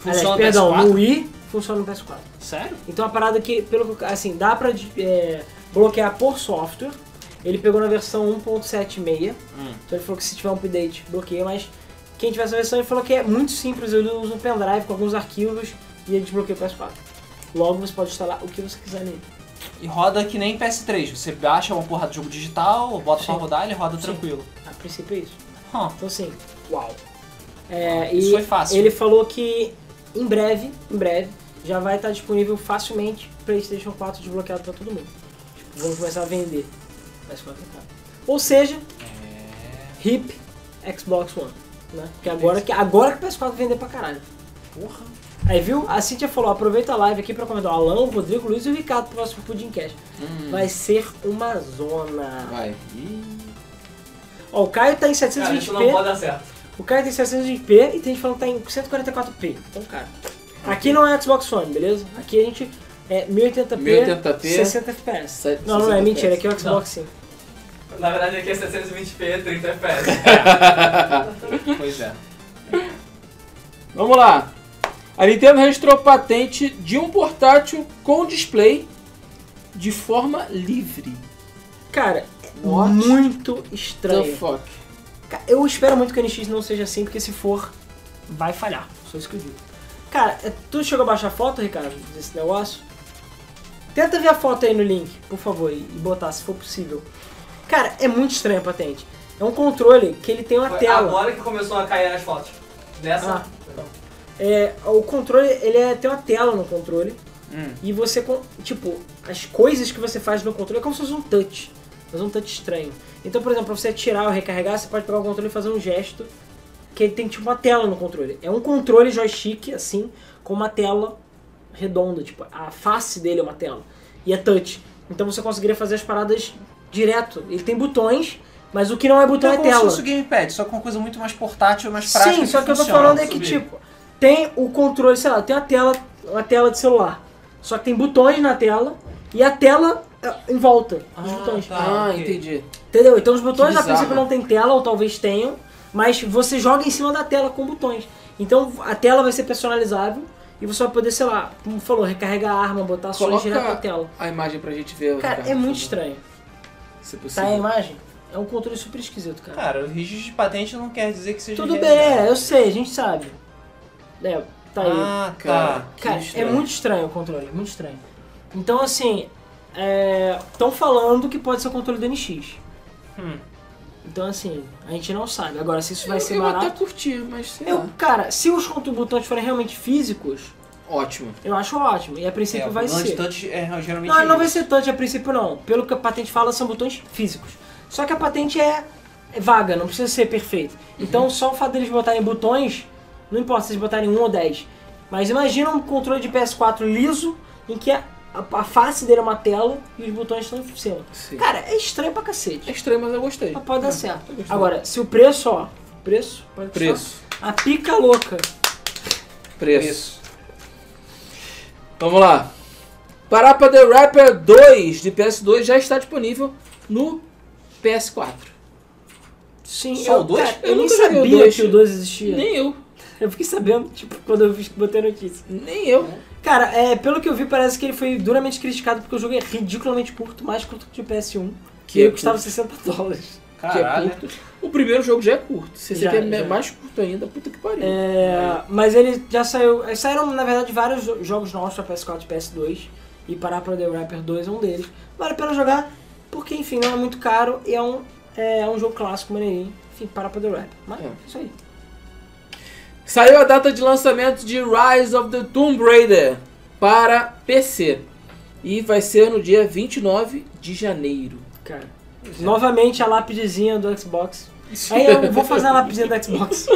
aliás, Funciona perdão, PS4? no Wii, funciona no PS4. Sério? Então a parada que, pelo que- assim, dá pra é, bloquear por software. Ele pegou na versão 1.76, Hum. então ele falou que se tiver um update bloqueia, mas quem tiver essa versão ele falou que é muito simples, ele usa um pendrive com alguns arquivos e ele desbloqueia o PS4. Logo você pode instalar o que você quiser nele. E roda que nem PS3. Você baixa uma porra de jogo digital, bota pra Sim. rodar, ele roda Sim. tranquilo. A princípio é isso. Hum. Então assim, uau. É, Isso e foi fácil. ele falou que em breve, em breve, já vai estar disponível facilmente PlayStation 4 desbloqueado pra todo mundo. Tipo, vamos começar a vender. PS4 tá caro. Ou seja, hip Xbox One. Né? Porque agora que, agora que o PS4 vender pra caralho. Porra. Aí viu? A Cintia falou: aproveita a live aqui pra comentar. O Alan, o Rodrigo, o Luiz e o Ricardo pro próximo Pudimcast. Vai ser uma zona. Vai. Ó, o Caio tá em Cara, 720p. isso não pode dar certo. O cara tem 620p e tem gente falando que tá em 144p. Então, cara. Aqui não é Xbox One, beleza? Aqui a gente é 1080p, 1080p, 60 fps. se- Não, não é 60 mentira, FPS. aqui é o Xbox sim. Na verdade aqui é 720p, 30 fps. Pois é. Vamos lá. A Nintendo registrou patente de um portátil com display de forma livre. Cara, é What? muito The estranho. fuck? Ca- Eu espero muito que o NX não seja assim, porque se for, vai falhar. Só isso que eu digo. Cara, é- tu chegou a baixar a foto, Ricardo, desse negócio? Tenta ver a foto aí no link, por favor, e e botar, se for possível. Cara, é muito estranho a patente. É um controle que ele tem uma Foi tela. Agora que começou a cair as fotos. Nessa. Ah. É, o controle, ele é, tem uma tela no controle Hum. e você, con- tipo, as coisas que você faz no controle é como se fosse um touch. fazer um touch estranho. Então, por exemplo, pra você atirar ou recarregar, você pode pegar o controle e fazer um gesto que ele tem tipo uma tela no controle. É um controle joystick, assim, com uma tela redonda, tipo, a face dele é uma tela. E é touch. Então você conseguiria fazer as paradas direto. Ele tem botões, mas o que não é botão Então é é, como se tela. fosse o gamepad, só com uma coisa muito mais portátil, mais prática. Sim, só que eu tô funciona. falando é que, subir. tipo, tem o controle, sei lá, tem a tela, uma tela de celular. Só que tem botões na tela e a tela é, em volta dos Ah, botões. tá. Ah, ok. entendi. Entendeu? Então os botões, a bizarro. princípio, não tem tela, ou talvez tenham, mas você joga em cima da tela com botões. Então a tela vai ser personalizável e você vai poder, sei lá, como falou, recarregar a arma, botar ações Coloca direto na tela. a imagem pra gente ver. tá. Cara, é muito estranho. Se Tá a possível. imagem? É um controle super esquisito, cara. Cara, o registro de patente não quer dizer que seja. Tudo bem, realidade. é, eu sei, a gente sabe. É, tá aí. Ah, Cara, tá. que Cara, é estranho. muito estranho o controle, é muito estranho. Então, assim, estão falando que pode ser o controle do NX. Hum. Então, assim, a gente não sabe. Agora, se isso vai eu, ser eu barato. até curti, mas sei Eu, lá. cara, se os botões forem realmente físicos, Ótimo. eu acho ótimo. E a princípio é, vai o Blunt ser. Touch é geralmente. Não, não vai isso. ser touch a princípio, não. Pelo que a patente fala, são botões físicos. Só que a patente é é vaga, não precisa ser perfeito. Uhum. Então, só o fato deles botarem botões, não importa se eles botarem um ou 10. Mas imagina um controle de PS4 liso, em que a, a- a face dele é uma tela e os botões estão em cima. Sim. Cara, é estranho pra É cacete. estranho, É, mas eu gostei. Mas pode dar certo. eu gostei. Agora, se o preço, ó. Preço? Pode deixar. Preço. A pica louca. Preço. Vamos lá. Parappa The Rapper 2 de PS2 já está disponível no PS4. Sim, Só eu, o dois? cara, Eu eu nem nunca joguei o sabia dois. que o 2 existia. Nem eu. Eu fiquei sabendo, tipo, quando eu vi- botei a notícia. Nem eu. Cara, é, pelo que eu vi, parece que ele foi duramente criticado porque o jogo é ridiculamente curto, mais curto que o de PS1. Que e ele é custava 60 dólares. Que é Caralho. né? curto. O primeiro jogo já é curto. Se você Já, quer já. mais curto ainda, puta que pariu. É, mas ele já saiu. é, Saíram, na verdade, vários jo- jogos novos pra PS4 e PS2. E parar pra The Rapper 2 é um deles. Vale a pena jogar, porque enfim, não é muito caro e é um, é, um jogo clássico, maneirinho. Enfim, parar pra The Rapper. Mas É. é isso aí. Saiu a data de lançamento de Rise of the Tomb Raider para PC. E vai ser no dia 29 de janeiro. Cara. Novamente a lapidezinha do Xbox. Aí eu vou fazer a lapidezinha do Xbox.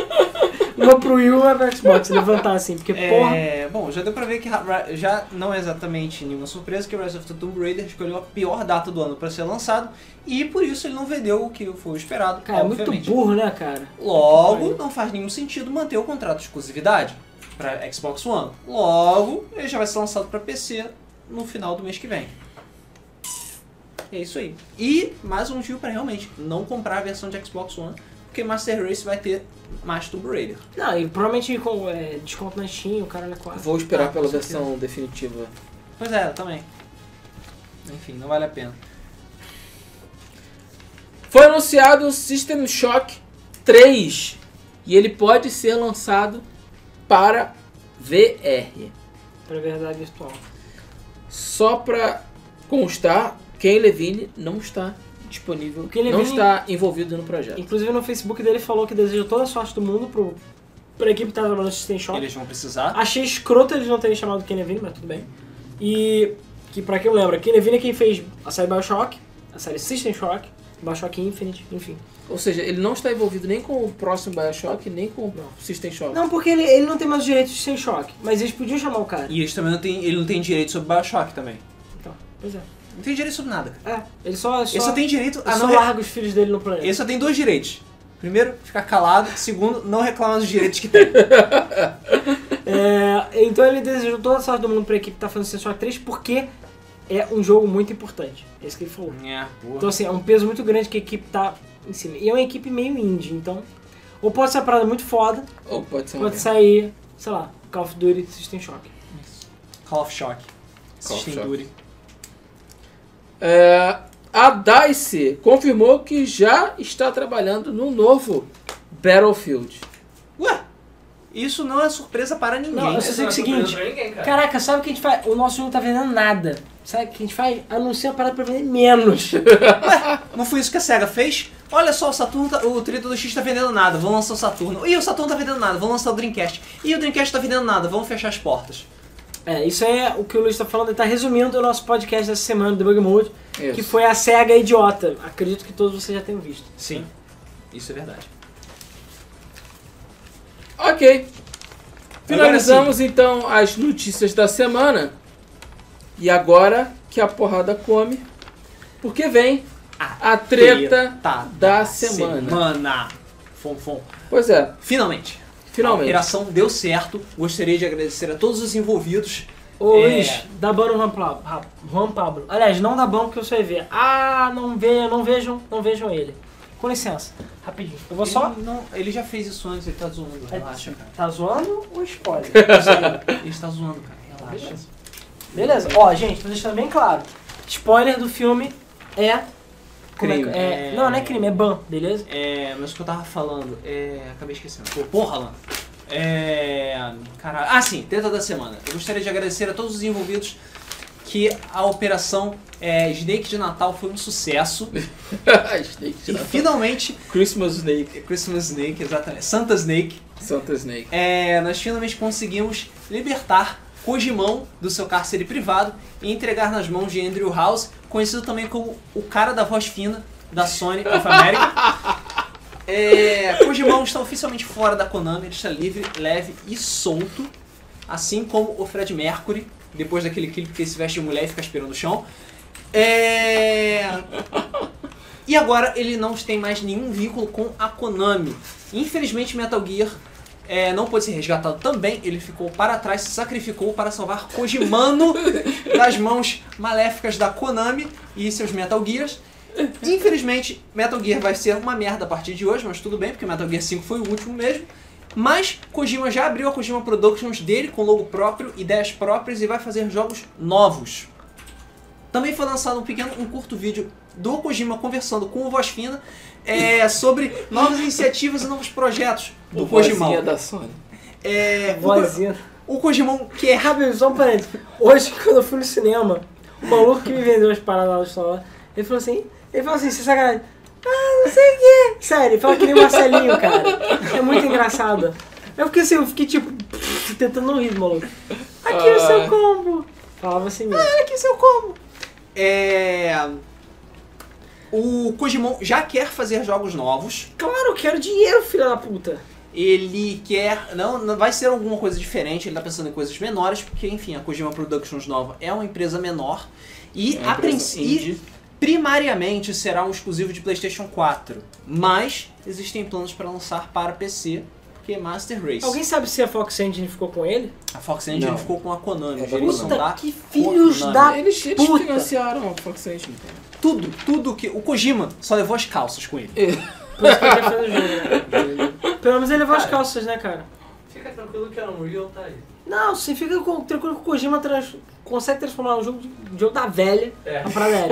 Uma pro Wii, uma pro Xbox. Levantar assim, porque porra. É, bom, já deu pra ver que Ra- Ra- já não é exatamente nenhuma surpresa que o Rise of the Tomb Raider escolheu a pior data do ano pra ser lançado e por isso ele não vendeu o que foi esperado, Cara, é muito obviamente. burro, né, cara? Logo, não faz nenhum sentido manter o contrato de exclusividade pra Xbox One. Logo, ele já vai ser lançado pra PC no final do mês que vem. É isso aí. E mais um motivo pra realmente não comprar a versão de Xbox One, porque Master Race vai ter mais Tomb Raider. Não, e provavelmente com é, desconto na Steam, o cara é quase. Vou esperar Ah, com pela certeza. versão definitiva. Pois é, eu também. Enfim, não vale a pena. Foi anunciado o System Shock 3 e ele pode ser lançado para VR. Pra verdade virtual. Só para constar, Ken Levine não está disponível, O Ken não Levine- está envolvido no projeto. Inclusive no Facebook dele falou que deseja toda a sorte do mundo pro, pra equipe que tá trabalhando no System Shock. Eles vão precisar. Achei escroto eles não terem chamado Ken Levine, mas tudo bem. E que pra quem lembra, Ken Levine é quem fez a série Bioshock, a série System Shock, Bioshock Infinite, enfim. Ou seja, ele não está envolvido nem com o próximo BioShock, nem com o Não. System Shock. Não, porque ele, ele não tem mais os direitos de System Shock, mas eles podiam chamar o cara. E eles também não tem, ele não tem direito sobre Bioshock também. Então, pois é. Não tem direito sobre nada, cara. É, ele só, só, Ele só tem direito ele a só não. é- re- larga os filhos dele no planeta. Ele só tem dois direitos. Primeiro, ficar calado. Segundo, não reclamar dos direitos que tem. É, então ele desejou toda a sorte do mundo pra equipe que tá fazendo System Shock 3 porque é um jogo muito importante. É isso que ele falou. É, Então, assim, é um peso muito grande que a equipe tá em cima. E é uma equipe meio indie, então. Ou pode ser uma parada muito foda, Ou pode ser uma pode sair, sei lá, Call of Duty System Shock. Call of Shock. Call of System Shock. Duty. É, a DICE confirmou que já está trabalhando no novo Battlefield. Ué, isso não é surpresa para ninguém. Não, eu só Isso sei não o é seguinte. surpresa pra ninguém, cara. Caraca, sabe o que a gente faz? O nosso jogo tá vendendo nada. Sabe o que a gente faz? Anuncia uma parada pra vender menos. Não foi isso que a SEGA fez? Olha só, o Saturno, tá- o 32X tá vendendo nada, vão lançar o Saturno. Ih, o Saturno tá vendendo nada, vão lançar o Dreamcast. Ih, o Dreamcast tá vendendo nada, vão fechar as portas. É, isso é o que o Luiz tá falando, ele tá resumindo o nosso podcast dessa semana do Debug Mode, Isso. que foi a SEGA idiota. Acredito que todos vocês já tenham visto. Sim, isso é verdade. Ok. Finalizamos então as notícias da semana. E agora que a porrada come, porque vem a treta da semana. Tá, Semana. Fom, fom. Pois é, Finalmente. A finalmente. operação deu certo. Gostaria de agradecer a todos os envolvidos. Ô É. Luiz, dá ban no Juan Pablo. Ra- Juan Pablo. Aliás, não dá ban porque você vai ver. Ah, não vejam, não vejam, não vejam ele. Com licença, rapidinho. Eu vou só. Ele, não, ele já fez isso antes, ele tá zoando. Relaxa, cara. Tá zoando ou spoiler? Ele está tá zoando, cara. Relaxa. Beleza. Ó, gente, tô deixando bem claro. Spoiler do filme é. como é que- Crime. é- É- Não, não é crime, é ban, beleza? É, mas o que eu tava falando, é. Acabei esquecendo. Pô, porra, Alan. É. Caralho. Ah, sim, treta da semana. Eu gostaria de agradecer a todos os envolvidos que a operação é, Snake de Natal foi um sucesso. Snake de e Natal. finalmente. Christmas Snake, Christmas Snake, exatamente. Santa Snake. Santa Snake. É, nós finalmente conseguimos libertar Kojimão do seu cárcere privado e entregar nas mãos de Andrew House, conhecido também como o cara da voz fina da Sony of America. É, Kojimão está oficialmente fora da Konami, ele está livre, leve e solto, assim como o Fred Mercury, depois daquele clipe que ele se veste de mulher e fica esperando no chão. É, e agora ele não tem mais nenhum vínculo com a Konami. Infelizmente, Metal Gear é, não pôde ser resgatado também. Ele ficou para trás, se sacrificou para salvar Kojimano das mãos maléficas da Konami e seus Metal Gears. Infelizmente, Metal Gear vai ser uma merda a partir de hoje, mas tudo bem, porque Metal Gear 5 foi o último mesmo. Mas Kojima já abriu a Kojima Productions dele com logo próprio, ideias próprias e vai fazer jogos novos. Também foi lançado um pequeno, um curto vídeo do Kojima conversando com o Voz Fina é, sobre novas iniciativas e novos projetos do O Kojimão. vozinha da Sony. É, o Ko- Vozinha. o Kojimão que é Rapidinho, só um parênteses. Hoje, quando eu fui no cinema, o maluco que me vendeu as paradas lá do celular, ele falou assim, ele falou assim, você sacanagem. Ah, não sei o quê. Sério, ele fala que nem o Marcelinho, cara. É muito engraçado. Eu fiquei assim, eu fiquei tipo, tentando não rir do maluco. Aqui é o seu Ah. combo. Falava assim mesmo. aqui seu como. É, o Kojimão já quer fazer jogos novos. Claro, eu quero dinheiro, filha da puta. Ele quer. Não, não vai ser alguma coisa diferente, ele tá pensando em coisas menores, porque enfim, a Kojima Productions nova é uma empresa menor. E É uma a empresa princípio. indie. primariamente será um exclusivo de PlayStation 4, mas existem planos para lançar para PC, porque é Master Race. Alguém sabe se a Fox Engine ficou com ele? A Fox Engine Não. ficou com a Konami, É, a direção puta da que filhos Konami. da- Eles, eles Puta. financiaram a Fox Engine. então. cara. Tudo, tudo que... O Kojima só levou as calças com ele. Por isso que eu quero fazer o jogo, né? Pelo menos ele levou as calças, né, cara? Fica tranquilo que a Unreal tá aí. Não, você fica com, tranquilo que o Kojima trans- consegue transformar um jogo, de- um jogo da velha É. na parada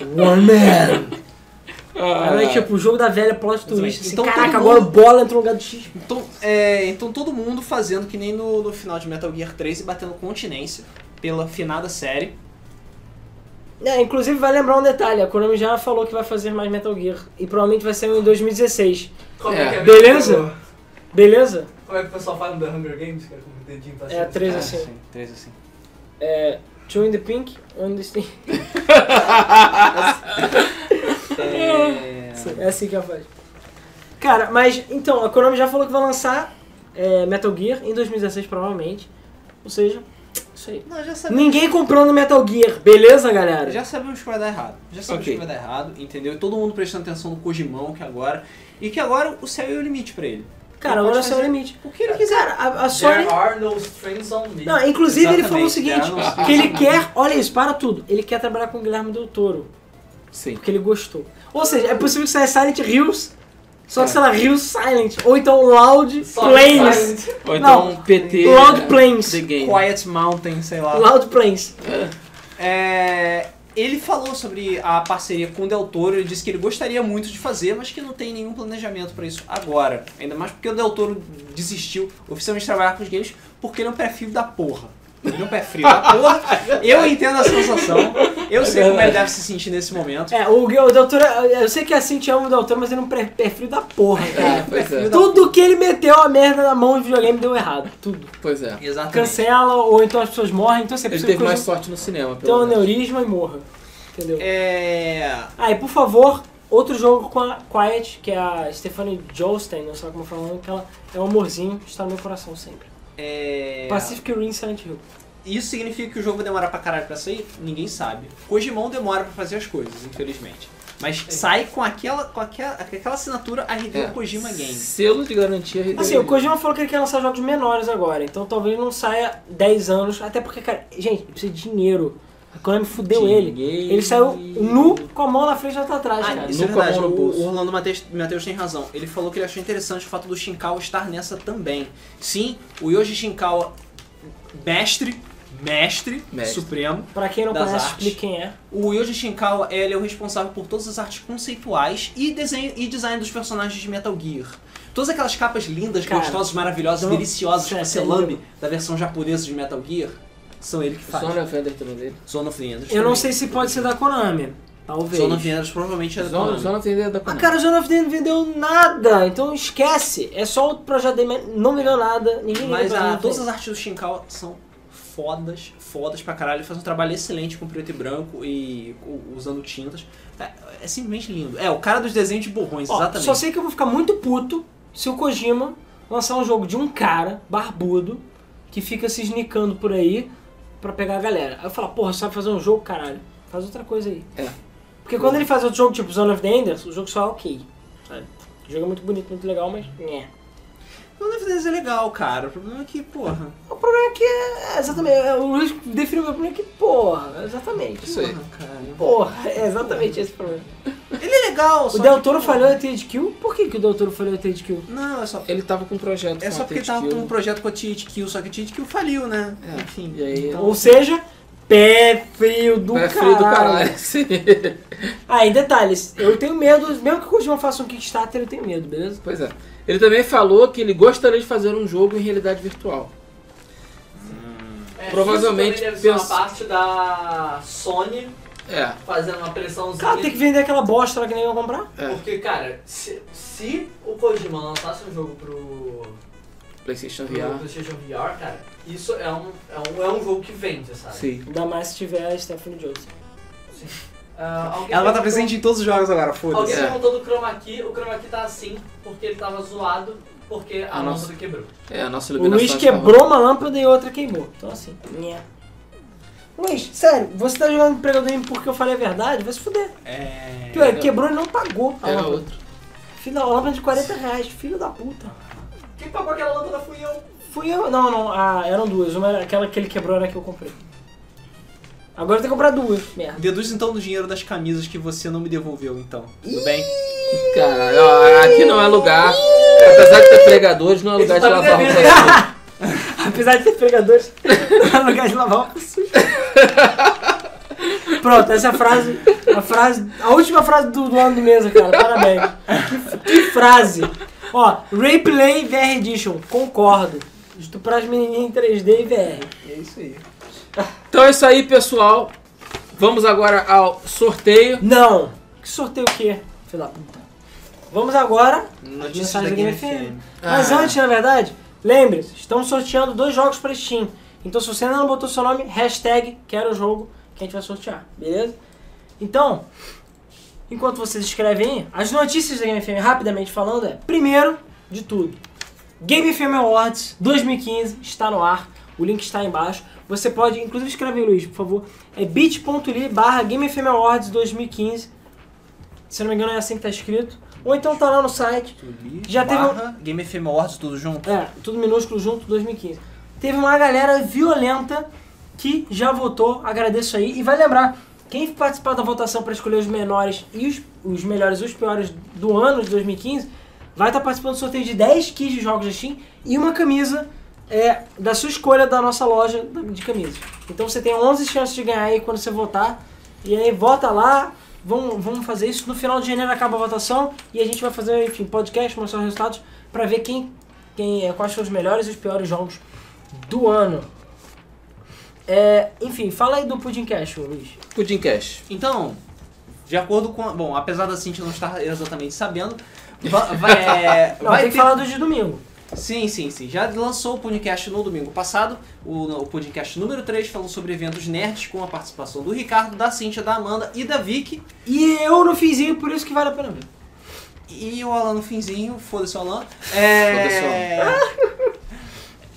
velha. One Man! Ah, Aí, tipo, o jogo da velha plot twist. Assim, Então, Caraca, todo agora o mundo- bola entrou no lugar do X. Então, é, então todo mundo fazendo que nem no, no final de Metal Gear 3 e batendo continência pela finada série. É, inclusive, vai lembrar um detalhe: a Konami já falou que vai fazer mais Metal Gear. E provavelmente vai ser um em 2016. Como É, a beleza? gente- Beleza? Como é que o pessoal fala no The Hunger Games, cara, com o dedinho pra É, cima? três É, assim. sim, três assim. É. Two in the Pink, One in the Steam. É, É assim que ela faz. Cara, mas então, a Konami já falou que vai lançar é, Metal Gear em 2016, provavelmente. Ou seja, isso aí. Não, já sabia. Ninguém comprando Metal Gear, beleza, galera? Já sabemos que vai dar errado. Já sabemos Ok. que vai dar errado, entendeu? E todo mundo prestando atenção no Kojimão que é agora. E que agora o céu é o limite pra ele. Cara, Ele agora é o pode seu fazer limite. O que ele quiser. Cara, a, a Sony. There are no strings on me. Não, inclusive ele Exatamente, falou o seguinte: cara, É, não- que ele quer, olha isso, para tudo. Ele quer trabalhar com o Guilherme Del Toro, Sim. porque ele gostou. Ou seja, é possível que saia Silent Hills, só que É. sei lá, Hills Silent. Ou então Loud Só Planes. silent. Ou Não. então um PT. Loud né, Planes. The Game. Quiet Mountain, sei lá. Loud Planes. É, ele falou sobre a parceria com o Del Toro, ele disse que ele gostaria muito de fazer, mas que não tem nenhum planejamento pra isso agora. Ainda mais porque o Del Toro desistiu oficialmente de trabalhar com os games porque ele é um perfil da porra. Ele é um pé frio da porra. Eu entendo a sensação. Eu sei como ele deve se sentir nesse momento. É, o, o doutor, eu sei que a Cintia ama o doutor, mas ele é um pé pé frio da porra, cara. É, pois é. Tudo que ele meteu a merda na mão do videogame deu errado. Tudo. Pois é. Exatamente. Cancela, ou então as pessoas morrem, então você Ele é precisa teve mais sorte no cinema, Tem um pelo menos. aneurisma e morra. Entendeu? É. Ah, e por favor, outro jogo com a Quiet, que é a Stephanie Joelstein, não sei como falando, que ela é um amorzinho, está no meu coração sempre. É. Pacific Rim Silent Hill. Isso significa que o jogo vai demorar pra caralho pra sair? Ninguém sabe. Kojimão demora pra fazer as coisas, infelizmente. Mas sai com aquela, com aquela, aquela assinatura a Hideo É. Kojima Games. Selo de garantia Hideo Assim, o Kojima. Kojima falou que ele quer lançar jogos menores agora, então talvez não saia 10 anos, até porque, cara, gente, ele precisa de dinheiro. A Konami fudeu ele. Dinheiro. Ele saiu nu, com a mão na frente e outra atrás, Ah, cara. isso é Nunca verdade. mão no O bolso. o Orlando Mateus- Mateus tem razão. Ele falou que ele achou interessante o fato do Shinkawa estar nessa também. Sim, o Yoshi Shinkawa, mestre, mestre, Mestre. supremo. Pra quem não Das conhece, artes. explique quem é. O Yoji Shinkawa ele é o responsável por todas as artes conceituais e, desenho, e design dos personagens de Metal Gear. Todas aquelas capas lindas, Cara, gostosas, maravilhosas, não- deliciosas que sério, você é lambe lindo. da versão japonesa de Metal Gear, são ele que O faz. Sony Offender também dele. Zone of the Enders. Eu não também. sei se pode ser da Konami. Talvez. Zone of the Enders provavelmente é da Zona Konami. Zona Offender é da Ah, Konami. cara, o Zone of the End vendeu nada, então esquece. É só o projeto dele, mas não vendeu nada, ninguém Mas vendeu a, todas as artes do Shinkawa são fodas, fodas pra caralho. Ele faz um trabalho excelente com preto e branco e u- usando tintas. É, é simplesmente lindo. É, o cara dos desenhos de borrões, Ó, exatamente. Só sei que eu vou ficar muito puto se o Kojima lançar um jogo de um cara barbudo que fica se esnicando por aí pra pegar a galera. Aí eu falo, porra, sabe fazer um jogo, caralho? Faz outra coisa aí. É. Porque quando ele faz outro jogo tipo Zone of the Enders, o jogo só é ok. Sabe? O jogo é muito bonito, muito legal, mas. Nhé. Não deve é legal, cara. O problema é que, porra. O problema é que. é, exatamente. é, O Luiz definiu o meu problema é que, porra, exatamente. Isso aí. porra, cara. Porra, é exatamente esse o problema. Ele é legal, só O Del que, Toro porra, falhou a Tade Kill? Por que, que o Del Toro falhou a Tade Kill? Não, é só. Ele tava com um projeto É com só a porque Tate tava com Kill. um projeto com a Tite Kill, só que a Tite Kill faliu, né? É. Enfim. E aí- então- Ou seja, pé frio do É frio caralho. do caralho. Sim. Ah, e detalhes, eu tenho medo, mesmo que o Kojima faça um Kickstarter, eu tenho medo, beleza? pois é. Ele também falou que ele gostaria de fazer um jogo em realidade virtual. É, Provavelmente isso também deve ser uma pensa- parte da Sony É. fazendo uma pressãozinha. Cara, tem que vender aquela bosta lá que ninguém vai comprar. É. Porque, cara, se, se o Kojima lançasse um jogo pro, PlayStation pro VR. PlayStation VR, cara, isso é um, é um, é um jogo que vende, sabe? Sim. Ainda mais se tiver a Stephanie Jones. Ah, Ela alguém vai estar perguntou- presente em todos os jogos agora, Alguém foda-se. É. perguntou do Chroma Key, o Chroma Key tá assim porque ele tava zoado, porque a Ah, lâmpada nossa. quebrou. É, a nossa O iluminação. Luiz estava- quebrou uma lâmpada e outra queimou. Então assim, né. Luiz, sério, você tá jogando empregador porque eu falei a verdade? Vai se fuder. É. Pior, ele quebrou e não pagou a Pega lâmpada. outro. Filho da lâmpada de 40 reais, filho da puta. Quem pagou aquela lâmpada fui eu. Fui eu. Não, não. Ah, eram duas. Uma era aquela que ele quebrou, era a que eu comprei. Agora eu tenho que comprar duas. Merda. Deduz então do dinheiro das camisas que você não me devolveu, então. Tudo bem? Caralho, ó, aqui não é lugar. Apesar de ter pregadores, não é lugar de Ele tá me lavar roupa. devendo. Apesar de ter pregadores, no lugar de lavar uma suja. Pronto, essa é a frase. A frase. A última frase do, do ano do mesa, cara. Parabéns. Que, que frase. Ó, Rayplay VR Edition, concordo. Estuprar as menininhas em 3D e VR. É isso aí. Então é isso aí, pessoal. Vamos agora ao sorteio. Não! Que sorteio o quê? Filho da puta. Vamos agora Notícias da Game FM. Mas Ah. antes, na verdade, lembre-se, estamos sorteando dois jogos para Steam. Então, se você ainda não botou seu nome, hashtag quero o jogo que a gente vai sortear, beleza? Então, enquanto vocês escrevem, aí, as notícias da Game FM, rapidamente falando, é, primeiro de tudo, Game FM Awards 2015 está no ar, o link está aí embaixo. Você pode, inclusive escreve aí, Luiz, por favor, é bit.ly barra Game FM Awards 2015, se eu não me engano é assim que tá escrito, ou então tá lá no site, Já teve um- Barra Game FM Awards, tudo junto. é, tudo minúsculo junto, 2015. Teve uma galera violenta que já votou, agradeço aí. E vai lembrar, quem participar da votação para escolher os menores e os, os melhores e os piores do ano de 2015, vai estar participando do sorteio de 10 kits de jogos da Steam e uma camisa é, da sua escolha da nossa loja de camisas. Então você tem 11 chances de ganhar aí quando você votar. E aí vota lá, vamos, vamos fazer isso. No final de janeiro acaba a votação e a gente vai fazer, enfim, podcast, mostrar os resultados para ver quem, quem é, quais são os melhores e os piores jogos do ano. É, enfim, fala aí do Pudim Cash, ô, Luiz. Pudim Cash. Então, de acordo com. a- Bom, apesar da Cintia não estar exatamente sabendo, va- vai, é, Não, vai tem que ter- falar do de domingo. Sim, sim, sim. Já lançou o podcast no domingo passado. O, o podcast número 3 falou sobre eventos nerds com a participação do Ricardo, da Cintia, da Amanda e da Vicky. E eu não fiz isso, por isso que vale a pena ver. E o Alan no finzinho, foda-se o Alan. É...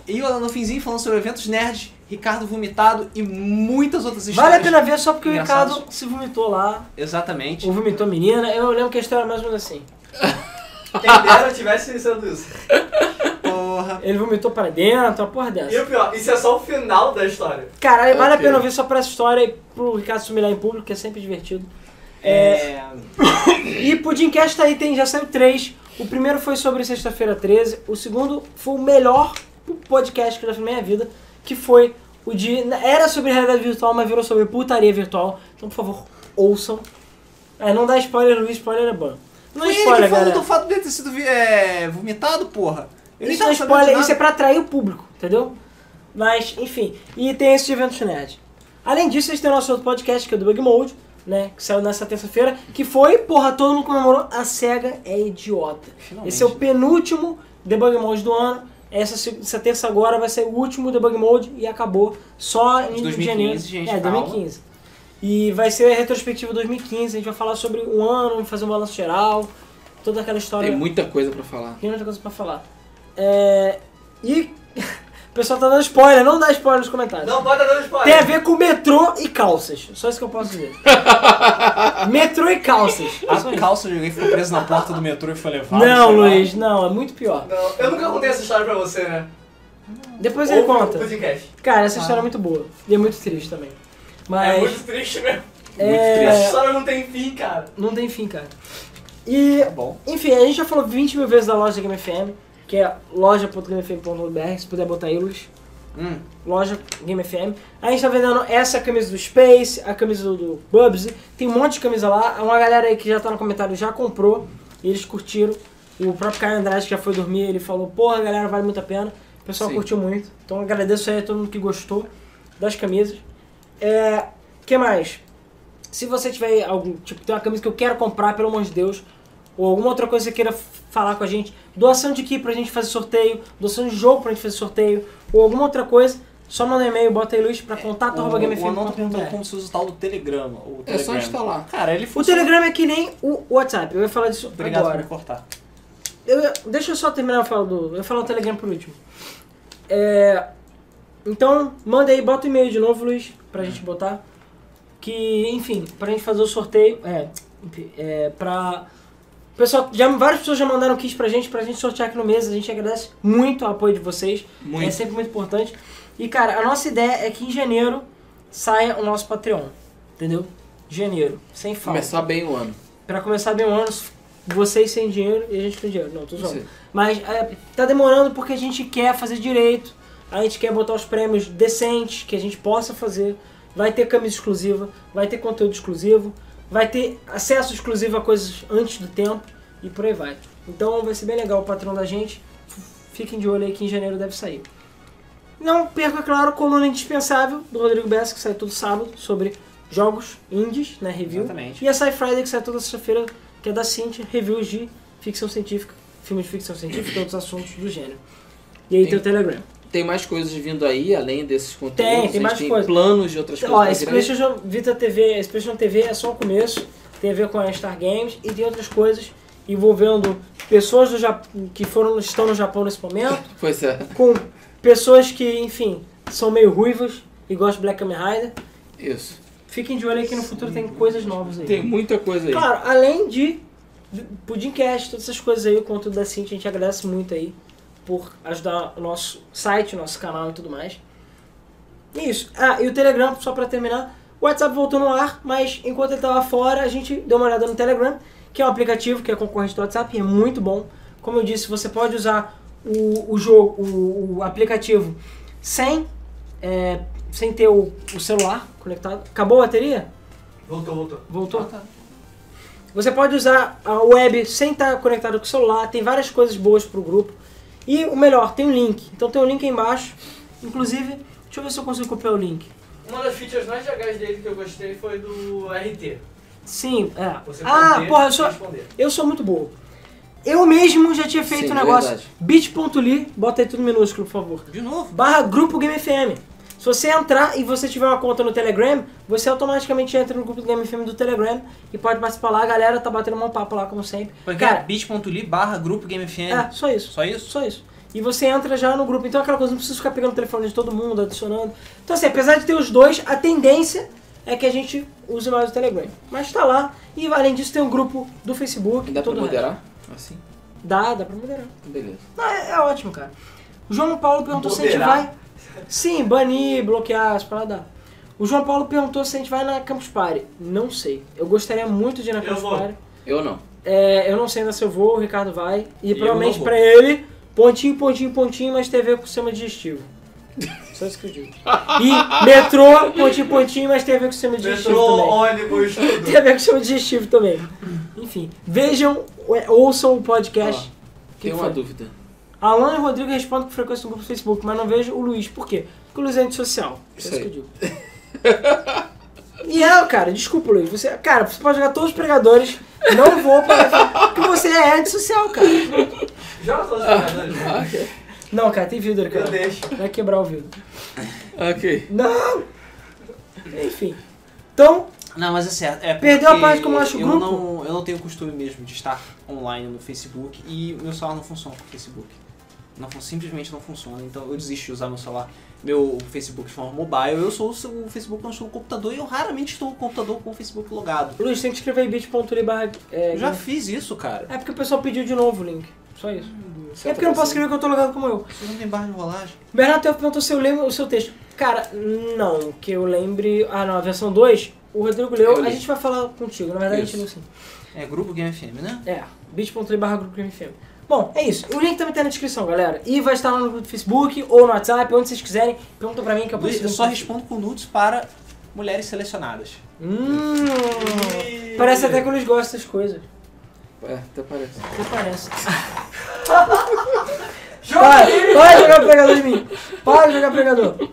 E o Alan no finzinho falando sobre eventos nerd, Ricardo vomitado e muitas outras histórias. Vale a pena ver só porque o Engraçados. Ricardo se vomitou lá, Exatamente. ou vomitou a menina. Eu lembro que a história é mais ou menos assim. Quem dera tivesse sendo isso. Porra. Ele vomitou pra dentro, uma porra dessa. E o pior, isso é só o final da história. Caralho, vale a Ok. pena ouvir só pra essa história e pro Ricardo se humilhar em público, que é sempre divertido. É... E Pudimcast tá aí, tem, já saiu três. O primeiro foi sobre Sexta-feira 13. O segundo foi o melhor podcast que eu já fiz na minha vida, que foi o de... Era sobre realidade virtual, mas virou sobre putaria virtual. Então, por favor, ouçam. É, não dá spoiler, Luiz, spoiler é bom. Não é Foi ele que spoiler, falou galera. do fato dele ter sido vi- é, vomitado, porra. Ele Isso não é spoiler, isso é pra atrair o público, entendeu? Mas, enfim. E tem esses eventos nerd. Além disso, vocês têm o nosso outro podcast, que é o do Bug Mode, né? Que saiu nessa terça-feira. Que foi, porra, todo mundo comemorou. A SEGA é idiota. Finalmente. Esse é o penúltimo Debug Mode do ano. Essa, se- essa terça agora vai ser o último Debug Mode e acabou. Só em 2015, janeiro. gente, é, calma. 2015. E vai ser a retrospectiva 2015. A gente vai falar sobre o ano, fazer um balanço geral. Toda aquela história. Tem muita coisa pra falar. Tem muita coisa pra falar. É... E o pessoal tá dando spoiler, não dá spoiler nos comentários. Não é. pode dar spoiler. Tem a ver com metrô e calças. Só isso que eu posso dizer. metrô e calças. Ah, Só A isso. calça de alguém ficou presa na porta do metrô e foi levada. Não, sei lá. Luiz, não, é muito pior. Não, eu nunca contei essa história pra você, né? Depois ele Ouve o conta. podcast. Cara, essa história é muito boa. E é muito triste também. Mas. Ah. É muito triste mesmo. é, Essa história não tem fim, cara. Não tem fim, cara. E Tá bom. Enfim, a gente já falou 20 mil vezes da loja da Game FM, que é loja.gamefm.br, se puder botar aí, Luiz. Hum. Loja Game FM. A gente tá vendendo essa camisa do Space, a camisa do, do Bubsy, tem um monte de camisa lá. Uma galera aí que já tá no comentário já comprou, e eles curtiram. O próprio Caio Andrade que já foi dormir, ele falou, porra, galera, vale muito a pena. O pessoal Sim. curtiu muito. Então eu agradeço aí a todo mundo que gostou das camisas. É. que mais? Se você tiver algum, tipo, tem uma camisa que eu quero comprar, pelo amor de Deus, ou alguma outra coisa que você queira f- falar com a gente, doação de kit pra gente fazer sorteio, doação de jogo pra gente fazer sorteio, ou alguma outra coisa, só manda um e-mail, bota aí Luiz pra contato arroba o, o Anon tá contato.gamefm.com.br. perguntando como se usa o tal do Telegrama. o É só Telegram. instalar. Cara, ele O funciona. Telegram é que nem o WhatsApp, eu ia falar disso Obrigado agora. por me cortar. Eu- eu- deixa eu só terminar de falar do. Eu vou falar o Telegram por último. É, então, manda aí, bota o e-mail de novo, Luiz, pra gente botar. Que, enfim, pra gente fazer o sorteio. É, é pra. Pessoal, já, várias pessoas já mandaram kits pra gente, pra gente sortear aqui no mês. A gente agradece muito o apoio de vocês. Muito. É sempre muito importante. E, cara, a nossa ideia é que em janeiro saia o nosso Patreon. Entendeu? Janeiro, sem falta. Começar bem o ano. Pra começar bem o ano, vocês sem dinheiro e a gente com dinheiro. Não, tô zoando. Sim. Mas é, tá demorando porque a gente quer fazer direito, a gente quer botar os prêmios decentes que a gente possa fazer. Vai ter camisa exclusiva, vai ter conteúdo exclusivo, vai ter acesso exclusivo a coisas antes do tempo e por aí vai. Então vai ser bem legal o patrão da gente. F- Fiquem de olho aí que em janeiro deve sair. Não perca, claro, a coluna indispensável do Rodrigo Bessa, que sai todo sábado, sobre jogos indies, né? Review. Exatamente. E a Sci Friday, que sai toda sexta-feira, que é da Cintia, reviews de ficção científica, filmes de ficção científica e outros assuntos do gênero. E aí tem, o Telegram. Tem mais coisas vindo aí, além desses conteúdos. tem a gente mais tem coisa. planos de outras Ó, coisas. esse pra né? vir aí. PlayStation Vita TV, esse PlayStation TV é só o começo, tem a ver com a Star Games e tem outras coisas envolvendo pessoas do Jap- que foram, estão no Japão nesse momento, Pois é. com pessoas que, enfim, são meio ruivas e gostam de Black Kamen Rider. Isso. Fiquem de olho aí que no futuro tem coisas novas aí. Tem muita coisa aí. Claro, além de Pudimcast, todas essas coisas aí, o conteúdo da Cintia, a gente agradece muito aí por ajudar o nosso site, o nosso canal e tudo mais. E isso. Ah, e o Telegram, só pra terminar, o WhatsApp voltou no ar, mas enquanto ele tava fora, a gente deu uma olhada no Telegram, que é um aplicativo que é concorrente do WhatsApp e é muito bom. Como eu disse, você pode usar o, o jogo, o, o aplicativo sem, é, sem ter o, o celular conectado. Acabou a bateria? Voltou, voltou. Voltou? Você pode usar a web sem estar conectado com o celular, tem várias coisas boas pro grupo. E o melhor, tem um link. Então tem um link aí embaixo. Inclusive, Deixa eu ver se eu consigo copiar o link. Uma das features mais legais dele que eu gostei foi do RT. Sim, é. Você ah, poder porra, eu sou, responder. eu sou muito bobo. Eu mesmo já tinha feito Sim, um negócio. verdade. bit.ly, bota aí tudo minúsculo, por favor. De novo. barra Grupo Game FM. Se você entrar e você tiver uma conta no Telegram, você automaticamente entra no grupo do Game FM do Telegram e pode participar lá. A galera tá batendo um papo lá, como sempre. Porque Cara, é bit.ly barra grupo GameFN. é, só isso. Só isso? Só isso. E você entra já no grupo. Então aquela coisa, não precisa ficar pegando o telefone de todo mundo, adicionando. Então assim, apesar de ter os dois, a tendência é que a gente use mais o Telegram. Mas tá lá. E além disso tem um grupo do Facebook. Dá pra todo o moderar? Assim? resto. Dá, dá pra moderar. Beleza. Não, é, é ótimo, cara. O João Paulo perguntou se a gente Moderar. vai. Sim, banir, bloquear, as paradas. dá. O João Paulo perguntou se a gente vai na Campus Party. Não sei. Eu gostaria muito de ir na Eu Campus vou. Party. Eu não. É, eu não sei ainda se eu vou, o Ricardo vai. E, eu provavelmente não vou. pra ele, pontinho, pontinho, pontinho, mas TV com sistema digestivo. Só isso que eu digo. E metrô, pontinho, pontinho, mas TV com sistema digestivo Metrô, também. ônibus, tudo. Tem a ver com o sistema digestivo também. Enfim, vejam, é, ouçam o podcast. Que Tenho que uma foi? dúvida. Alan e Rodrigo respondem com frequência no grupo do Facebook, mas não vejo o Luiz. Por quê? Porque o Luiz é antissocial. É isso Isso que eu digo. E é, cara, desculpa, Luiz. Você, cara, você pode jogar todos os pregadores. Não vou para porque você é antissocial, cara. Joga todos os jogadores. né? Não, cara, tem vidro, Eu cara. deixo. Vai quebrar o vidro. Ok. Não! Enfim. Então, Não, mas é certo. É Perdeu porque a parte que eu não acho o grupo? Não, eu não tenho o costume mesmo de estar online no Facebook e meu celular não funciona com o Facebook. Não, fun- simplesmente não funciona. Então eu desisto de usar meu celular, meu Facebook de forma mobile. Eu sou o seu- o Facebook, não sou o computador e eu raramente estou no computador com o Facebook logado. Luiz, tem que escrever aí bit.ly barra. É, Eu já fiz isso, cara. é porque o pessoal pediu de novo o link. Só isso. Só É porque eu não posso pra- escrever que eu tô logado como eu. Você não tem barra de rolagem? Bernardo Telfo perguntou se eu lembro o seu texto. Cara, não, que eu lembre. Ah, não, a versão 2, o Rodrigo leu, Eu a li. gente vai falar contigo. Na verdade, a gente Isso. não sim. É grupo Game FM, né? É, bit.ly barra grupo Crime FM. Bom, é isso. O link também tá na descrição, galera. E vai estar lá no grupo do Facebook ou no WhatsApp, onde vocês quiserem. Pergunta pra mim que eu Luiz, posso. eu só respondo com nudes para mulheres selecionadas. Hum. Parece até que o Luiz gosta das coisas. um- É, até parece. Até parece. Joga! Para, para de jogar pregador em mim. Para de jogar pregador.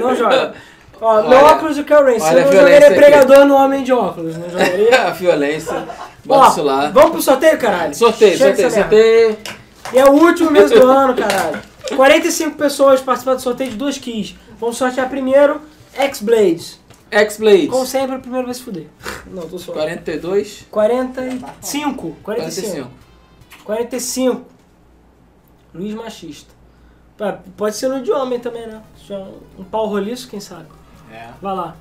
Não joga. Ó, meu Olha- óculos do Cal Rance. olha Eu a não violência jogaria aqui. pregador no homem de óculos. Não jogaria. a violência. Bota Ó, o celular. Vamos pro sorteio, caralho? Sorteio, Chega sorteio, dessa sorteio. merda. E é o último mês do ano, caralho. 45 pessoas participaram do sorteio de dois keys. Vamos sortear primeiro X-Blades. Como X-Blades. sempre, o primeiro vai se fuder. Não, tô só. 42, 45. 45. 45. 45. Luiz Machista. Pá, Pode ser no de homem também, né? Já Um pau roliço, quem sabe? É. Vai lá.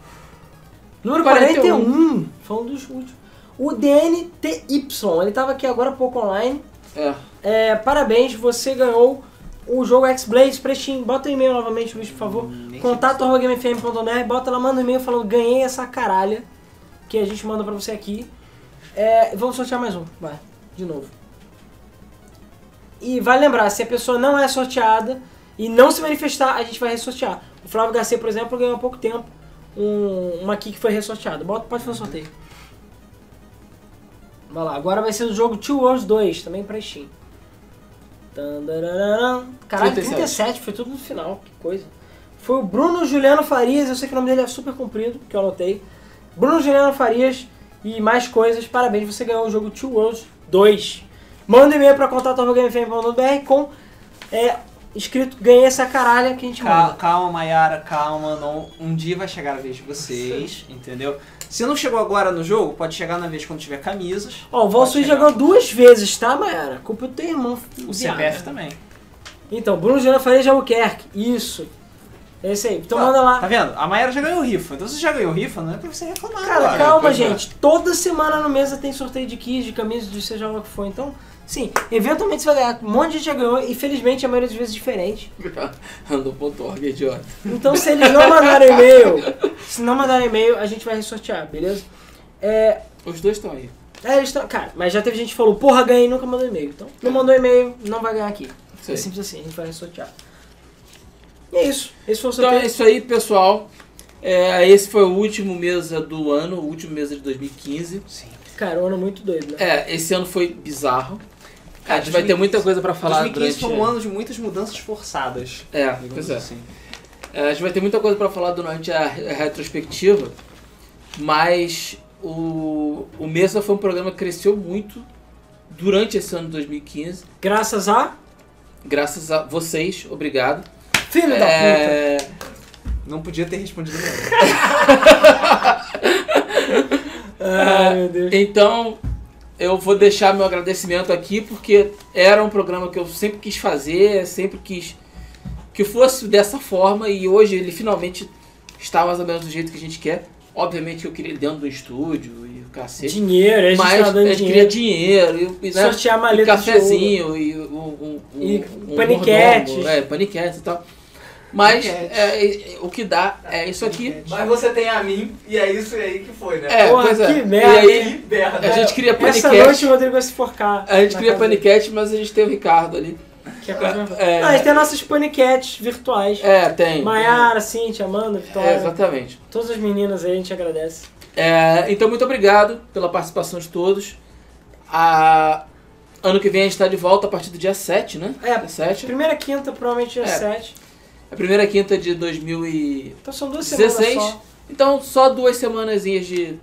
Número 41. 41. Foi um dos últimos. O DNTY. Ele tava aqui agora há pouco online. É. É, parabéns, você ganhou o jogo X-Blades pra Steam. Bota o e-mail novamente, Luiz, por favor. Contato arroba gamefm.br, bota lá, manda um e-mail falando ganhei essa caralha que a gente manda pra você aqui. É, vamos sortear mais um, vai, de novo. E vai lembrar, se a pessoa não é sorteada e não se manifestar, a gente vai ressortear. O Flávio Garcia, por exemplo, ganhou há pouco tempo um- uma aqui que foi ressorteada. Bota, pode fazer o sorteio. Vai lá, agora vai ser o jogo Two Worlds 2, também pra Steam. Tandararã. Caralho, 37. 37, foi tudo no final, que coisa. Foi o Bruno Juliano Farias, eu sei que o nome dele é super comprido, que eu anotei. Bruno Juliano Farias e mais coisas, parabéns, você ganhou o jogo Two Worlds 2. Manda um e-mail pra contato.gamefm.br com é, escrito ganhei essa caralha que a gente Ca- manda. Calma, Mayara, calma. Não, um dia vai chegar a vez de vocês, entendeu? Se não chegou agora no jogo, pode chegar na vez quando tiver camisas. Ó, o Valsui Pode chegar. jogou duas vezes, tá, Mayara? Culpa do teu irmão. O tá- viado. CPF também. Então, Bruno Juliano Farias de Albuquerque, isso. É isso aí, então Ó, manda lá. Tá vendo? A Mayara já ganhou rifa. Então se você já ganhou rifa, não é pra você reclamar Cara, agora. calma, pois é. gente. Toda semana no mesa tem sorteio de kits, de camisas, de seja lá o que for. Então, sim, eventualmente você vai ganhar. Um monte de gente já ganhou e, felizmente, a maioria das vezes é diferente. Random.org, idiota. Então, se eles não mandarem e-mail, se não mandarem e-mail, a gente vai ressortear, beleza? É, Os dois estão aí. é, eles tão- cara, mas já teve gente que falou, porra, ganhei e nunca mandou e-mail. Então, não mandou e-mail, não vai ganhar aqui. Isso É aí. simples assim, a gente vai ressortear. E é isso. Esse foi o Então sorteio. é isso aí, pessoal. É, esse foi o último mesa do ano, o último mesa de 2015. Sim. Cara, um ano muito doido, né? É, esse ano foi bizarro. a gente vai 2015 ter muita coisa pra falar durante... 2015 foi um ano de muitas mudanças forçadas. É, digamos pois é. assim. É, a gente vai ter muita coisa pra falar durante a re- retrospectiva, mas o, o Mesa foi um programa que cresceu muito durante esse ano de 2015, Graças a. graças a vocês, obrigado. Filho da É, Não podia ter respondido melhor. puta! Ai, meu Deus. Então, eu vou deixar meu agradecimento aqui, porque era um programa que eu sempre quis fazer, sempre quis que fosse dessa forma, e hoje ele finalmente está mais ou menos do jeito que a gente quer. Obviamente que eu queria ele dentro do estúdio e o cacete. Dinheiro, a gente É. mas tá a dando gente queria dinheiro. dinheiro, e, e, né, Sortear a um maleta de ouro. cafezinho, e um, um, um, E um paniquetes. mordomo, é, paniquete e tal. Mas Paniquete. é, é, o que dá é isso aqui. Mas você tem a mim e é isso aí que foi, né? É, Porra, pois é. que merda, E aí, Que merda. a gente queria Essa paniquete. noite o Rodrigo vai se forcar. A gente na cria casa dele. paniquete, mas a gente tem o Ricardo ali. Que é coisa- É, Ah, a gente tem nossas paniquetes virtuais. é tem. Maiara, Cintia, Amanda, Vitória. É, exatamente. Todas as meninas aí, a gente agradece. É, então, muito obrigado pela participação de todos. A- Ano que vem a gente está de volta a partir do dia 7, né? É. Dia 7. Primeira quinta, provavelmente dia É. 7. A primeira quinta de 2016. Então são duas semanas só. Então, só duas semanazinhas de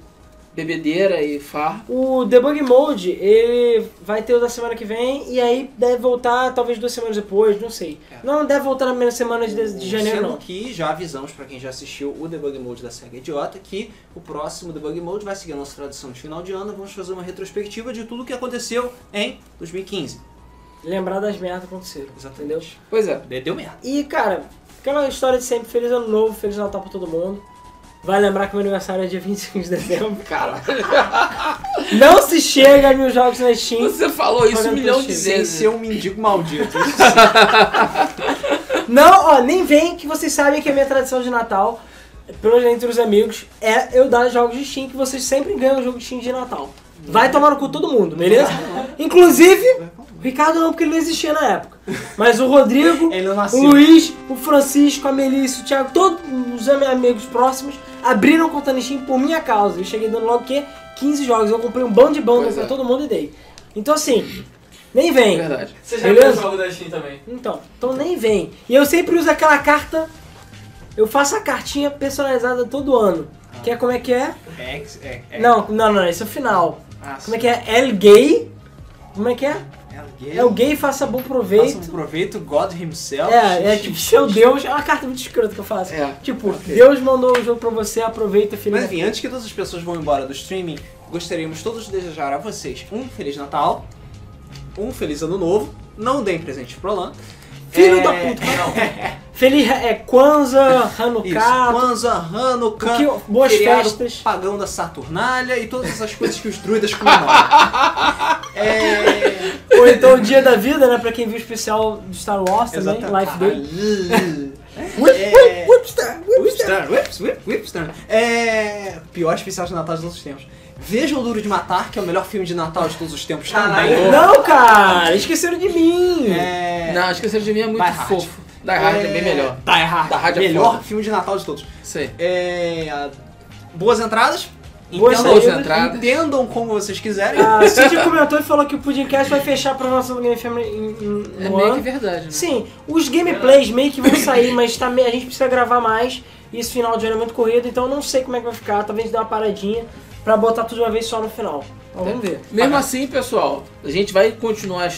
bebedeira e farra. O Debug Mode, ele vai ter o da semana que vem e aí deve voltar talvez duas semanas depois, não sei. É. Não, deve voltar na primeira semana de, de janeiro, Sendo não. que já avisamos pra quem já assistiu o Debug Mode da SEGA Idiota que o próximo Debug Mode vai seguir a nossa tradição de final de ano. Vamos fazer uma retrospectiva de tudo o que aconteceu em 2015. Lembrar das merdas que aconteceram. Entendeu? Pois é. Deu- Deu merda. E, cara, aquela história de sempre, feliz ano novo, feliz Natal pra todo mundo. Vai lembrar que meu aniversário é dia 25 de dezembro. Cara, Não se chega a mil jogos na Steam. você falou isso um Pagando milhão de pelo Sem vezes. ser um mendigo maldito. Não, ó, nem vem que vocês sabem que a minha tradição de Natal, pelo menos entre os amigos, é eu dar jogos de Steam que vocês sempre ganham jogo de Steam de Natal. Vai tomar no cu todo mundo, beleza? Inclusive, o Ricardo não, porque ele não existia na época. Mas o Rodrigo, É Ele não o nasceu. Luiz, o Francisco, a Melissa, o Thiago, todos os meus amigos próximos abriram conta no Steam por minha causa. Eu cheguei dando logo o quê? 15 jogos. Eu comprei um bando de banda Pois pra é. todo mundo e dei. Então assim, nem vem. Verdade. Você já viu o Beleza? jogo da Steam também? Então, então nem vem. E eu sempre uso aquela carta. Eu faço a cartinha personalizada todo ano. Que é como é que é? É, é, Ah. é. Não, não, não, esse é o final. Ah, Como é que é? El gay. Como é que é? é o gay. El gay faça bom proveito. Faça um proveito, God himself. É, é tipo, seu Deus. É uma carta muito escrota que eu faço. É. Tipo, Deus mandou o jogo pra você, aproveita, filho. Mas enfim, antes que todas as pessoas vão embora do streaming, gostaríamos todos de desejar a vocês um Feliz Natal, um Feliz Ano Novo, não deem presente pro Alan. Filho É, da puta! Feliz é Kwanzaa, Isso, Hanukkah, Kwanzaa, Hanukkah, que- boas feriado festas. pagão da Saturnália e todas essas coisas que os druidas comemoram. é... ou então o Dia da Vida, né? Pra quem viu o especial do Star Wars também, Life Day. É... Whoopstar, whoopstar. Whipstar, whips, whip, whipstar. É... Pior especial de Natal de todos os tempos. Vejam o Duro de Matar, que é o melhor filme de Natal de todos os tempos Caralho. também. Não, cara, esqueceram de mim. É... Não, esquecer de mim é muito Die Hard. fofo. Die Hard é bem melhor. Die Hard. Die Hard é melhor foda. filme de Natal de todos. Isso aí. É, a- Boas entradas. Boas entendam, saídas. entendam como vocês quiserem. Ah, o Cid comentou e falou que o Pudimcast vai fechar pra nossa Game Family em, em, É no meio que ano. verdade, né? Sim, os gameplays meio que vão sair, mas tá meio- a gente precisa gravar mais. E esse final de ano é muito corrido, então eu não sei como é que vai ficar. Talvez dê uma paradinha pra botar tudo de uma vez só no final. Então, vamos ver. Mesmo assim, pessoal, a gente vai continuar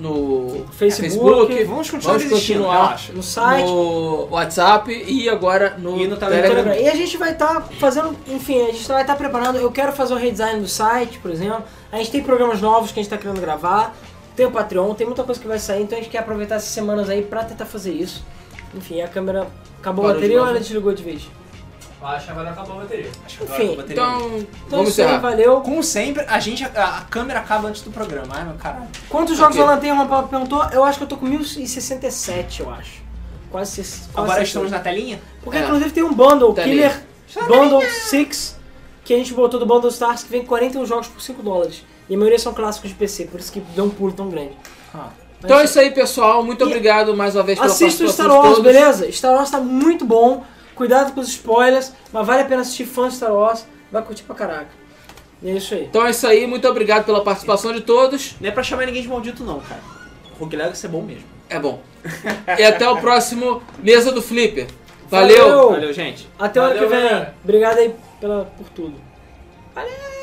no Facebook, Vamos continuar vamos existindo, continuar relaxa. No site. no WhatsApp e agora no, E no Telegram. Telegram. E a gente vai estar fazendo, enfim, a gente vai estar preparando. Eu quero fazer um redesign do site, por exemplo. A gente tem programas novos que a gente está querendo gravar. Tem o Patreon, tem muita coisa que vai sair, então a gente quer aproveitar essas semanas aí pra tentar fazer isso. Enfim, a câmera acabou Parou a de bateria ou novo. ela desligou de vez? Acho que agora acabou a bateria. Acho que agora Enfim, eu vou ter limite. Então, Então vamos isso aí, encerrar. valeu. Como sempre, a gente. A, a câmera acaba antes do programa. Ai, meu caralho. Quantos jogos Ok. ela tem? Uma Paula perguntou. Eu acho que eu tô com 1067, eu acho. Quase, ses- quase Agora 60. estamos na telinha? Porque É. inclusive tem um bundle, Tá ali. né? Killer Bundle 6, que a gente botou do Bundle Stars, que vem 41 jogos por 5 dólares. E a maioria são clássicos de PC, por isso que deu um pulo tão grande. Ah. Mas, Então é isso aí, pessoal. Muito E- obrigado mais uma vez pela Assista o participação Star de Wars, todos. beleza? Star Wars tá muito bom, cuidado com os spoilers, mas vale a pena assistir fã de Star Wars, vai curtir pra caraca. E é isso aí. Então é isso aí. Muito obrigado pela participação de todos. Não é pra chamar ninguém de maldito, não, cara. O Rogue Legacy é bom mesmo. É bom. E até o próximo Mesa do Flipper. Valeu! Valeu, gente. Até a hora Valeu, que vem. galera. Obrigado aí pela, por tudo. Valeu!